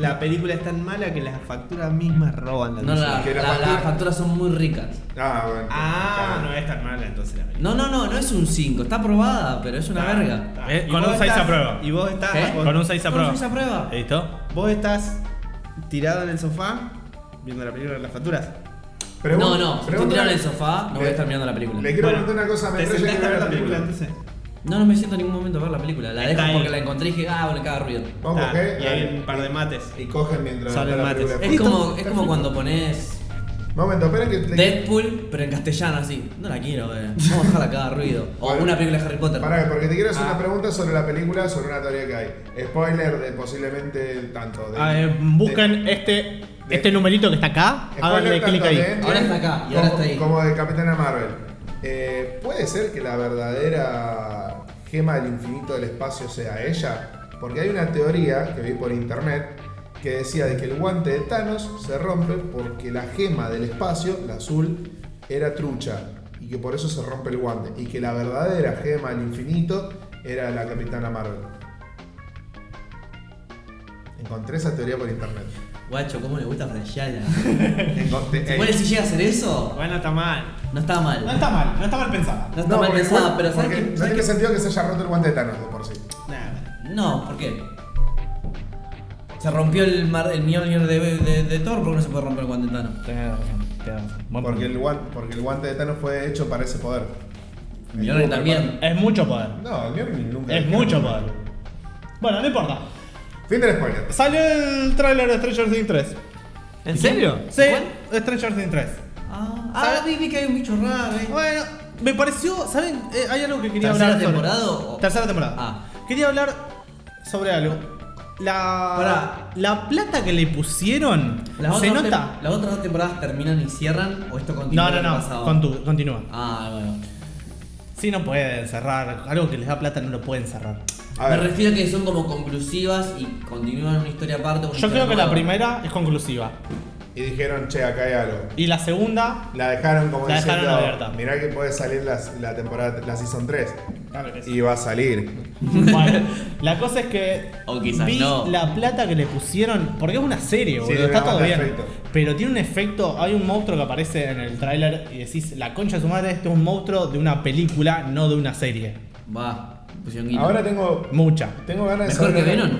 Speaker 7: la película es tan mala que las facturas mismas roban la
Speaker 3: No,
Speaker 7: película.
Speaker 3: la-
Speaker 1: que la
Speaker 3: la-
Speaker 1: factura-
Speaker 3: las facturas son muy ricas.
Speaker 1: Ah, bueno.
Speaker 7: Ah, no es tan mala entonces la película.
Speaker 3: No, no, no, no es un 5, está aprobada, pero es una
Speaker 1: Ah.
Speaker 3: verga.
Speaker 2: Eh,
Speaker 7: Y
Speaker 2: con
Speaker 7: vos
Speaker 2: un seis
Speaker 7: estás-
Speaker 2: aprueba.
Speaker 7: Y vos estás.
Speaker 3: ¿Eh?
Speaker 7: vos-
Speaker 2: Con un 6 a
Speaker 3: Con un
Speaker 2: prueba.
Speaker 3: seis a prueba.
Speaker 1: Eh,
Speaker 2: ¿Listo?
Speaker 7: Vos estás tirado en el sofá viendo la película de las facturas.
Speaker 1: Pregun-
Speaker 3: No, no, estoy
Speaker 1: pregunta-
Speaker 3: tirado en el sofá, no voy a estar mirando la película.
Speaker 1: Le quiero
Speaker 7: Bueno,
Speaker 1: preguntar una cosa, me
Speaker 7: ¿Te
Speaker 1: parece que
Speaker 7: sentaste a
Speaker 1: vea
Speaker 7: ver la película entonces?
Speaker 3: No, no me siento en ningún momento a ver la película. La dejo
Speaker 2: Está ahí.
Speaker 3: porque la encontré y dije, ah, bueno, cada ruido.
Speaker 1: Vamos a
Speaker 7: Ah,
Speaker 1: coger
Speaker 7: Y hay un par de mates.
Speaker 1: y cogen mientras
Speaker 7: Salen
Speaker 1: está la
Speaker 7: mates.
Speaker 1: película.
Speaker 3: Es como, es como cuando pones
Speaker 1: Momento, esperen que
Speaker 3: Deadpool, pero en castellano así. No la quiero ver. Vamos a dejarla cada ruido. O
Speaker 1: Bueno.
Speaker 3: una película de Harry Potter.
Speaker 1: Pará, porque te quiero hacer
Speaker 2: Ah.
Speaker 1: una pregunta sobre la película, sobre una teoría que hay. Spoiler de posiblemente tanto. De,
Speaker 2: Ah, eh, busquen este,
Speaker 1: de-
Speaker 2: este numerito que está acá.
Speaker 1: de-
Speaker 2: Háganle
Speaker 1: spoiler
Speaker 2: Ah, clic
Speaker 1: tanto
Speaker 2: ahí.
Speaker 1: de Endgame
Speaker 3: Ahora está acá, y ahora
Speaker 1: como-
Speaker 3: está ahí.
Speaker 1: Como de Capitana Marvel. Eh, ¿Puede ser que la verdadera gema del infinito del espacio sea ella? Porque hay una teoría que vi por internet que decía de que el guante de Thanos se rompe porque la gema del espacio, la azul, era trucha y que por eso se rompe el guante y que la verdadera gema del infinito era la Capitana Marvel. Encontré esa teoría por internet.
Speaker 3: Guacho, ¿cómo le gusta flashearla?
Speaker 1: Encontré-
Speaker 3: Bueno, si llega a hacer eso,
Speaker 7: Bueno, está mal.
Speaker 3: no está mal.
Speaker 2: No está mal, no está mal pensado.
Speaker 3: No está mal
Speaker 1: porque
Speaker 3: pensada,
Speaker 1: fue-
Speaker 3: pero ¿sabes
Speaker 1: porque
Speaker 3: qué?
Speaker 1: No
Speaker 3: ¿Sabes
Speaker 1: tiene
Speaker 3: qué?
Speaker 1: sentido que se haya roto el guante de Thanos de por sí.
Speaker 7: Nada.
Speaker 3: No, ¿por qué? Se rompió el, mar, el Mjolnir de, de, de Thor, ¿por qué no se puede romper el guante de Thanos?
Speaker 1: Porque el, guan- porque el guante de Thanos fue hecho para ese poder.
Speaker 3: El Mjolnir también.
Speaker 2: Es mucho poder.
Speaker 1: No, el Mjolnir nunca.
Speaker 2: Es mucho poder. Bueno, no importa.
Speaker 1: Fin del spoiler.
Speaker 2: Salió el tráiler de Stranger Things 3.
Speaker 7: ¿En serio?
Speaker 2: Sí, Stranger Things 3.
Speaker 3: Ah, ah vi, vi que hay un bicho raro, eh.
Speaker 2: Bueno, me pareció, ¿saben? Eh, hay algo que quería
Speaker 3: ¿Tercera
Speaker 2: hablar. sobre-
Speaker 3: temporada o-
Speaker 2: Tercera temporada.
Speaker 3: Ah.
Speaker 2: Quería hablar sobre algo. La,
Speaker 3: Pará.
Speaker 2: la plata que le pusieron
Speaker 3: Las
Speaker 2: se
Speaker 3: otras tem-
Speaker 2: nota.
Speaker 3: ¿Las otras dos temporadas terminan y cierran o esto
Speaker 2: No,
Speaker 3: continúa?
Speaker 2: no,
Speaker 3: en el pasado?
Speaker 2: no. contu- continúa.
Speaker 3: Ah, bueno.
Speaker 2: Sí, no pueden cerrar. Algo que les da plata no lo pueden cerrar.
Speaker 1: A
Speaker 3: Me
Speaker 1: ver,
Speaker 3: refiero a que son como conclusivas y continúan una historia aparte. una
Speaker 2: Yo
Speaker 3: historia
Speaker 2: creo que la
Speaker 3: nueva.
Speaker 2: primera es conclusiva.
Speaker 1: y dijeron, che, acá hay algo.
Speaker 2: Y la segunda.
Speaker 1: La dejaron como
Speaker 2: La
Speaker 1: diciendo,
Speaker 2: dejaron abierta.
Speaker 1: mirá que puede salir la, la temporada, la season 3.
Speaker 2: Claro que sí.
Speaker 1: Y va a salir.
Speaker 2: Bueno, la cosa es que
Speaker 3: O quizás
Speaker 2: vi
Speaker 3: no.
Speaker 2: la plata que le pusieron, porque es una serie, boludo,
Speaker 1: tiene
Speaker 2: está
Speaker 1: una
Speaker 2: todo
Speaker 1: banda
Speaker 2: bien.
Speaker 1: de efecto.
Speaker 2: Pero tiene un efecto, hay un monstruo que aparece en el tráiler y decís, la concha de su madre, esto es un monstruo de una película, no de una serie.
Speaker 3: Va, pusieron guita.
Speaker 1: Ahora tengo,
Speaker 2: Mucha.
Speaker 1: tengo ganas de
Speaker 3: Mejor
Speaker 1: saber.
Speaker 3: que Venom.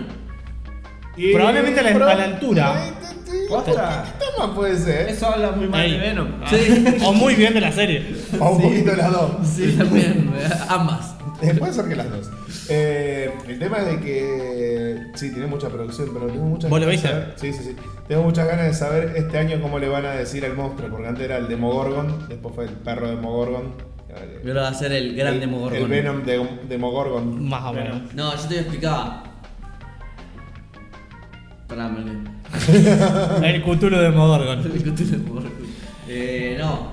Speaker 1: Y-
Speaker 2: Probablemente la-
Speaker 1: pro-
Speaker 2: a la altura.
Speaker 1: Eh, te- te-
Speaker 7: Posta.
Speaker 1: ¿Qué toma puede ser?
Speaker 4: Eso habla muy mal
Speaker 2: Ey. Ah.
Speaker 4: de Venom.
Speaker 2: O muy bien de la serie.
Speaker 1: O un poquito de las dos.
Speaker 3: Ah, Sí, también. Ambas.
Speaker 1: Eh, puede ser que las dos. Eh, el tema es de que. Sí, tiene mucha producción, pero tengo muchas
Speaker 2: ¿Vos lo
Speaker 1: ganas de
Speaker 2: viste?
Speaker 1: saber- Sí, sí, sí. Tengo muchas ganas de saber este año cómo le van a decir al monstruo, porque antes era el Demogorgon, después fue el perro Demogorgon.
Speaker 3: Yo lo voy a hacer el gran
Speaker 1: el,
Speaker 3: Demogorgon.
Speaker 1: El Venom de Demogorgon.
Speaker 2: Más o menos.
Speaker 3: No, yo te voy a explicar. Pará, me olvidé.
Speaker 2: El cutulo de Modorgon.
Speaker 3: El Cthulhu Demogorgon. Eh, no.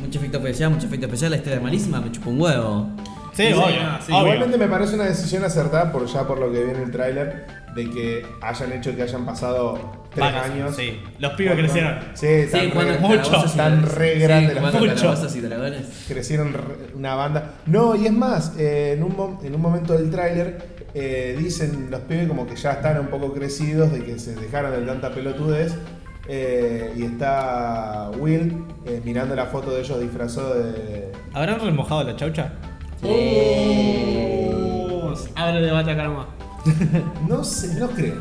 Speaker 3: Mucho efecto especial, mucho efecto especial. La historia es malísima, me chupa un huevo.
Speaker 2: Sí, obvio.
Speaker 7: sí.
Speaker 2: obvio.
Speaker 1: Ah, Igualmente me parece una decisión acertada por ya por lo que vi en el tráiler de que hayan hecho que hayan pasado tres
Speaker 2: Varios,
Speaker 1: años.
Speaker 2: sí. Los pibes
Speaker 1: Bueno,
Speaker 2: crecieron.
Speaker 1: Sí, están
Speaker 3: Sí,
Speaker 1: re-
Speaker 3: cuando
Speaker 2: mucho.
Speaker 1: Están re grandes los
Speaker 3: los
Speaker 2: mucho.
Speaker 3: y dragones.
Speaker 1: crecieron re- una banda. No, y es más, eh, en, un mom- en un momento del tráiler eh, dicen los pibes como que ya están un poco crecidos, de que se dejaron de tanta pelotudez. eh, y está Will eh, mirando la foto de ellos disfrazado de...
Speaker 2: ¿Habrán remojado la chaucha?
Speaker 7: Ahora le va a atacar más.
Speaker 1: No sé, no creo.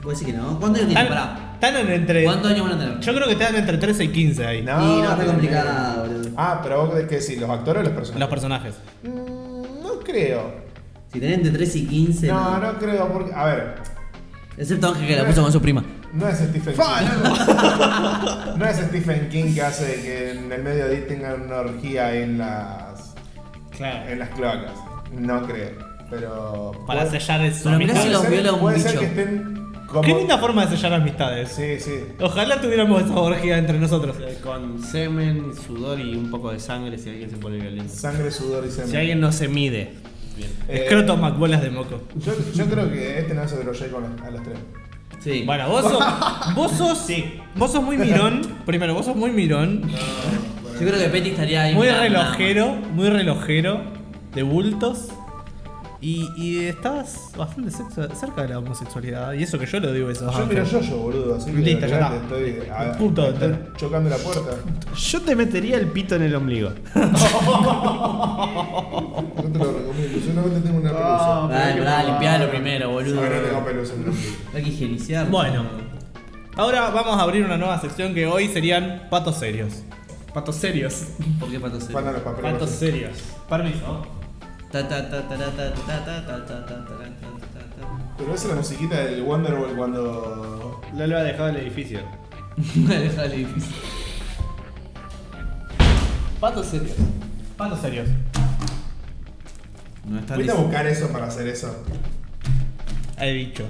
Speaker 3: Puede decir que no. ¿Cuántos años tienen? Pará.
Speaker 2: Están, están en entre.
Speaker 3: ¿Cuántos años van a tener?
Speaker 2: Yo creo que están entre 13 y 15 ahí.
Speaker 1: No,
Speaker 3: y no, está
Speaker 1: pero-
Speaker 3: complicada, boludo.
Speaker 1: Ah, pero vos que sí, los actores o los personajes.
Speaker 2: Los personajes.
Speaker 1: Mm, no creo.
Speaker 3: Si tenés entre 3 y 15.
Speaker 1: No, no creo, porque... A ver,
Speaker 3: Excepto Ángel que la puso con su prima.
Speaker 1: No es Stephen King. no es Stephen King que hace que en el mediodía tengan una orgía en las
Speaker 2: Claro.
Speaker 1: en las cloacas. No creo, pero
Speaker 2: Para
Speaker 1: puede-
Speaker 2: sellar el su
Speaker 3: Pero mirá
Speaker 2: amistad.
Speaker 3: si los viola un
Speaker 1: puede
Speaker 3: bicho.
Speaker 1: ser que estén como
Speaker 2: Qué linda forma de sellar amistades.
Speaker 1: Sí, sí.
Speaker 2: Ojalá tuviéramos esa orgía entre nosotros.
Speaker 7: eh, Con semen, sudor y un poco de sangre si alguien se pone violento.
Speaker 1: Sangre, sudor y semen.
Speaker 7: Si alguien no se mide.
Speaker 1: Eh,
Speaker 2: Escroto macbolas de moco.
Speaker 1: yo, yo creo que este no se broche con los, a los tres.
Speaker 3: Sí.
Speaker 2: Bueno, vos sos. Vos sos. Vos sos muy mirón. Primero, vos sos muy mirón.
Speaker 3: Yo creo que Petty estaría ahí.
Speaker 2: Muy
Speaker 3: mirando,
Speaker 2: relojero. Muy relojero. De bultos. Y, y estás bastante sexo- cerca de la homosexualidad. Y eso que yo lo digo eso.
Speaker 1: Yo miro yo, yo, boludo, así que
Speaker 2: Listo, ya
Speaker 1: olvidate,
Speaker 2: está.
Speaker 1: estoy a-
Speaker 2: Puto,
Speaker 1: estoy
Speaker 2: te-
Speaker 1: chocando la puerta.
Speaker 7: Yo te metería el pito en el ombligo.
Speaker 1: No te lo recomiendo, yo no tengo una
Speaker 4: Ah,
Speaker 1: pelusa.
Speaker 3: Dale, pará,
Speaker 4: que-
Speaker 3: limpialo primero, boludo.
Speaker 1: Ahora no tengo pelusa en el ombligo.
Speaker 3: Hay que higienizar.
Speaker 2: Bueno. Ahora vamos a abrir una nueva sección que hoy serían patos serios. Patos serios.
Speaker 3: ¿Por qué pato seco?
Speaker 1: Faltan los papeles.
Speaker 2: Patos serios. Permiso.
Speaker 3: Ta, ta, ta, ta, ta, ta, ta, ta, ta, ta, ta, ta, ta, ta, ta.
Speaker 1: Pero esa es la musiquita del Wonderwall cuando.
Speaker 7: Lolo ha dejado el edificio.
Speaker 3: Dale, difícil.
Speaker 4: Patos serios.
Speaker 2: Patos serios.
Speaker 3: No está
Speaker 1: Fuiste a buscar eso para hacer eso.
Speaker 2: He dicho.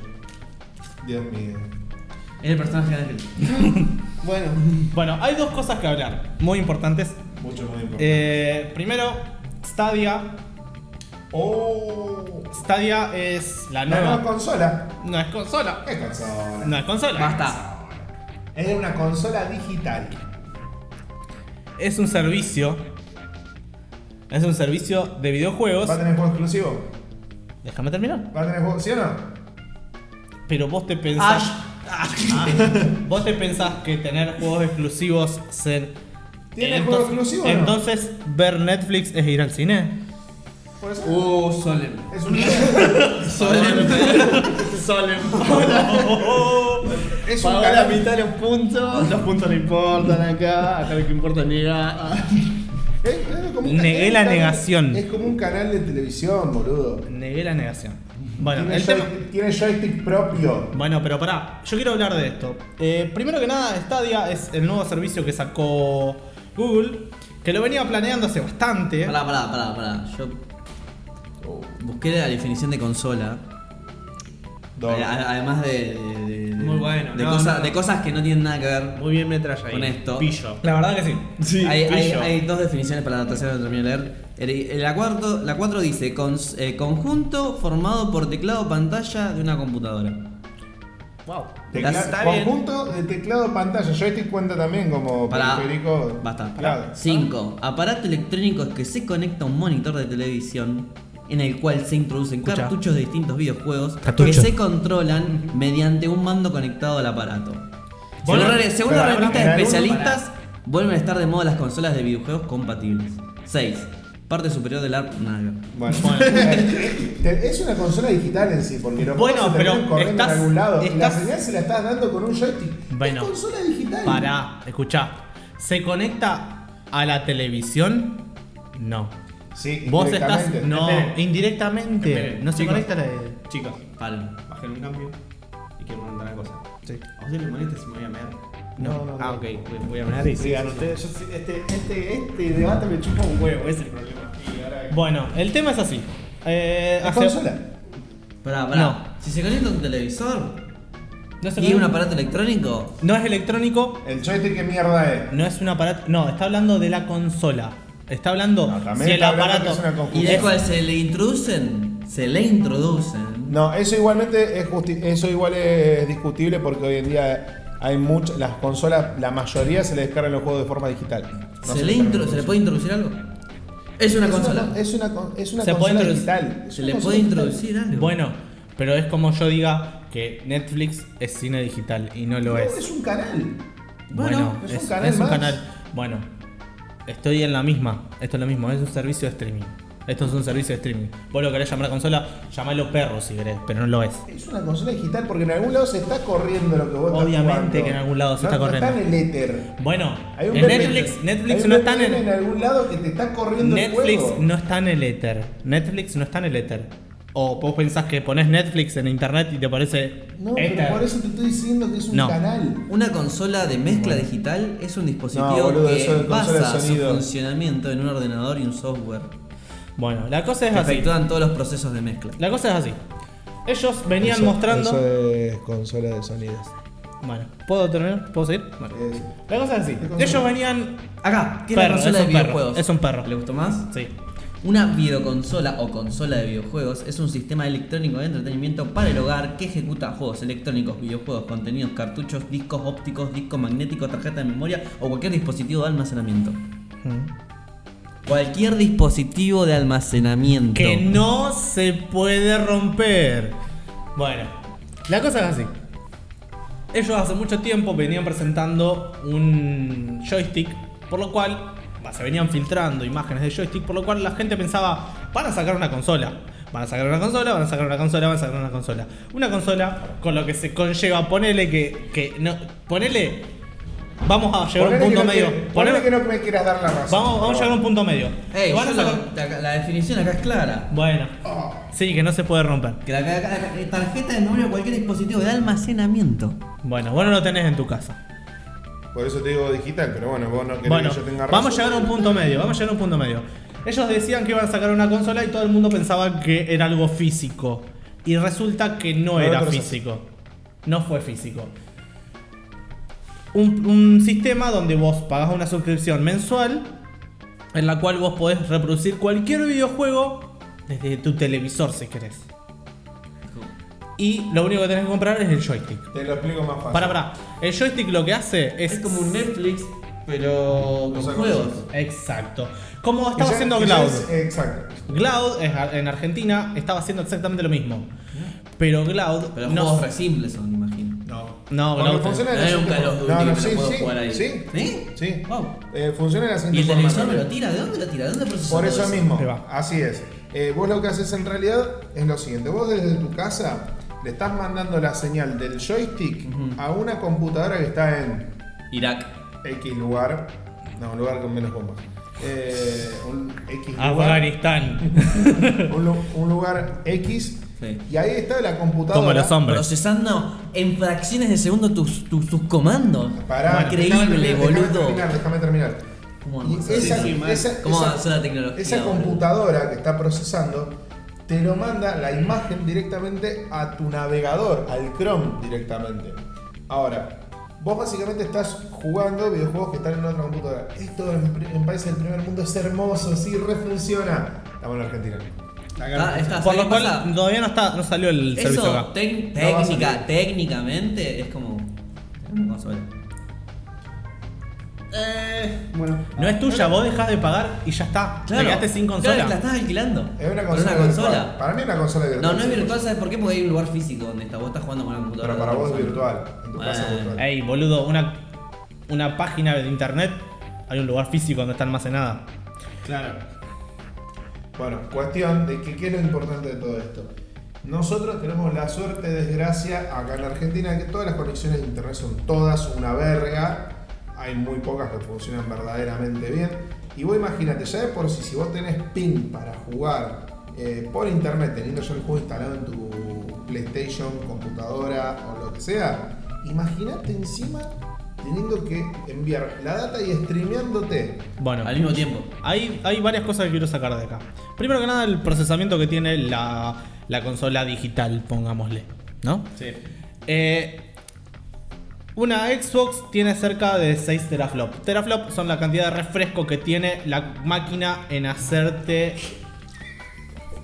Speaker 1: Dios mío.
Speaker 3: Es el personaje de Ángel.
Speaker 4: Bueno,
Speaker 2: Bueno, hay dos cosas que hablar, muy importantes.
Speaker 1: Mucho, muy importante.
Speaker 2: Eh, primero, Stadia.
Speaker 1: oh.
Speaker 2: Stadia es la
Speaker 1: La nueva
Speaker 2: nueva.
Speaker 1: consola.
Speaker 2: No es consola.
Speaker 1: ¿Qué consola?
Speaker 2: No es consola.
Speaker 3: Basta.
Speaker 1: Es una consola digital.
Speaker 2: Es un servicio. Es un servicio de videojuegos.
Speaker 1: ¿Va a tener juego exclusivo?
Speaker 2: Déjame terminar.
Speaker 1: ¿Va a tener juego? ¿Sí o no?
Speaker 2: Pero vos te pensás. Ah. vos te pensás que tener juegos exclusivos ser.
Speaker 1: ¿Tiene
Speaker 2: Entonces-
Speaker 1: juego exclusivo o no?
Speaker 2: Entonces, ver Netflix es ir al cine.
Speaker 1: Por eso.
Speaker 3: Uh, Solemn.
Speaker 1: Es un,
Speaker 3: Solemn.
Speaker 1: es un
Speaker 4: pagó la
Speaker 1: canal.
Speaker 4: mitad de los puntos. Ah, Los puntos no importan acá. Acá lo que importa es negar.
Speaker 1: Es- es como un-
Speaker 2: Negué
Speaker 1: es un
Speaker 2: la
Speaker 1: canal-
Speaker 2: negación.
Speaker 1: Es como un canal de televisión, boludo.
Speaker 2: Negué la negación. Bueno,
Speaker 1: tiene,
Speaker 2: el tema.
Speaker 1: joy- tiene joystick propio.
Speaker 2: Bueno, pero pará, yo quiero hablar de esto. Eh, primero que nada, Stadia es el nuevo servicio que sacó Google, que lo venía planeando hace bastante.
Speaker 3: Pará, pará, pará, pará. Yo busqué la definición de consola.
Speaker 1: Doble.
Speaker 3: eh, a- Además de. de- de- de-
Speaker 7: Muy bueno,
Speaker 3: De,
Speaker 7: no,
Speaker 3: cosas,
Speaker 7: no, no.
Speaker 3: de cosas que no tienen nada que ver.
Speaker 7: Muy bien metralla ahí.
Speaker 3: Con esto.
Speaker 7: Pillo.
Speaker 2: La verdad que sí.
Speaker 3: hay, hay-
Speaker 2: pillo.
Speaker 3: hay dos definiciones para la tercera, no terminé de leer. El- La 4 la cuatro dice: "Cons- eh, conjunto formado por teclado o pantalla de una computadora.
Speaker 7: Wow.
Speaker 1: Tecla-
Speaker 3: Está bien.
Speaker 1: conjunto de teclado pantalla. Joystick cuenta también como
Speaker 3: Pará.
Speaker 1: periférico.
Speaker 3: Basta.
Speaker 1: Claro.
Speaker 3: 5. Aparato electrónico que se conecta a un monitor de televisión en el cual se introducen
Speaker 2: Escucha.
Speaker 3: cartuchos de distintos videojuegos
Speaker 2: Cartucho.
Speaker 3: que se controlan mediante un mando conectado al aparato.
Speaker 1: Bueno,
Speaker 3: según la- según
Speaker 1: pará,
Speaker 3: la revista
Speaker 1: en
Speaker 3: de
Speaker 1: algún-
Speaker 3: especialistas, vuelven a estar de moda las consolas de videojuegos compatibles. 6. Parte superior del ARP. nada que ver.
Speaker 1: Bueno, Eh, es una consola digital en sí, porque los
Speaker 2: Bueno,
Speaker 1: juegos se
Speaker 2: pero
Speaker 1: terminan corriendo
Speaker 2: estás-
Speaker 1: en algún lado. y la
Speaker 2: estás-
Speaker 1: señal se la estás dando con un joystick.
Speaker 2: Bueno.
Speaker 1: Es consola digital.
Speaker 2: Pará, escuchá. ¿Se conecta a la televisión? No.
Speaker 1: Sí,
Speaker 2: Vos estás.
Speaker 1: indirectamente.
Speaker 2: No,
Speaker 4: Esperen.
Speaker 2: indirectamente.
Speaker 4: Esperen,
Speaker 2: no se
Speaker 4: chicos.
Speaker 2: conecta a la de.
Speaker 4: Chicos,
Speaker 3: Paren.
Speaker 4: bajen un cambio y quiero preguntar una cosa.
Speaker 2: Sí.
Speaker 4: ¿A ustedes les molesta si me voy a mear?
Speaker 2: No,
Speaker 4: Ah, ok, voy- voy a mear y sigan ustedes. Yo sí- este, este, este debate me chupa un huevo, ese es el problema. Y ahora-
Speaker 2: Bueno, el tema es así. Eh,
Speaker 1: Es
Speaker 2: hace-
Speaker 1: consola.
Speaker 3: Pará, pará.
Speaker 2: No.
Speaker 3: Si se conecta un televisor
Speaker 2: No, se
Speaker 3: y un
Speaker 2: conecta.
Speaker 3: aparato electrónico,
Speaker 2: no es electrónico,
Speaker 1: El joystick, ¿qué mierda es?
Speaker 2: No es un aparato. No, está hablando de la consola. Está hablando
Speaker 1: No, también
Speaker 2: si el
Speaker 1: está hablando que
Speaker 2: aparato.
Speaker 1: es una
Speaker 3: y
Speaker 1: confusión.
Speaker 3: del cual se le introducen, se le introducen.
Speaker 1: No, eso igualmente es justi- eso igual es discutible porque hoy en día hay muchas las consolas, la mayoría se le descargan los juegos de forma digital. No
Speaker 3: ¿Se, le intro- ¿Se le puede introducir algo? Es una
Speaker 1: Es
Speaker 3: consola.
Speaker 1: una- Es una, con- es una
Speaker 2: Se puede
Speaker 1: consola
Speaker 2: introducir-
Speaker 1: digital. Es
Speaker 3: ¿Se
Speaker 1: una
Speaker 3: le
Speaker 1: consola
Speaker 3: puede
Speaker 1: digital.
Speaker 3: introducir algo?
Speaker 2: Bueno, pero es como yo diga que Netflix es cine digital y no lo
Speaker 1: No,
Speaker 2: es.
Speaker 1: es un canal.
Speaker 2: Bueno,
Speaker 1: es un canal más.
Speaker 2: Bueno, estoy en la misma. Esto es lo mismo, es un servicio de streaming. Esto es un servicio de streaming. Vos lo querés llamar consola, llamalo perro si querés, pero no lo es.
Speaker 1: Es una consola digital porque en algún lado se está corriendo lo que vos estás
Speaker 2: Obviamente
Speaker 1: jugando.
Speaker 2: que en algún lado se
Speaker 1: No-
Speaker 2: está
Speaker 1: no
Speaker 2: corriendo.
Speaker 1: Está en el éter.
Speaker 2: Bueno,
Speaker 1: Hay un
Speaker 2: en
Speaker 1: VPN.
Speaker 2: Netflix,
Speaker 1: Hay
Speaker 2: Netflix
Speaker 1: un
Speaker 2: no está en
Speaker 1: VPN
Speaker 2: el.
Speaker 1: algún lado que te está corriendo el
Speaker 2: Netflix
Speaker 1: juego.
Speaker 2: no está en el éter. Netflix no está en el éter. O vos pensás que pones Netflix en internet y te parece.
Speaker 1: No,
Speaker 2: éter.
Speaker 1: pero por eso te estoy diciendo que es un
Speaker 2: No.
Speaker 1: canal.
Speaker 3: Una consola de mezcla digital es un dispositivo
Speaker 1: No, boludo, eso
Speaker 3: que
Speaker 1: es consola de
Speaker 3: basa su
Speaker 1: sonido.
Speaker 3: funcionamiento en un ordenador y un software
Speaker 2: Bueno, la cosa es
Speaker 3: que
Speaker 2: así.
Speaker 3: efectúan todos los procesos de mezcla.
Speaker 2: La cosa es así. Ellos venían
Speaker 1: Eso-
Speaker 2: mostrando.
Speaker 1: Eso es consola de sonidos.
Speaker 2: Bueno, ¿puedo terminar? ¿Puedo seguir? Bueno.
Speaker 1: Eso.
Speaker 2: La cosa es así.
Speaker 1: consola?
Speaker 2: Ellos venían.
Speaker 3: Acá, tiene
Speaker 2: Perro, es
Speaker 3: consola de
Speaker 2: un perro,
Speaker 3: videojuegos.
Speaker 2: es un perro.
Speaker 3: ¿Le gustó más?
Speaker 2: Sí.
Speaker 3: Una videoconsola o consola de videojuegos es un sistema electrónico de entretenimiento para el hogar que ejecuta juegos electrónicos, videojuegos, contenidos, cartuchos, discos
Speaker 1: Mm.
Speaker 3: ópticos, disco magnético, tarjeta de memoria o cualquier dispositivo de almacenamiento. Cualquier dispositivo de almacenamiento.
Speaker 2: Que no se puede romper. Bueno, la cosa es así. Ellos hace mucho tiempo venían presentando un joystick, por lo cual bah, se venían filtrando imágenes de joystick, por lo cual la gente pensaba, van a sacar una consola. Van a sacar una consola, van a sacar una consola, van a sacar una consola. Una consola con lo que se conlleva, ponele que, que no, ponele, vamos a llegar a
Speaker 1: Ponele
Speaker 2: un
Speaker 1: que
Speaker 2: punto
Speaker 1: no
Speaker 2: medio.
Speaker 1: que-
Speaker 2: Ponele-
Speaker 1: Ponele que no me quieras dar la razón.
Speaker 2: vamos,
Speaker 1: por
Speaker 2: vamos a llegar a
Speaker 1: favor.
Speaker 2: un punto medio.
Speaker 3: Ey,
Speaker 2: Van a
Speaker 3: yo lo-
Speaker 2: sacar-
Speaker 3: la, la definición acá es clara.
Speaker 2: Bueno,
Speaker 1: Oh.
Speaker 2: sí, que no se puede romper.
Speaker 3: Que la, la- la- tarjeta de memoria cualquier dispositivo de almacenamiento.
Speaker 2: Bueno, vos no lo tenés en tu casa.
Speaker 1: Por eso te digo digital, pero bueno, vos no querés
Speaker 2: Bueno,
Speaker 1: que yo tenga razón.
Speaker 2: vamos a llegar a un punto medio, vamos a llegar a un punto medio. Ellos decían que iban a sacar una consola y todo el mundo pensaba que era algo físico. Y resulta que no,
Speaker 1: No,
Speaker 2: era
Speaker 1: otra cosa.
Speaker 2: físico. No fue físico. Un, un sistema donde vos pagás una suscripción mensual en la cual vos podés reproducir cualquier videojuego desde tu televisor si querés. Y lo único que tenés que comprar es el joystick.
Speaker 1: Te lo explico más fácil.
Speaker 2: Pará, pará. El joystick lo que hace es.
Speaker 3: Es como un Netflix, pero con
Speaker 1: O sea, con
Speaker 3: juegos.
Speaker 2: Exacto. Como
Speaker 1: Que
Speaker 2: estaba
Speaker 1: ya-
Speaker 2: haciendo
Speaker 1: que ya
Speaker 2: Cloud.
Speaker 1: es- eh. Exacto.
Speaker 2: Cloud es a- en Argentina estaba haciendo exactamente lo mismo. Pero Cloud.
Speaker 3: Pero
Speaker 2: no,
Speaker 3: juegos re simples son, me imagino.
Speaker 2: no, no,
Speaker 1: Porque
Speaker 2: Cloud.
Speaker 1: funciona de la
Speaker 3: Hay un
Speaker 1: siguiente
Speaker 3: Call of
Speaker 1: forma.
Speaker 3: Duty
Speaker 1: No, no,
Speaker 3: que lo
Speaker 1: sí,
Speaker 3: puedo
Speaker 1: sí,
Speaker 3: jugar ahí.
Speaker 1: sí.
Speaker 3: ¿Sí?
Speaker 1: Sí.
Speaker 3: Wow.
Speaker 1: Eh, funciona de la
Speaker 3: ¿Y
Speaker 1: siguiente forma,
Speaker 3: el televisor me
Speaker 1: Manuel.
Speaker 3: lo tira? ¿De dónde lo tira? ¿De dónde procesa
Speaker 1: Por
Speaker 3: todo
Speaker 1: eso mismo,
Speaker 2: Ahí va.
Speaker 1: así es. Eh, vos lo que haces en realidad es lo siguiente: vos desde tu casa le estás mandando la señal del joystick a una computadora que está en
Speaker 3: Irak.
Speaker 1: X lugar, no, un lugar con menos bombas. Eh, un X
Speaker 2: Ah,
Speaker 1: lugar,
Speaker 2: Afganistán.
Speaker 1: un, lu- un lugar X,
Speaker 3: Sí.
Speaker 1: y ahí está la computadora.
Speaker 2: Como los hombres.
Speaker 3: Procesando en fracciones de segundo tus, tus, tus comandos.
Speaker 1: Pará,
Speaker 3: Increíble,
Speaker 1: déjame- déjame
Speaker 3: boludo.
Speaker 1: terminar, déjame terminar.
Speaker 3: ¿Cómo
Speaker 1: Y
Speaker 3: avanzó?
Speaker 1: esa,
Speaker 3: Sí, sí.
Speaker 1: esa-
Speaker 3: ¿Cómo
Speaker 1: esa-
Speaker 3: avanzó la tecnología?
Speaker 1: Esa
Speaker 3: boludo?
Speaker 1: computadora que está procesando te lo manda la imagen directamente a tu navegador, al Chrome directamente. Ahora, vos básicamente estás jugando videojuegos que están en otra computadora. Esto en, pri- en países del primer mundo es hermoso, sí, refunciona. Estamos en Argentina.
Speaker 4: Ah,
Speaker 3: Está- está-
Speaker 2: Por lo
Speaker 3: ¿sabés
Speaker 2: cual
Speaker 3: qué pasa?
Speaker 2: todavía no, está, no salió el servicio
Speaker 3: Eso,
Speaker 2: acá.
Speaker 3: tec-
Speaker 1: No va a
Speaker 3: técnica,
Speaker 1: salir.
Speaker 3: técnicamente, es como. una consola.
Speaker 4: Bueno,
Speaker 2: No es tuya, vos dejás de pagar y ya está. Te quedaste sin
Speaker 3: Claro, la
Speaker 2: consola.
Speaker 3: estás alquilando.
Speaker 1: Es una
Speaker 3: Por
Speaker 1: consola.
Speaker 3: una
Speaker 1: virtual.
Speaker 3: consola.
Speaker 1: Para mí es una consola virtual.
Speaker 3: No, no es virtual, ¿sabes por qué? Porque hay un lugar físico donde está, vos estás jugando con una computadora.
Speaker 1: Pero para
Speaker 3: de otra
Speaker 1: vos es
Speaker 3: persona.
Speaker 1: virtual. En tu casa es
Speaker 3: Ah, Bueno,
Speaker 1: virtual.
Speaker 2: Ey, boludo, una, una página de internet. Hay un lugar físico donde está almacenada.
Speaker 4: claro.
Speaker 1: Bueno, cuestión de que, qué es lo importante de todo esto. Nosotros tenemos la suerte, desgracia, acá en la Argentina, de que todas las conexiones de internet son todas una verga. Hay muy pocas que funcionan verdaderamente bien. Y vos imagínate, ya de por sí, si vos tenés ping para jugar eh, por internet, teniendo ya el juego instalado en tu PlayStation, computadora o lo que sea, imagínate encima teniendo que enviar la data y streameándote.
Speaker 2: Bueno,
Speaker 3: Al mismo tiempo.
Speaker 2: Hay, hay varias cosas que quiero sacar de acá. Primero que nada, el procesamiento que tiene la, la consola digital, pongámosle, ¿no?
Speaker 4: Sí.
Speaker 2: Eh, una Xbox tiene cerca de 6 teraflop. Teraflop son la cantidad de refresco que tiene la máquina en hacerte...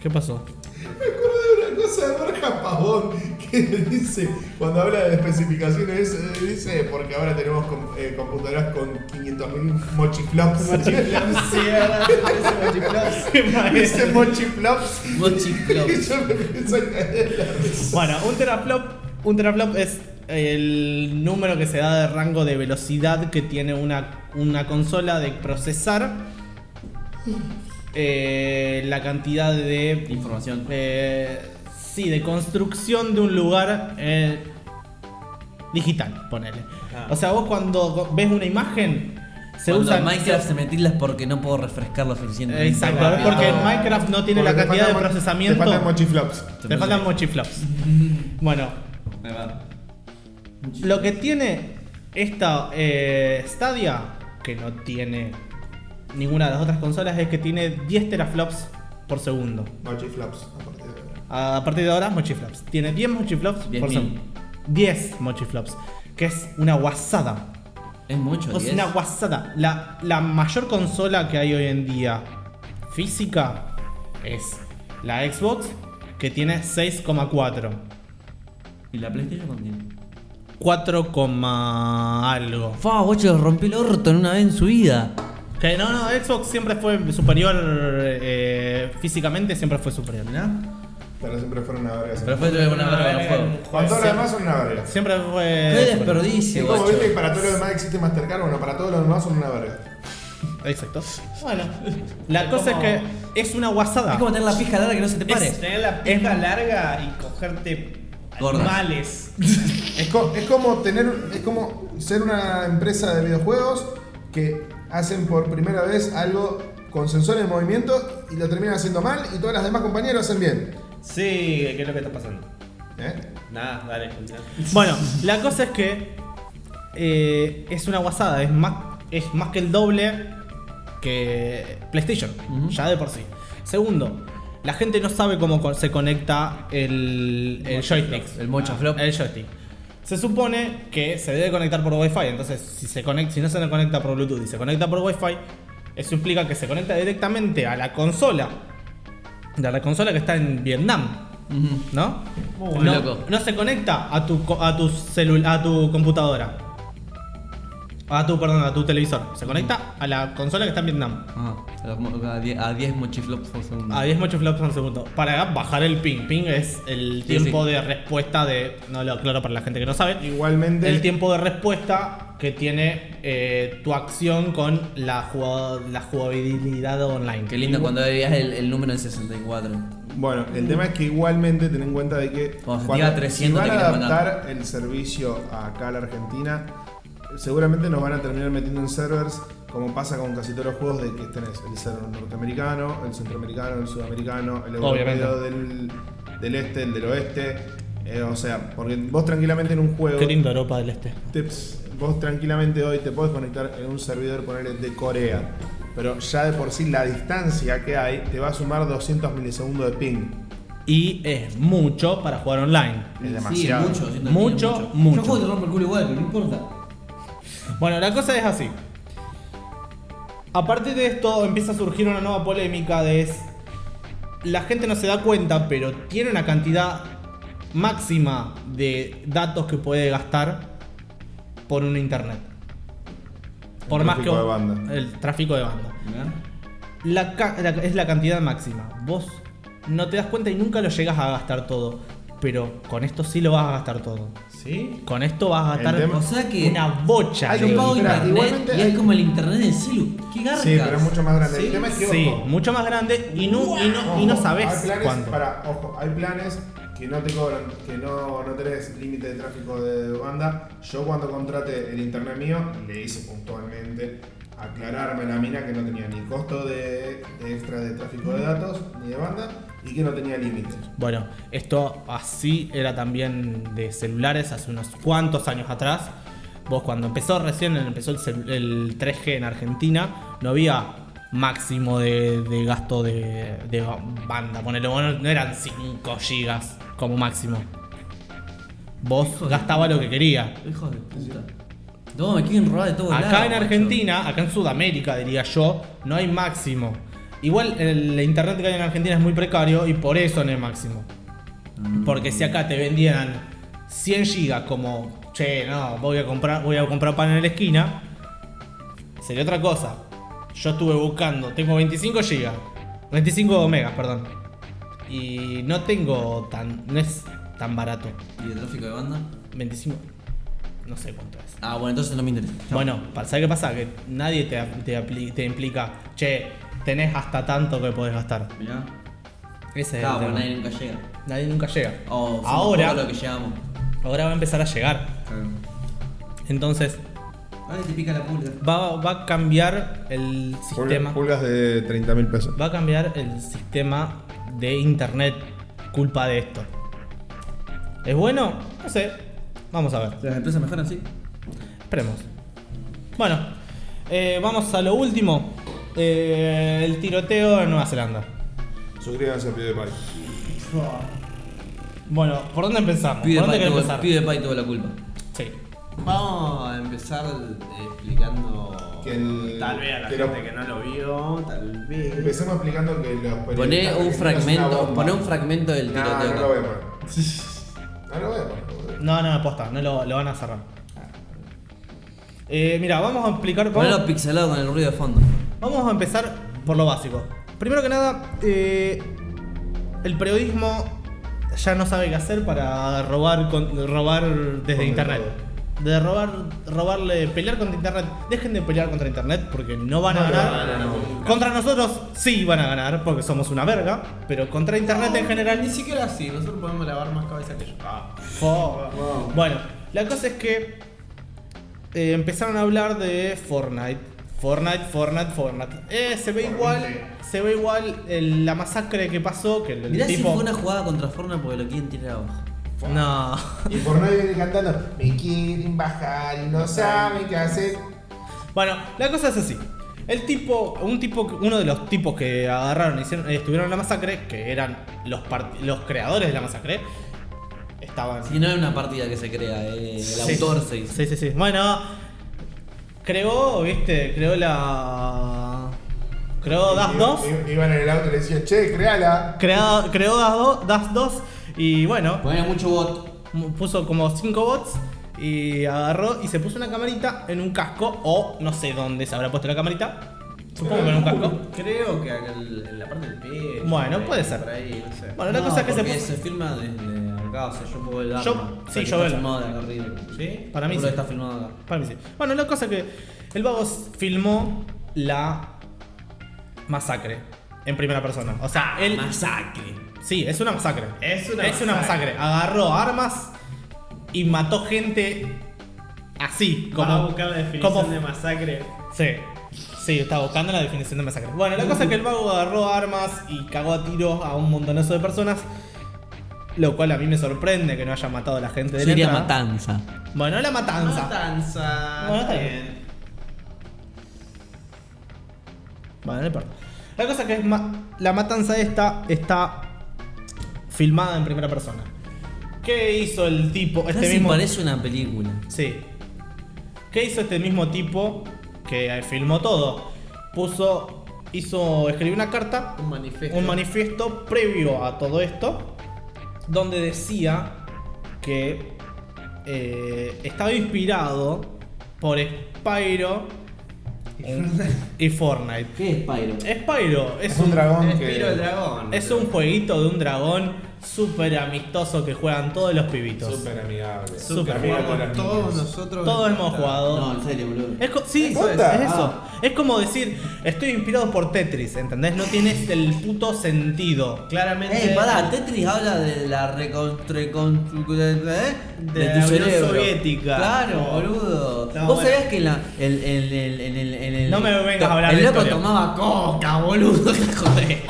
Speaker 2: ¿Qué pasó?
Speaker 1: Una cosa de Borja Pavón que dice, cuando habla de especificaciones, eh, dice, porque ahora tenemos com- eh, computadoras con 500.000 mochiflops. dice mochiflops.
Speaker 3: Mochiflop.
Speaker 1: Y yo me pienso caer la risa.
Speaker 2: Bueno, un teraflop, un teraflop es el número que se da de rango de velocidad que tiene una, una consola de procesar eh, la cantidad de
Speaker 3: Información.
Speaker 2: eh, sí, de construcción de un lugar eh, digital, ponele.
Speaker 4: Ah.
Speaker 2: O sea, vos cuando ves una imagen se
Speaker 3: Cuando
Speaker 2: usa
Speaker 3: en Minecraft se metilas porque no puedo refrescar lo suficiente.
Speaker 2: Exacto,
Speaker 3: Rápido.
Speaker 2: porque en Minecraft no tiene
Speaker 1: Porque
Speaker 2: la
Speaker 1: te
Speaker 2: cantidad de
Speaker 1: faltan mo-
Speaker 2: procesamiento.
Speaker 1: Te faltan mochiflops.
Speaker 2: Te faltan mochiflops. Bueno,
Speaker 3: Ahí va.
Speaker 2: lo que tiene esta eh, Stadia, que no tiene ninguna de las otras consolas, es que tiene 10 teraflops por segundo.
Speaker 1: Mochiflops, a partir de ahora.
Speaker 2: A partir de ahora, mochiflops. Tiene 10 mochiflops
Speaker 3: 10.000.
Speaker 2: por segundo. 10 mochiflops, que es una guasada.
Speaker 3: Es mucho,
Speaker 2: Es
Speaker 3: 10.
Speaker 2: una guasada. La, la mayor consola que hay hoy en día física es la Xbox, que tiene 6,4.
Speaker 3: ¿Y la PlayStation contiene?
Speaker 2: 4, coma algo.
Speaker 3: Fa, guacho, rompió el orto en una vez en su vida.
Speaker 2: Que no, no, Xbox siempre fue superior eh, físicamente, siempre fue superior, ¿no?
Speaker 1: Pero siempre fueron una verga.
Speaker 3: Pero fue una verga de juego.
Speaker 1: Cuando los demás son una verga.
Speaker 2: Siempre
Speaker 3: Qué
Speaker 2: fue. superior.
Speaker 1: Es
Speaker 3: desperdicio,
Speaker 1: como
Speaker 3: guacho.
Speaker 1: viste que para todos los demás existe Mastercard, bueno, para todos los demás son una verga.
Speaker 2: Exacto. Bueno, la
Speaker 8: Es
Speaker 2: cosa es
Speaker 8: como-
Speaker 2: que es una guasada.
Speaker 3: Es como tener la pija larga que no se te pare.
Speaker 8: Es tener la pija larga y cogerte
Speaker 3: Gordas.
Speaker 8: animales.
Speaker 1: Es, co- es como tener, es como ser una empresa de videojuegos que hacen por primera vez algo con sensores en movimiento y lo terminan haciendo mal y todas las demás compañías lo hacen bien.
Speaker 8: Sí, ¿qué es lo que está pasando?
Speaker 1: ¿Eh?
Speaker 8: Nada, dale, continúa.
Speaker 2: Bueno, la cosa es que eh, es una guasada, es más, es más que el doble que PlayStation, ya de por sí. Segundo, la gente no sabe cómo co- se conecta el, el joystick. Ah,
Speaker 3: El mocha flop.
Speaker 2: El joystick. Se supone que se debe conectar por Wi-Fi, entonces si, se conecta, si no se conecta por Bluetooth y se conecta por Wi-Fi, eso implica que se conecta directamente a la consola. De la consola que está en Vietnam. ¿No?
Speaker 8: Muy
Speaker 2: no,
Speaker 3: loco.
Speaker 2: no se conecta a tu, co- a tu, celu- a tu computadora. A tu, perdón, a tu televisor. Se conecta a la consola que está en Vietnam.
Speaker 3: Ah, a 10 a 10 mochiflops por segundo.
Speaker 2: A 10 Ah, flops por segundo. Para bajar el ping. Ping es el
Speaker 3: Sí,
Speaker 2: tiempo
Speaker 3: sí.
Speaker 2: de respuesta de. No lo aclaro para la gente que no sabe.
Speaker 1: Igualmente,
Speaker 2: El tiempo de respuesta que tiene eh, tu acción con la, jugado- la jugabilidad online.
Speaker 3: Qué lindo cuando veías el, el número en 64.
Speaker 1: bueno, el tema es que igualmente ten en cuenta de que
Speaker 3: Cuando se llega a 300
Speaker 1: si
Speaker 3: te
Speaker 1: van a
Speaker 3: quieren matar.
Speaker 1: adaptar el servicio acá a la Argentina, seguramente nos van a terminar metiendo en servers como pasa con casi todos los juegos de que tenés el server norteamericano, el centroamericano, el sudamericano, el
Speaker 2: Obviamente.
Speaker 1: europeo del, del este, el del oeste. Eh, o sea, porque vos tranquilamente en un juego
Speaker 2: Qué lindo Europa del Este.
Speaker 1: tips. Vos tranquilamente hoy te podés conectar en un servidor, ponerle de Corea. Pero ya de por sí la distancia que hay te va a sumar 200 milisegundos de ping.
Speaker 2: Y es mucho para jugar online.
Speaker 1: Es
Speaker 3: Sí,
Speaker 1: demasiado.
Speaker 3: mucho, siento que
Speaker 2: Mucho,
Speaker 3: tiene
Speaker 2: mucho.
Speaker 3: Yo juego y te rompo el culo igual, pero no importa.
Speaker 2: Bueno, la cosa es así. Aparte de esto, empieza a surgir una nueva polémica de es... La gente no se da cuenta, pero tiene una cantidad máxima de datos que puede gastar por un internet. Por más
Speaker 1: tráfico
Speaker 2: que
Speaker 1: de banda.
Speaker 2: el tráfico de banda.
Speaker 3: Mirá.
Speaker 2: La ca- la- es la cantidad máxima. Vos no te das cuenta y nunca lo llegas a gastar todo. Pero con esto sí lo vas a gastar todo.
Speaker 8: ¿Sí?
Speaker 2: Con esto vas a
Speaker 1: El
Speaker 2: gastar
Speaker 1: tema-
Speaker 3: O sea que-
Speaker 2: una bocha.
Speaker 1: Hay
Speaker 2: de
Speaker 1: un
Speaker 3: Yo pago
Speaker 1: Espera,
Speaker 3: internet
Speaker 1: igualmente
Speaker 3: y es
Speaker 1: hay-
Speaker 3: como el internet del Cilu. Qué garca.
Speaker 1: Sí, pero es mucho más grande.
Speaker 8: Sí,
Speaker 1: el tema es que
Speaker 2: Sí,
Speaker 1: ojo,
Speaker 2: mucho más grande y no, y no, y no
Speaker 1: ojo,
Speaker 2: sabes
Speaker 1: hay planes
Speaker 2: cuánto.
Speaker 1: Para, ojo, hay planes que no te cobran, que no, no tenés límite de tráfico de banda. Yo cuando contraté el internet mío, le hice puntualmente aclararme a la mina que no tenía ni costo de, de extra de tráfico de datos ni de banda y que no tenía límite.
Speaker 2: Bueno, esto así era también de celulares hace unos cuantos años atrás. Vos cuando empezó recién, empezó el, cel- el 3G en Argentina, no había máximo de, de gasto de, de banda. Ponele, bueno, no eran 5 gigas como máximo. Vos gastaba lo que quería.
Speaker 3: Hijos de puta. No, me quieren robar de todo
Speaker 2: Acá en Argentina, acá en Sudamérica diría yo, no hay máximo. Igual el internet que hay en Argentina es muy precario y por eso no hay máximo. Porque si acá te vendieran 100 gigas como, che, no, voy a comprar, voy a comprar pan en la esquina, sería otra cosa. Yo estuve buscando, tengo 25 gigas, 25 megas, perdón. Y no tengo tan, no es tan barato.
Speaker 3: ¿Y el tráfico de banda?
Speaker 2: 25, no sé cuánto es.
Speaker 3: Ah, bueno, entonces no me interesa.
Speaker 2: Bueno, pa- ¿sabes qué pasa? Que nadie te, te, apli- te implica, che, tenés hasta tanto que podés gastar.
Speaker 3: Mirá.
Speaker 2: Ese es
Speaker 3: Claro,
Speaker 2: el tema.
Speaker 3: porque nadie Oh, nunca llega.
Speaker 2: Nadie nunca llega.
Speaker 3: O somos
Speaker 2: ahora,
Speaker 3: pocos los que llegamos.
Speaker 2: ahora va a empezar a llegar. Entonces,
Speaker 3: Ahora te pica la pulga.
Speaker 2: va, va a cambiar el sistema.
Speaker 1: Pulgas de 30 mil pesos.
Speaker 2: Va a cambiar el sistema de internet culpa de esto. ¿Es bueno? No sé. Vamos a ver.
Speaker 3: ¿Las empresas mejoran así?
Speaker 2: Esperemos. Bueno, eh, vamos a lo último. Eh, el tiroteo en Nueva Zelanda.
Speaker 1: Suscríbanse a PewDiePie.
Speaker 2: Bueno, ¿por dónde empezamos? ¿Por dónde
Speaker 3: PewDiePie
Speaker 2: querés
Speaker 3: tuvo,
Speaker 2: empezar?
Speaker 3: PewDiePie tuvo la culpa.
Speaker 2: Sí.
Speaker 4: Vamos a empezar explicando.
Speaker 1: Que el-
Speaker 4: tal vez a la
Speaker 1: que lo-
Speaker 4: gente que no lo vio, tal vez.
Speaker 1: Empecemos explicando que los
Speaker 3: Poné
Speaker 1: periodistas
Speaker 3: un
Speaker 1: argentinos son una
Speaker 3: fragmento,
Speaker 1: bomba.
Speaker 3: poné un fragmento del
Speaker 1: No,
Speaker 3: tiroteo.
Speaker 1: no lo vemos. No lo vemos.
Speaker 2: No, no, aposta, no lo, lo van a cerrar. Eh, mira, vamos a explicar. Vamos,
Speaker 3: Ponelo pixelado con el ruido de fondo.
Speaker 2: Vamos a empezar por lo básico. Primero que nada, eh, el periodismo ya no sabe qué hacer para robar, con- robar desde
Speaker 1: Con el
Speaker 2: internet.
Speaker 1: robo.
Speaker 2: De robar, robarle, pelear contra internet. Dejen de pelear contra internet porque no van a ganar. Contra nosotros sí van a ganar porque somos una verga, pero contra internet en general
Speaker 4: Ni siquiera así, nosotros podemos lavar más cabeza que yo. Ah.
Speaker 2: Fo- Bueno, la cosa es que eh, empezaron a hablar de Fortnite. Fortnite, Fortnite, Fortnite. Eh, se ve igual, se ve igual el- la masacre que pasó, que el, el
Speaker 3: Mirá si
Speaker 2: tipo.
Speaker 3: fue una jugada contra Fortnite porque lo quieren tirar abajo.
Speaker 2: No.
Speaker 1: Y por no viene cantando, me quieren bajar y no saben qué hacer.
Speaker 2: Bueno, la cosa es así. El tipo, un tipo, que- uno de los tipos que agarraron y hicieron- eh, estuvieron en la masacre, que eran los, part- los creadores de la masacre, estaban.
Speaker 3: Si no es una partida que se crea, eh, el
Speaker 2: Sí.
Speaker 3: autor se dice.
Speaker 2: Sí, sí, sí. Bueno, creó, viste, creó la. Creó Das 2.
Speaker 1: I- Iban en el auto y le decían, che, creala.
Speaker 2: Creó, creó Das 2, Das 2 y bueno,
Speaker 3: Ponía mucho bot.
Speaker 2: mu- puso como 5 bots y agarró y se puso una camarita en un casco o no sé dónde se habrá puesto la camarita. Supongo que en un casco.
Speaker 8: Creo que acá en en la parte del pecho.
Speaker 2: Bueno,
Speaker 8: por ahí,
Speaker 2: puede ser.
Speaker 8: Por ahí, no sé.
Speaker 2: Bueno, la
Speaker 3: No,
Speaker 2: cosa es que se
Speaker 3: porque
Speaker 2: puso.
Speaker 3: se filma desde acá, o sea, yo puedo verlo.
Speaker 2: Yo- sí, yo veo.
Speaker 3: Está filmado de acá arriba.
Speaker 2: ¿Sí? Para mí
Speaker 3: Seguro
Speaker 2: sí.
Speaker 3: está filmado acá.
Speaker 2: Para mí sí. Bueno, la cosa es que el vago filmó la masacre en primera persona. O sea, él.
Speaker 3: Masacre.
Speaker 2: Sí, es una masacre.
Speaker 3: ¿Eh?
Speaker 8: Es una
Speaker 2: masacre.
Speaker 8: masacre.
Speaker 2: Agarró armas y mató gente así.
Speaker 8: Como,
Speaker 2: Como,
Speaker 8: a buscar la definición
Speaker 2: como-
Speaker 8: de masacre.
Speaker 2: Sí. Sí, estaba buscando la definición de masacre. Bueno, la cosa es que el vago agarró armas y cagó a tiros a un montonazo de personas. Lo cual a mí me sorprende que no haya matado a la gente de
Speaker 3: Yo diría
Speaker 2: letra.
Speaker 3: matanza.
Speaker 2: Bueno, la matanza.
Speaker 8: Matanza.
Speaker 2: Bueno, está bien. Bueno, no importa. La cosa que es ma- la matanza esta está filmada en primera persona. ¿Qué hizo el tipo? Este
Speaker 3: Casi
Speaker 2: mismo.
Speaker 3: parece una película.
Speaker 2: Sí. ¿Qué hizo este mismo tipo que eh, filmó todo? Puso. Hizo. escribió una carta
Speaker 4: Un manifiesto.
Speaker 2: un manifiesto previo a todo esto, donde decía que eh, estaba inspirado por Spyro un- y Fortnite.
Speaker 3: ¿Qué es Pyro?
Speaker 2: Spyro es
Speaker 1: Es un dragón
Speaker 8: Tiro el
Speaker 1: que.
Speaker 8: dragón.
Speaker 2: es un jueguito de un dragón súper amistoso que juegan todos los pibitos.
Speaker 1: Súper amigable.
Speaker 2: Súper
Speaker 1: amigo con las
Speaker 4: Todos
Speaker 1: niñas.
Speaker 4: nosotros.
Speaker 2: Todos hemos jugado.
Speaker 3: No, en serio, boludo.
Speaker 2: Es co- sí,
Speaker 1: Eso
Speaker 2: es,
Speaker 1: es.
Speaker 2: es eso.
Speaker 4: Ah.
Speaker 2: Es como decir, estoy inspirado por Tetris, ¿entendés? No tienes el puto sentido.
Speaker 8: Claramente.
Speaker 3: Eh, pará, Tetris habla de la reconstrucción ¿eh?
Speaker 2: De la Unión Soviética.
Speaker 3: Claro,
Speaker 2: No.
Speaker 3: boludo.
Speaker 2: No,
Speaker 3: Vos
Speaker 2: bueno.
Speaker 3: sabías que en, la, el, el, el, en el, en el-
Speaker 2: No me vengas a hablar
Speaker 3: El
Speaker 2: de
Speaker 3: loco
Speaker 2: historia.
Speaker 3: tomaba coca, boludo. Joder.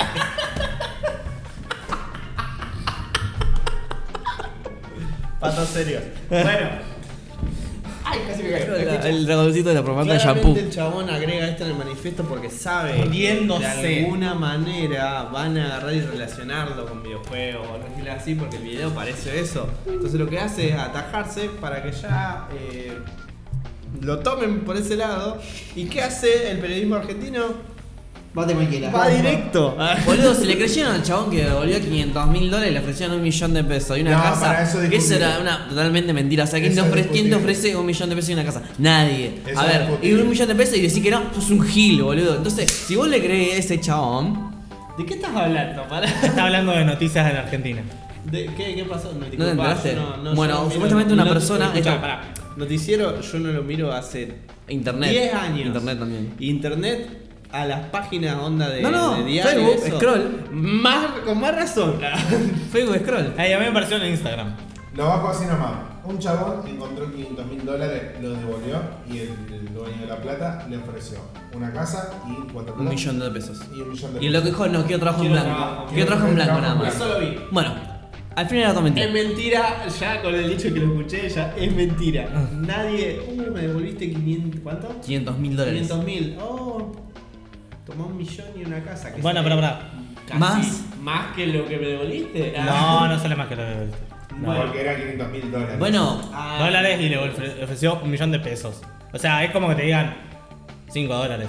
Speaker 8: Patos serios. Bueno,
Speaker 3: La- el dragoncito de la propaganda de shampoo.
Speaker 4: Claramente el chabón agrega esto en el manifiesto porque sabe
Speaker 2: Jodiéndose.
Speaker 4: que de alguna manera van a agarrar y relacionarlo con videojuegos o algo así porque el video parece eso. Entonces lo que hace es atajarse para que ya eh, lo tomen por ese lado. ¿Y qué hace el periodismo argentino?
Speaker 3: Bate Maquila.
Speaker 4: Va directo.
Speaker 2: Ah,
Speaker 3: Boludo, se le creyeron al chabón que devolvió 500 mil dólares y le ofrecieron un millón de pesos y una
Speaker 1: No,
Speaker 3: casa.
Speaker 1: para eso
Speaker 3: que eso
Speaker 1: discutible.
Speaker 3: era una totalmente mentira. O sea, ¿quién te,
Speaker 1: Eso
Speaker 3: ofre- quién te
Speaker 1: discutible.
Speaker 3: ofrece un millón de pesos y una casa? Nadie.
Speaker 1: Eso
Speaker 3: a ver, y
Speaker 1: discutible.
Speaker 3: un millón de pesos y decís que no, sos un gil, boludo. Entonces, si vos le crees a ese chabón,
Speaker 4: ¿De qué estás hablando? Pará.
Speaker 2: Está hablando de noticias en Argentina.
Speaker 4: ¿De qué, qué pasó? No,
Speaker 3: te enteraste?
Speaker 4: yo
Speaker 3: Bueno,
Speaker 4: yo
Speaker 3: supuestamente una
Speaker 4: no-
Speaker 3: persona-
Speaker 4: escuchá,
Speaker 3: esto-
Speaker 4: pará. Noticiero yo no lo miro hace
Speaker 3: internet.
Speaker 4: 10 años.
Speaker 3: Internet también.
Speaker 4: Internet a las páginas onda de,
Speaker 3: No, no,
Speaker 4: de diario.
Speaker 3: Facebook,
Speaker 4: eso.
Speaker 3: scroll.
Speaker 4: Más, con más razón.
Speaker 2: Ah.
Speaker 3: Facebook Scroll.
Speaker 2: Ay, a mí me pareció en Instagram.
Speaker 1: Lo bajo así nomás. Un chabón encontró 500 mil dólares, los devolvió y el, el dueño de la plata le ofreció una casa y cuatro
Speaker 3: Un
Speaker 1: pelotas.
Speaker 3: millón de pesos.
Speaker 1: Y un millón de
Speaker 3: Y el loco dijo, no, quiero trabajo en
Speaker 8: Quiero
Speaker 3: blanco.
Speaker 8: trabajo,
Speaker 3: Quiero trabajo en blanco nada más.
Speaker 1: Eso
Speaker 4: lo vi.
Speaker 3: Bueno, al final era todo mentira.
Speaker 4: Es mentira, ya con el dicho que lo escuché, ya es mentira.
Speaker 2: Ah.
Speaker 4: Nadie. Uh, me devolviste 500. ¿Cuánto?
Speaker 3: 500 mil dólares.
Speaker 4: 500 mil. Oh, tomó un millón y una casa. que
Speaker 2: Bueno,
Speaker 4: se-
Speaker 2: pero pará.
Speaker 4: Casi
Speaker 3: Más.
Speaker 4: Más que lo que me devolviste. Ah.
Speaker 2: No, no sale más que lo de
Speaker 1: No, porque eran 500 mil dólares.
Speaker 3: Bueno,
Speaker 4: Ah,
Speaker 2: Dólares y le ofre- ofreció un millón de pesos. O sea, es como que te digan 5 dólares.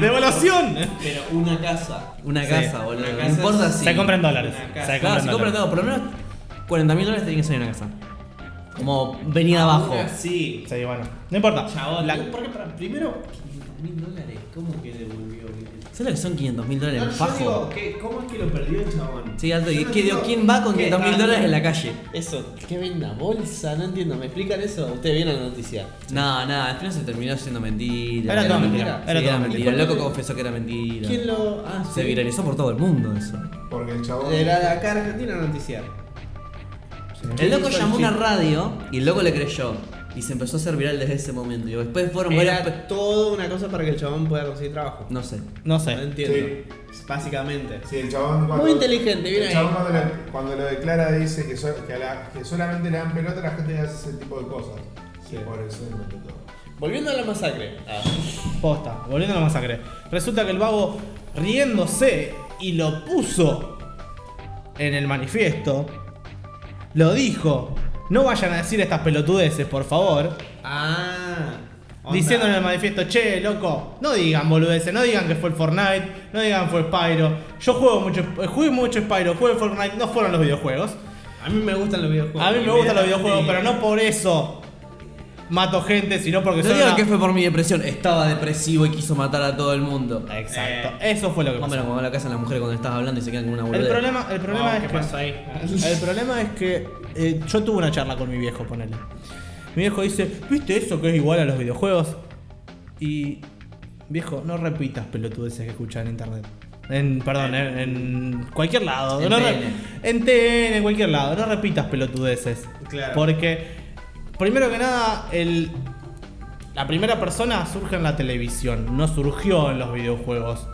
Speaker 2: ¡Devaluación!
Speaker 4: Pero una casa.
Speaker 3: una
Speaker 2: Sí.
Speaker 3: casa, boludo.
Speaker 4: Una
Speaker 3: No
Speaker 4: casa
Speaker 3: importa
Speaker 4: es-
Speaker 3: si.
Speaker 2: Se compran dólares.
Speaker 4: Una
Speaker 2: Se
Speaker 4: casa. Ah,
Speaker 2: compran
Speaker 3: Claro, se compra
Speaker 2: dólares.
Speaker 3: todo. Por lo menos 40 mil dólares tiene que salir una casa. Como venía abajo.
Speaker 4: Ah,
Speaker 8: Sí.
Speaker 2: Sí, bueno. No importa.
Speaker 3: Chabón,
Speaker 2: La-
Speaker 8: ¿Por qué? Para- Primero,
Speaker 3: mil dólares? ¿Cómo que devolvió? ¿Sabes lo que son 500 mil dólares
Speaker 8: no,
Speaker 3: en
Speaker 8: yo
Speaker 3: fajo?
Speaker 8: digo, ¿qué- ¿cómo es que lo perdió el chabón?
Speaker 3: Sí, alto.
Speaker 8: Yo
Speaker 3: ¿Y
Speaker 8: no
Speaker 3: qué-
Speaker 8: entiendo
Speaker 3: ¿Quién va con
Speaker 8: qué
Speaker 3: 500 mil
Speaker 8: tanto-
Speaker 3: dólares en la calle?
Speaker 5: Eso, ¿qué venda? ¿Bolsa? No entiendo. ¿Me explican eso? Ustedes vieron la noticia.
Speaker 3: No, no, al final se terminó siendo mentira.
Speaker 2: Era toda mentira,
Speaker 3: Sí,
Speaker 2: era
Speaker 3: Era,
Speaker 2: toda
Speaker 3: mentira.
Speaker 2: mentira.
Speaker 3: El loco confesó que era mentira.
Speaker 4: ¿Quién lo.? Ah,
Speaker 3: Se
Speaker 4: sí.
Speaker 3: viralizó por todo el mundo eso.
Speaker 1: Porque el chabón.
Speaker 4: Era de acá en Argentina noticiar.
Speaker 3: El loco llamó a una radio y el loco le creyó. Y se empezó a hacer viral desde ese momento. Y después fueron varios.
Speaker 4: Era todo Pues, una cosa para que el chabón pueda conseguir trabajo.
Speaker 3: No sé.
Speaker 2: No
Speaker 4: No
Speaker 2: sé.
Speaker 4: entiendo. Básicamente.
Speaker 1: Sí, el chabón cuando,
Speaker 5: Muy inteligente, bien
Speaker 1: El
Speaker 5: ahí.
Speaker 1: chabón cuando lo, cuando lo declara dice que, so- que a la- que solamente le dan pelota a la gente que hace ese tipo de cosas. Sí. Por eso inventó todo.
Speaker 5: Volviendo a la masacre. Ah,
Speaker 2: Posta. Volviendo a la masacre. Resulta que el vago, riéndose y lo puso en el manifiesto, lo dijo. No vayan a decir estas pelotudeces, por favor.
Speaker 4: Ah. onda.
Speaker 2: Diciéndole en el manifiesto, che, loco, no digan boludeces, no digan que fue el Fortnite, no digan fue Spyro. Yo juego mucho, eh, jugué mucho Spyro, jugué Fortnite, no fueron los videojuegos.
Speaker 4: A mí me gustan los
Speaker 3: Pues,
Speaker 4: videojuegos.
Speaker 2: A mí me gustan los
Speaker 4: da-
Speaker 2: videojuegos,
Speaker 4: sí.
Speaker 2: pero no por eso mato gente, sino porque
Speaker 3: No
Speaker 2: soy
Speaker 3: digan
Speaker 2: una-
Speaker 3: que fue por mi depresión. Estaba depresivo y quiso matar a todo el mundo.
Speaker 2: Exacto, eso fue lo que
Speaker 3: Eh. Más
Speaker 2: pasó.
Speaker 3: o menos como la casa de las mujeres cuando estás hablando y se quedan con una
Speaker 2: El
Speaker 3: boludez.
Speaker 2: problema, el problema
Speaker 8: Oh,
Speaker 2: es
Speaker 8: ¿Qué
Speaker 2: que
Speaker 8: pasó ahí?
Speaker 2: El problema es que eh, yo tuve una charla con mi viejo, ponele. Mi viejo dice, ¿viste eso que es igual a los videojuegos? Y. Viejo, no repitas pelotudeces que escuchas en internet. En,
Speaker 8: Eh,
Speaker 2: perdón, en, en cualquier lado.
Speaker 3: En
Speaker 2: no
Speaker 3: TN.
Speaker 2: re- en TN, en cualquier lado. No repitas pelotudeces.
Speaker 4: Claro.
Speaker 2: Porque, primero que nada, el, la primera persona surge en la televisión, no surgió en los videojuegos.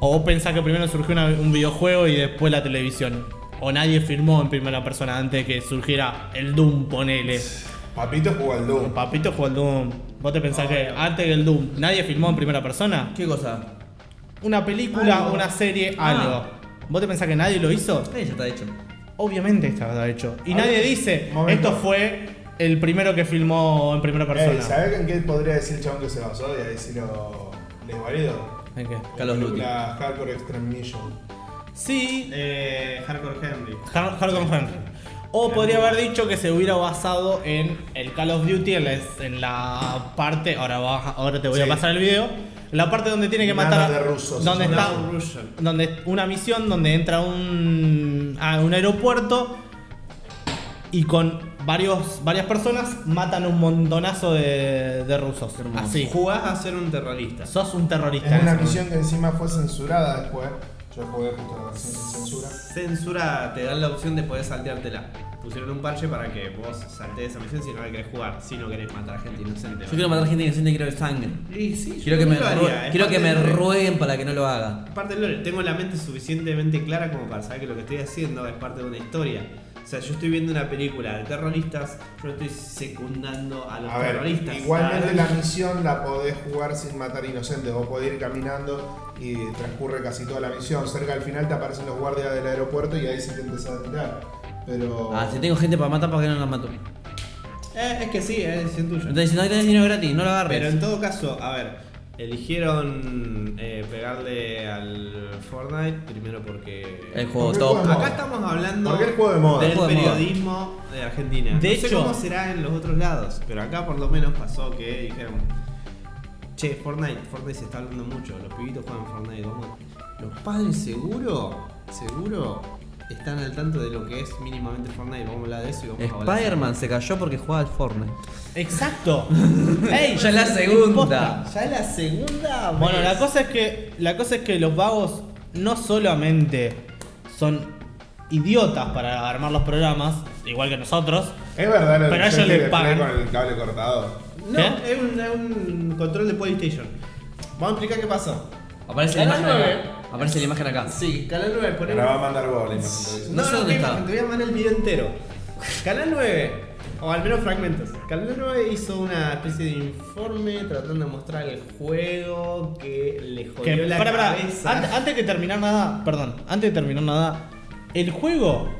Speaker 2: O vos pensás que primero surgió una- un videojuego y después la televisión. O nadie firmó en primera persona antes de que surgiera el Doom, ponele.
Speaker 1: Papito jugó al Doom.
Speaker 2: Papito jugó al Doom. ¿Vos te pensás que antes del Doom nadie firmó en primera persona?
Speaker 3: ¿Qué cosa?
Speaker 2: Una película,
Speaker 3: Algo.
Speaker 2: una serie,
Speaker 3: Ah.
Speaker 2: algo. ¿Vos te pensás que nadie lo hizo?
Speaker 3: Eh, ya está hecho.
Speaker 2: Obviamente estaba hecho. Y
Speaker 1: A
Speaker 2: nadie
Speaker 1: ver,
Speaker 2: dice,
Speaker 1: momento.
Speaker 2: esto fue el primero que filmó en primera persona.
Speaker 1: Ey, ¿Sabés en qué podría decir el chabón que se basó? Y a decirlo. Les valido.
Speaker 2: ¿En qué?
Speaker 3: Call of Duty.
Speaker 1: La Hardcore Extermination.
Speaker 2: Sí,
Speaker 8: Eh, Hardcore Henry.
Speaker 2: Har- Hardcore Henry. O podría haber dicho que se hubiera basado en el Call of Duty, en la, en la parte. Ahora, va- ahora te voy a
Speaker 1: Sí.
Speaker 2: pasar el video. La parte donde tiene que
Speaker 1: Nada
Speaker 2: matar.
Speaker 1: de rusos,
Speaker 2: donde
Speaker 1: eso
Speaker 2: está.
Speaker 1: no.
Speaker 2: Donde una misión donde entra un. a un aeropuerto. Y con varios, varias personas matan un montonazo de, de rusos. Así.
Speaker 4: Jugás a ser un terrorista.
Speaker 2: Sos un terrorista.
Speaker 1: Es
Speaker 2: en
Speaker 1: una
Speaker 2: ese
Speaker 1: misión que encima fue censurada después. Yo jugué justo la versión sin censura.
Speaker 4: Censura, te dan la opción de poder salteártela. Pusieron un parche para que vos saltees esa misión si no la querés jugar, si no querés matar a gente inocente.
Speaker 3: Yo quiero matar gente inocente y quiero ver sangre.
Speaker 4: Y sí, yo
Speaker 3: Quiero que me,
Speaker 4: también lo haría,
Speaker 3: ru-
Speaker 4: es
Speaker 3: quiero que
Speaker 4: parte
Speaker 3: me
Speaker 4: del-
Speaker 3: rueguen para que no lo haga.
Speaker 4: Aparte del lore, tengo la mente suficientemente clara como para saber que lo que estoy haciendo es parte de una historia. O sea, yo estoy viendo una película de terroristas, yo estoy secundando a los
Speaker 1: A ver,
Speaker 4: terroristas.
Speaker 1: igualmente
Speaker 4: ¿sabes?
Speaker 2: Ah.
Speaker 1: la misión la podés jugar sin matar inocentes. Vos podés ir caminando y transcurre casi toda la misión. Cerca al final te aparecen los guardias del aeropuerto y ahí sí te empezás a tirar. Pero.
Speaker 3: Ah, si tengo gente para matar, ¿para qué no la mato? No
Speaker 4: Eh, es que sí, es decisión tuya.
Speaker 3: te dicen, no tenés dinero gratis, no lo agarres.
Speaker 4: Pero en todo caso, a ver, eligieron eh, pegarle al Fortnite primero porque.
Speaker 3: El juego
Speaker 1: Porque
Speaker 3: top.
Speaker 1: juegan
Speaker 4: Acá estamos hablando
Speaker 1: Porque el juego de moda.
Speaker 4: del
Speaker 3: Juego de moda.
Speaker 4: periodismo de Argentina.
Speaker 2: De
Speaker 4: no sé
Speaker 2: hecho-
Speaker 4: cómo será en los otros lados, pero acá por lo menos pasó que dijeron, che, Fortnite, Fortnite se está hablando mucho, los pibitos juegan Fortnite, vamos". los padres seguro, seguro están al tanto de lo que es mínimamente Fortnite, vamos a hablar de eso y vamos a hablar.
Speaker 3: Spider-Man se cayó porque jugaba al Fortnite.
Speaker 2: Exacto. Ey,
Speaker 3: Ya es la segunda.
Speaker 4: Ya es la segunda. vez.
Speaker 2: Bueno, la cosa es que la cosa es que los vagos no solamente son idiotas para armar los programas, igual que nosotros.
Speaker 1: Es verdad lo
Speaker 2: Pero a
Speaker 1: que
Speaker 2: ellos
Speaker 1: yo
Speaker 2: les
Speaker 1: te dejé
Speaker 2: pagan.
Speaker 1: con el cable cortado.
Speaker 4: No,
Speaker 2: ¿Eh?
Speaker 4: es, un, es un control de PlayStation. Vamos a explicar qué pasó.
Speaker 3: Aparece la
Speaker 4: Canal
Speaker 3: imagen acá. Aparece la imagen acá.
Speaker 4: Sí, Canal 9, ponemos.
Speaker 1: Ahora va a mandar bola. imagínate.
Speaker 3: No
Speaker 4: No,
Speaker 3: sé
Speaker 4: no,
Speaker 3: dónde
Speaker 4: qué
Speaker 3: está.
Speaker 4: imagen, te voy a mandar el video entero. Canal 9, o al menos fragmentos. Canal 9 hizo una especie de informe tratando de mostrar el juego que le
Speaker 2: Que,
Speaker 4: jodió la
Speaker 2: pará, pará,
Speaker 4: cabeza.
Speaker 2: ante- antes de terminar nada, perdón, antes de terminar nada, el juego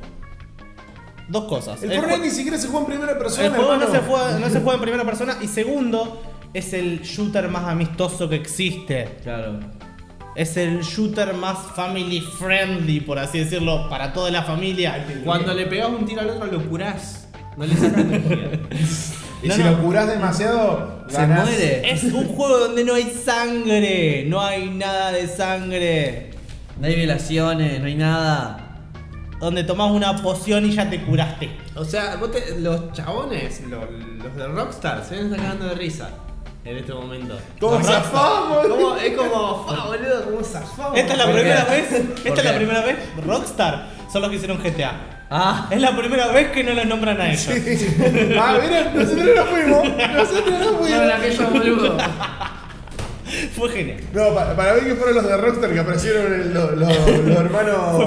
Speaker 2: dos cosas.
Speaker 1: El
Speaker 2: El
Speaker 1: Fortnite
Speaker 2: jue-
Speaker 1: ni siquiera se juega en primera persona.
Speaker 2: el juego no
Speaker 1: hermano.
Speaker 2: se, juega, no se juega en primera persona y segundo es el shooter más amistoso que existe.
Speaker 3: Claro.
Speaker 2: Es el shooter más family friendly, por así decirlo, para toda la familia.
Speaker 4: Cuando le pegas un tiro al otro lo curás. No le saca energía.
Speaker 1: Y
Speaker 2: No,
Speaker 1: si
Speaker 2: no.
Speaker 1: lo curás demasiado,
Speaker 3: Se
Speaker 1: ganás.
Speaker 3: muere.
Speaker 2: Es un juego donde no hay sangre, no hay nada de sangre.
Speaker 3: No hay violaciones, no hay nada.
Speaker 2: Donde tomás una poción y ya te curaste.
Speaker 4: O sea, vos te- los chabones, lo- los de Rockstar, se ven cagando de risa en este momento.
Speaker 1: ¿Cómo zafamos?
Speaker 4: Como- es como, fa, boludo, como zafamos.
Speaker 2: Esta es la
Speaker 3: Oh, ¿Por qué?
Speaker 2: primera vez.
Speaker 3: ¿Por
Speaker 2: Esta es la
Speaker 3: qué?
Speaker 2: primera vez. Rockstar son los que hicieron GTA.
Speaker 3: Ah,
Speaker 2: Es la primera vez que no los nombran a ellos.
Speaker 1: Ah, mira, nosotros no fuimos. Nosotros no fuimos.
Speaker 4: aquellos boludo.
Speaker 2: Fue genial.
Speaker 1: No, para, para mí que fueron los de Rockstar que aparecieron el- lo- lo- los hermanos.
Speaker 2: Fue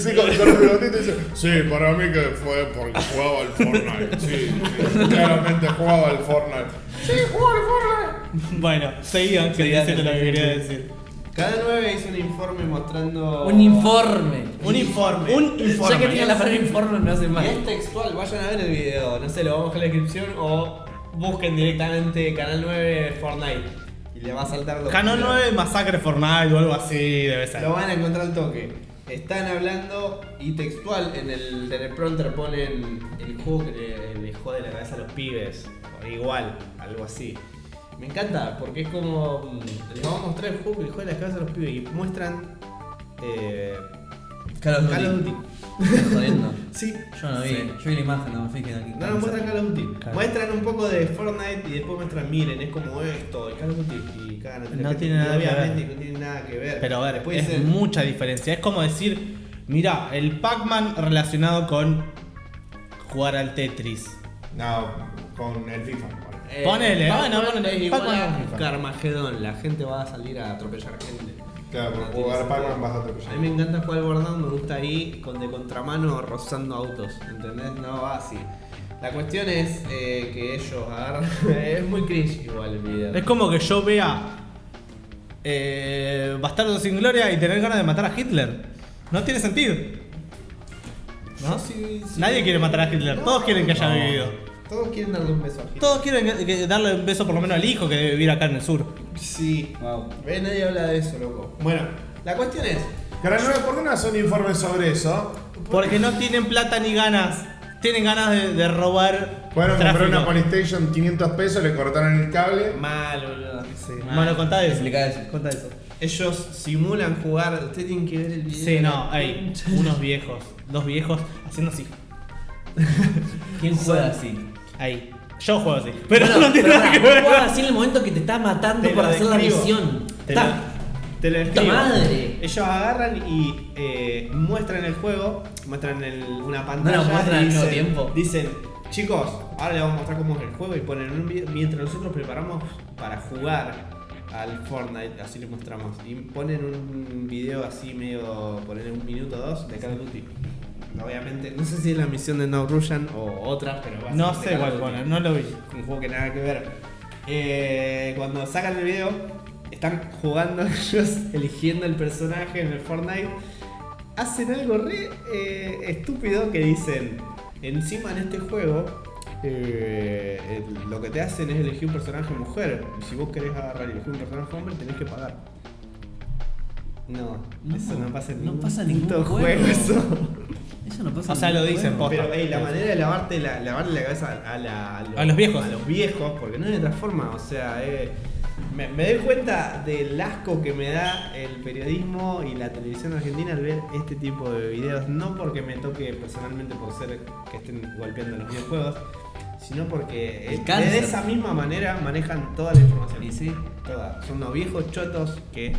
Speaker 1: Sí, con, con los bigotitos y dicen, Sí, para mí que fue porque jugaba al Fortnite. Sí, sí, claramente jugaba al Fortnite. Sí, jugaba al Fortnite.
Speaker 2: Bueno, seguían que
Speaker 3: Seguían,
Speaker 2: diciendo lo que
Speaker 3: seguían,
Speaker 2: quería
Speaker 3: sí.
Speaker 2: decir.
Speaker 4: Cada 9 hizo un informe mostrando.
Speaker 3: un informe.
Speaker 2: Un informe. Un
Speaker 3: Ya que tiene
Speaker 2: informe.
Speaker 3: la palabra informe me hace
Speaker 4: Y es
Speaker 3: mal.
Speaker 4: textual, vayan a ver el video. No sé, lo vamos a dejar en la descripción o busquen directamente Canal 9 Fortnite. Y le va a saltar lo
Speaker 2: Canal
Speaker 4: primero.
Speaker 2: 9 Masacre Fortnite o algo así debe ser.
Speaker 4: Lo van a encontrar al toque. Están hablando y textual en el teleprompter ponen el juego que le, le jode la cabeza a los pibes. O igual, algo así. Me encanta porque es como. mm, Les vamos a mostrar el juego que le jode la cabeza a los pibes y muestran. Eh,
Speaker 3: Carlos
Speaker 4: Call of Duty.
Speaker 3: Jodiendo.
Speaker 4: Sí.
Speaker 3: Yo no vi.
Speaker 4: Sí.
Speaker 3: Yo vi la imagen, no me fijé aquí.
Speaker 4: No, no muestran Call of Duty. Muestran un poco de Fortnite y después muestran, miren, es como esto, y Call of Duty y cagan a tres
Speaker 2: No
Speaker 4: gente.
Speaker 2: tiene nada
Speaker 4: Y
Speaker 2: que ver.
Speaker 4: obviamente no tiene nada que ver.
Speaker 2: Pero a ver,
Speaker 4: Después
Speaker 2: es
Speaker 4: dicen,
Speaker 2: mucha diferencia. Es como decir, mira, el Pac-Man relacionado con jugar al Tetris.
Speaker 1: No, con el FIFA. bueno.
Speaker 4: Eh,
Speaker 2: Ponele,
Speaker 4: Pac-Man
Speaker 2: bueno, ponele,
Speaker 4: es igual
Speaker 2: Pac-Man.
Speaker 4: a Carmagedón, la gente va a salir a atropellar gente.
Speaker 1: Claro, por
Speaker 4: No tiene
Speaker 1: jugar a
Speaker 4: sentido.
Speaker 1: Pac-Man vas a atropellar.
Speaker 4: A mí me encanta jugar al Bordown, me gusta ahí con de contramano rozando autos, ¿entendés? No va así. La cuestión es eh, que ellos agarran. es muy cringe igual el video.
Speaker 2: Es como que yo vea eh, Bastardo sin Gloria y tener ganas de matar a Hitler. No tiene sentido. ¿No? Nadie quiere matar a Hitler. Todos quieren que haya
Speaker 4: No.
Speaker 2: vivido.
Speaker 4: Todos quieren darle un beso a Hitler.
Speaker 2: Todos quieren que- que darle un beso por lo menos al hijo que debe vivir acá en el sur.
Speaker 4: Sí, wow. Ve, nadie habla de eso, loco.
Speaker 1: Bueno,
Speaker 4: La cuestión es.
Speaker 1: Canal 9, ¿por qué no hace un informe sobre eso?
Speaker 2: Porque no tienen plata ni ganas. Tienen ganas de, de robar.
Speaker 1: Bueno, compré
Speaker 2: tráfico.
Speaker 1: una PlayStation 500 pesos, le cortaron el cable.
Speaker 4: Mal, boludo.
Speaker 2: Bueno, contá eso.
Speaker 3: Explica eso.
Speaker 2: Contá eso.
Speaker 4: Ellos simulan jugar. Ustedes tienen que ver el video.
Speaker 2: Sí, no, hay unos viejos, dos viejos haciendo así.
Speaker 3: ¿Quién juega así?
Speaker 2: Ahí. Yo juego así. Pero
Speaker 3: Bueno,
Speaker 2: no tiene
Speaker 3: pero
Speaker 2: nada que
Speaker 3: pará,
Speaker 2: ver.
Speaker 3: juega así en el momento que te está matando
Speaker 4: Te
Speaker 3: por
Speaker 4: lo
Speaker 3: hacer la
Speaker 4: describo.
Speaker 3: misión.
Speaker 4: Te lo-
Speaker 3: Está.
Speaker 4: Te lo
Speaker 3: ¡Puta
Speaker 4: describo.
Speaker 3: madre!
Speaker 4: Ellos agarran y eh, muestran el juego, muestran el- una pantalla.
Speaker 3: No, no, muestran
Speaker 4: y
Speaker 3: al mismo
Speaker 4: dicen,
Speaker 3: tiempo.
Speaker 4: Dicen, chicos, ahora les vamos a mostrar cómo es el juego y ponen un video mientras nosotros preparamos para jugar al Fortnite, así le mostramos. Y ponen un video así medio, ponen un minuto o dos de Call of Duty. Obviamente, no sé si es la misión de No Russian o otra, pero va a
Speaker 2: No
Speaker 4: ser de
Speaker 2: sé
Speaker 4: Call
Speaker 2: cuál
Speaker 4: of Duty
Speaker 2: poner, no lo vi.
Speaker 4: un juego que nada que ver. Eh, cuando sacan el video, están jugando ellos, eligiendo el personaje en el Fortnite. Hacen algo re eh, estúpido que dicen, encima en este juego, eh, el- lo que te hacen es elegir un personaje mujer. Y si vos querés agarrar y elegir un personaje hombre, tenés que pagar. No,
Speaker 3: No,
Speaker 4: eso no pasa en
Speaker 3: no
Speaker 4: ningún,
Speaker 3: pasa en ningún
Speaker 4: puto
Speaker 3: juego.
Speaker 4: eso.
Speaker 3: Eso no pasa.
Speaker 2: O sea,
Speaker 3: en
Speaker 2: lo
Speaker 3: ningún
Speaker 2: dicen,
Speaker 3: juego.
Speaker 2: posta.
Speaker 4: Pero ey, la manera de lavarte la, lavarle la cabeza a, la- los,
Speaker 2: A los viejos.
Speaker 4: A los viejos, porque no hay otra forma. O sea, eh, me, me doy cuenta del asco que me da el periodismo y la televisión argentina al ver este tipo de videos. No porque me toque personalmente por ser que estén golpeando los videojuegos, sino porque
Speaker 3: El
Speaker 4: eh,
Speaker 3: cáncer.
Speaker 4: de esa misma manera manejan toda la información.
Speaker 3: Y sí.
Speaker 4: Toda. Son unos viejos chotos que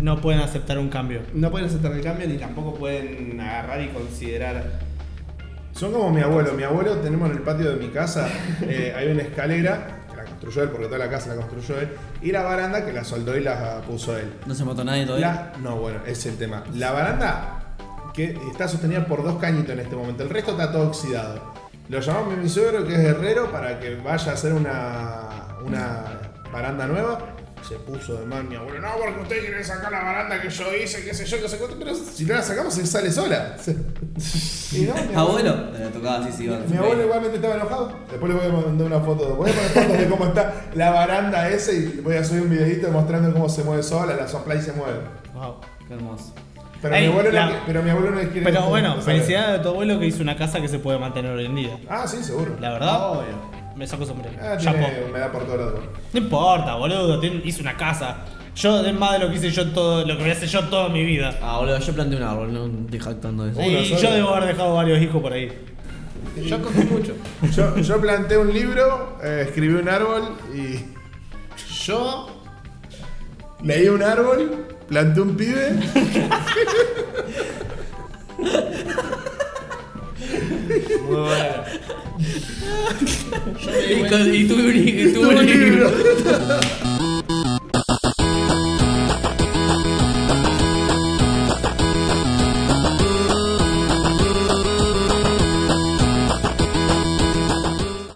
Speaker 2: No pueden aceptar un cambio.
Speaker 4: no pueden aceptar el cambio ni tampoco pueden agarrar y considerar
Speaker 1: Son como mi abuelo. Mi abuelo tenemos en el patio de mi casa, eh, hay una escalera que la construyó él, porque toda la casa la construyó él, y la baranda que la soldó y la puso él.
Speaker 3: ¿eh? No se mató nadie todavía.
Speaker 1: La- no, bueno, ese es el tema. La baranda que está sostenida por dos cañitos en este momento, el resto está todo oxidado. Lo llamamos a mi suegro, que es herrero, para que vaya a hacer una, una baranda nueva. Se puso de mal mi abuelo, no, porque usted quiere sacar la baranda que yo hice, qué sé yo, qué sé cuánto, pero si no la sacamos se sale sola. Y no, mi
Speaker 3: Ah, Abuelo. Le tocaba así, sí.
Speaker 1: mi abuelo igualmente estaba enojado. Después le voy a mandar una foto. Voy a poner fotos de cómo está la baranda esa y voy a subir un videito mostrando cómo se mueve sola, la sopla y se mueve.
Speaker 3: Qué hermoso.
Speaker 1: Pero,
Speaker 2: Ey,
Speaker 1: mi abuelo
Speaker 2: la-
Speaker 1: no, pero mi abuelo no quiere.
Speaker 2: Pero bueno,
Speaker 1: saber.
Speaker 2: felicidad a tu abuelo que hizo una casa que se puede mantener hoy en día.
Speaker 1: Ah, sí, seguro.
Speaker 2: La verdad,
Speaker 4: Obvio.
Speaker 2: me saco sombrero.
Speaker 1: Ah,
Speaker 2: Chapó.
Speaker 1: tiene humedad por todos lados.
Speaker 2: No importa, boludo, tiene- hizo una casa. Yo, es más de lo que hice yo todo, lo que voy a hacer yo toda mi vida.
Speaker 3: Ah, boludo, yo planté un árbol, no estoy jactando de eso.
Speaker 1: Una
Speaker 2: y
Speaker 1: sola.
Speaker 2: yo debo haber dejado varios hijos por ahí.
Speaker 1: Yo cogí mucho. Yo, planté un libro, eh, escribí un árbol y. Yo. Leí un árbol, planté un pibe.
Speaker 3: Y, con- y tuve un, y tuve
Speaker 1: tuve
Speaker 3: un
Speaker 1: un
Speaker 3: libro.
Speaker 1: libro.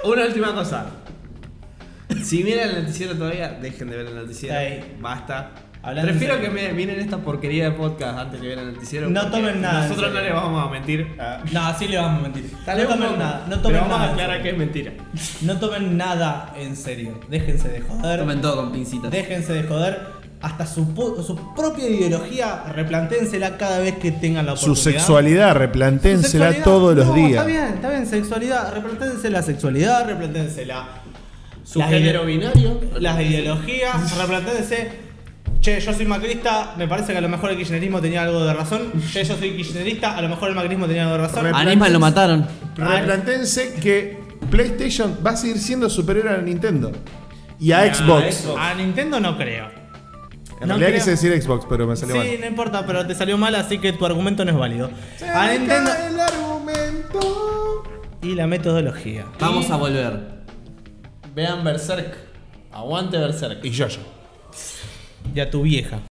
Speaker 4: Una última cosa. Si miran el noticiero todavía, dejen de ver el noticiero.
Speaker 2: Ey.
Speaker 4: Basta.
Speaker 2: Hablando
Speaker 4: Prefiero
Speaker 2: en
Speaker 4: que
Speaker 2: serio.
Speaker 4: me miren esta porquería de podcast antes que ver el noticiero.
Speaker 2: No
Speaker 4: porque
Speaker 2: tomen nada en
Speaker 4: Nosotros no
Speaker 2: serio.
Speaker 4: les vamos a mentir.
Speaker 2: No, así le vamos a mentir.
Speaker 4: Tal
Speaker 2: no
Speaker 4: vez un
Speaker 2: tomen
Speaker 4: poco,
Speaker 2: nada, no
Speaker 4: pero
Speaker 2: tomen
Speaker 4: vamos
Speaker 2: nada.
Speaker 4: a aclarar
Speaker 2: en
Speaker 4: que es
Speaker 2: serio.
Speaker 4: mentira.
Speaker 2: No tomen nada en serio. Déjense de joder.
Speaker 3: Tomen todo con pincitas.
Speaker 2: Déjense de joder. Hasta su, po- su propia ideología, replantéensela cada vez que tengan la
Speaker 1: Su
Speaker 2: oportunidad.
Speaker 1: sexualidad,
Speaker 2: Su
Speaker 1: replanténsela
Speaker 2: sexualidad.
Speaker 1: todos los
Speaker 2: No,
Speaker 1: días.
Speaker 2: Está bien, está bien, sexualidad. Replantéense la sexualidad, replantéense la.
Speaker 4: Su género binario.
Speaker 2: Las ideologías, replantéense. Che, yo soy macrista, me parece que a lo mejor el kirchnerismo tenía algo de razón. Che, yo soy kirchnerista, a lo mejor el macrismo tenía algo de razón.
Speaker 1: Re-
Speaker 3: A Nisman lo mataron.
Speaker 2: Ah.
Speaker 1: Replantense que PlayStation va a seguir siendo superior a Nintendo y a Xbox.
Speaker 2: A Nintendo no creo.
Speaker 1: En
Speaker 2: No
Speaker 1: realidad
Speaker 2: creo.
Speaker 1: quise decir Xbox, pero me
Speaker 2: Sí,
Speaker 1: salió mal.
Speaker 2: no importa, pero te salió mal, así que tu argumento no es válido. A
Speaker 1: Acá
Speaker 2: Ah, Nintendo
Speaker 1: el argumento.
Speaker 2: y la metodología.
Speaker 3: Vamos a volver.
Speaker 5: Vean Berserk. Aguante Berserk.
Speaker 1: Y yo, yo.
Speaker 2: Y a tu vieja.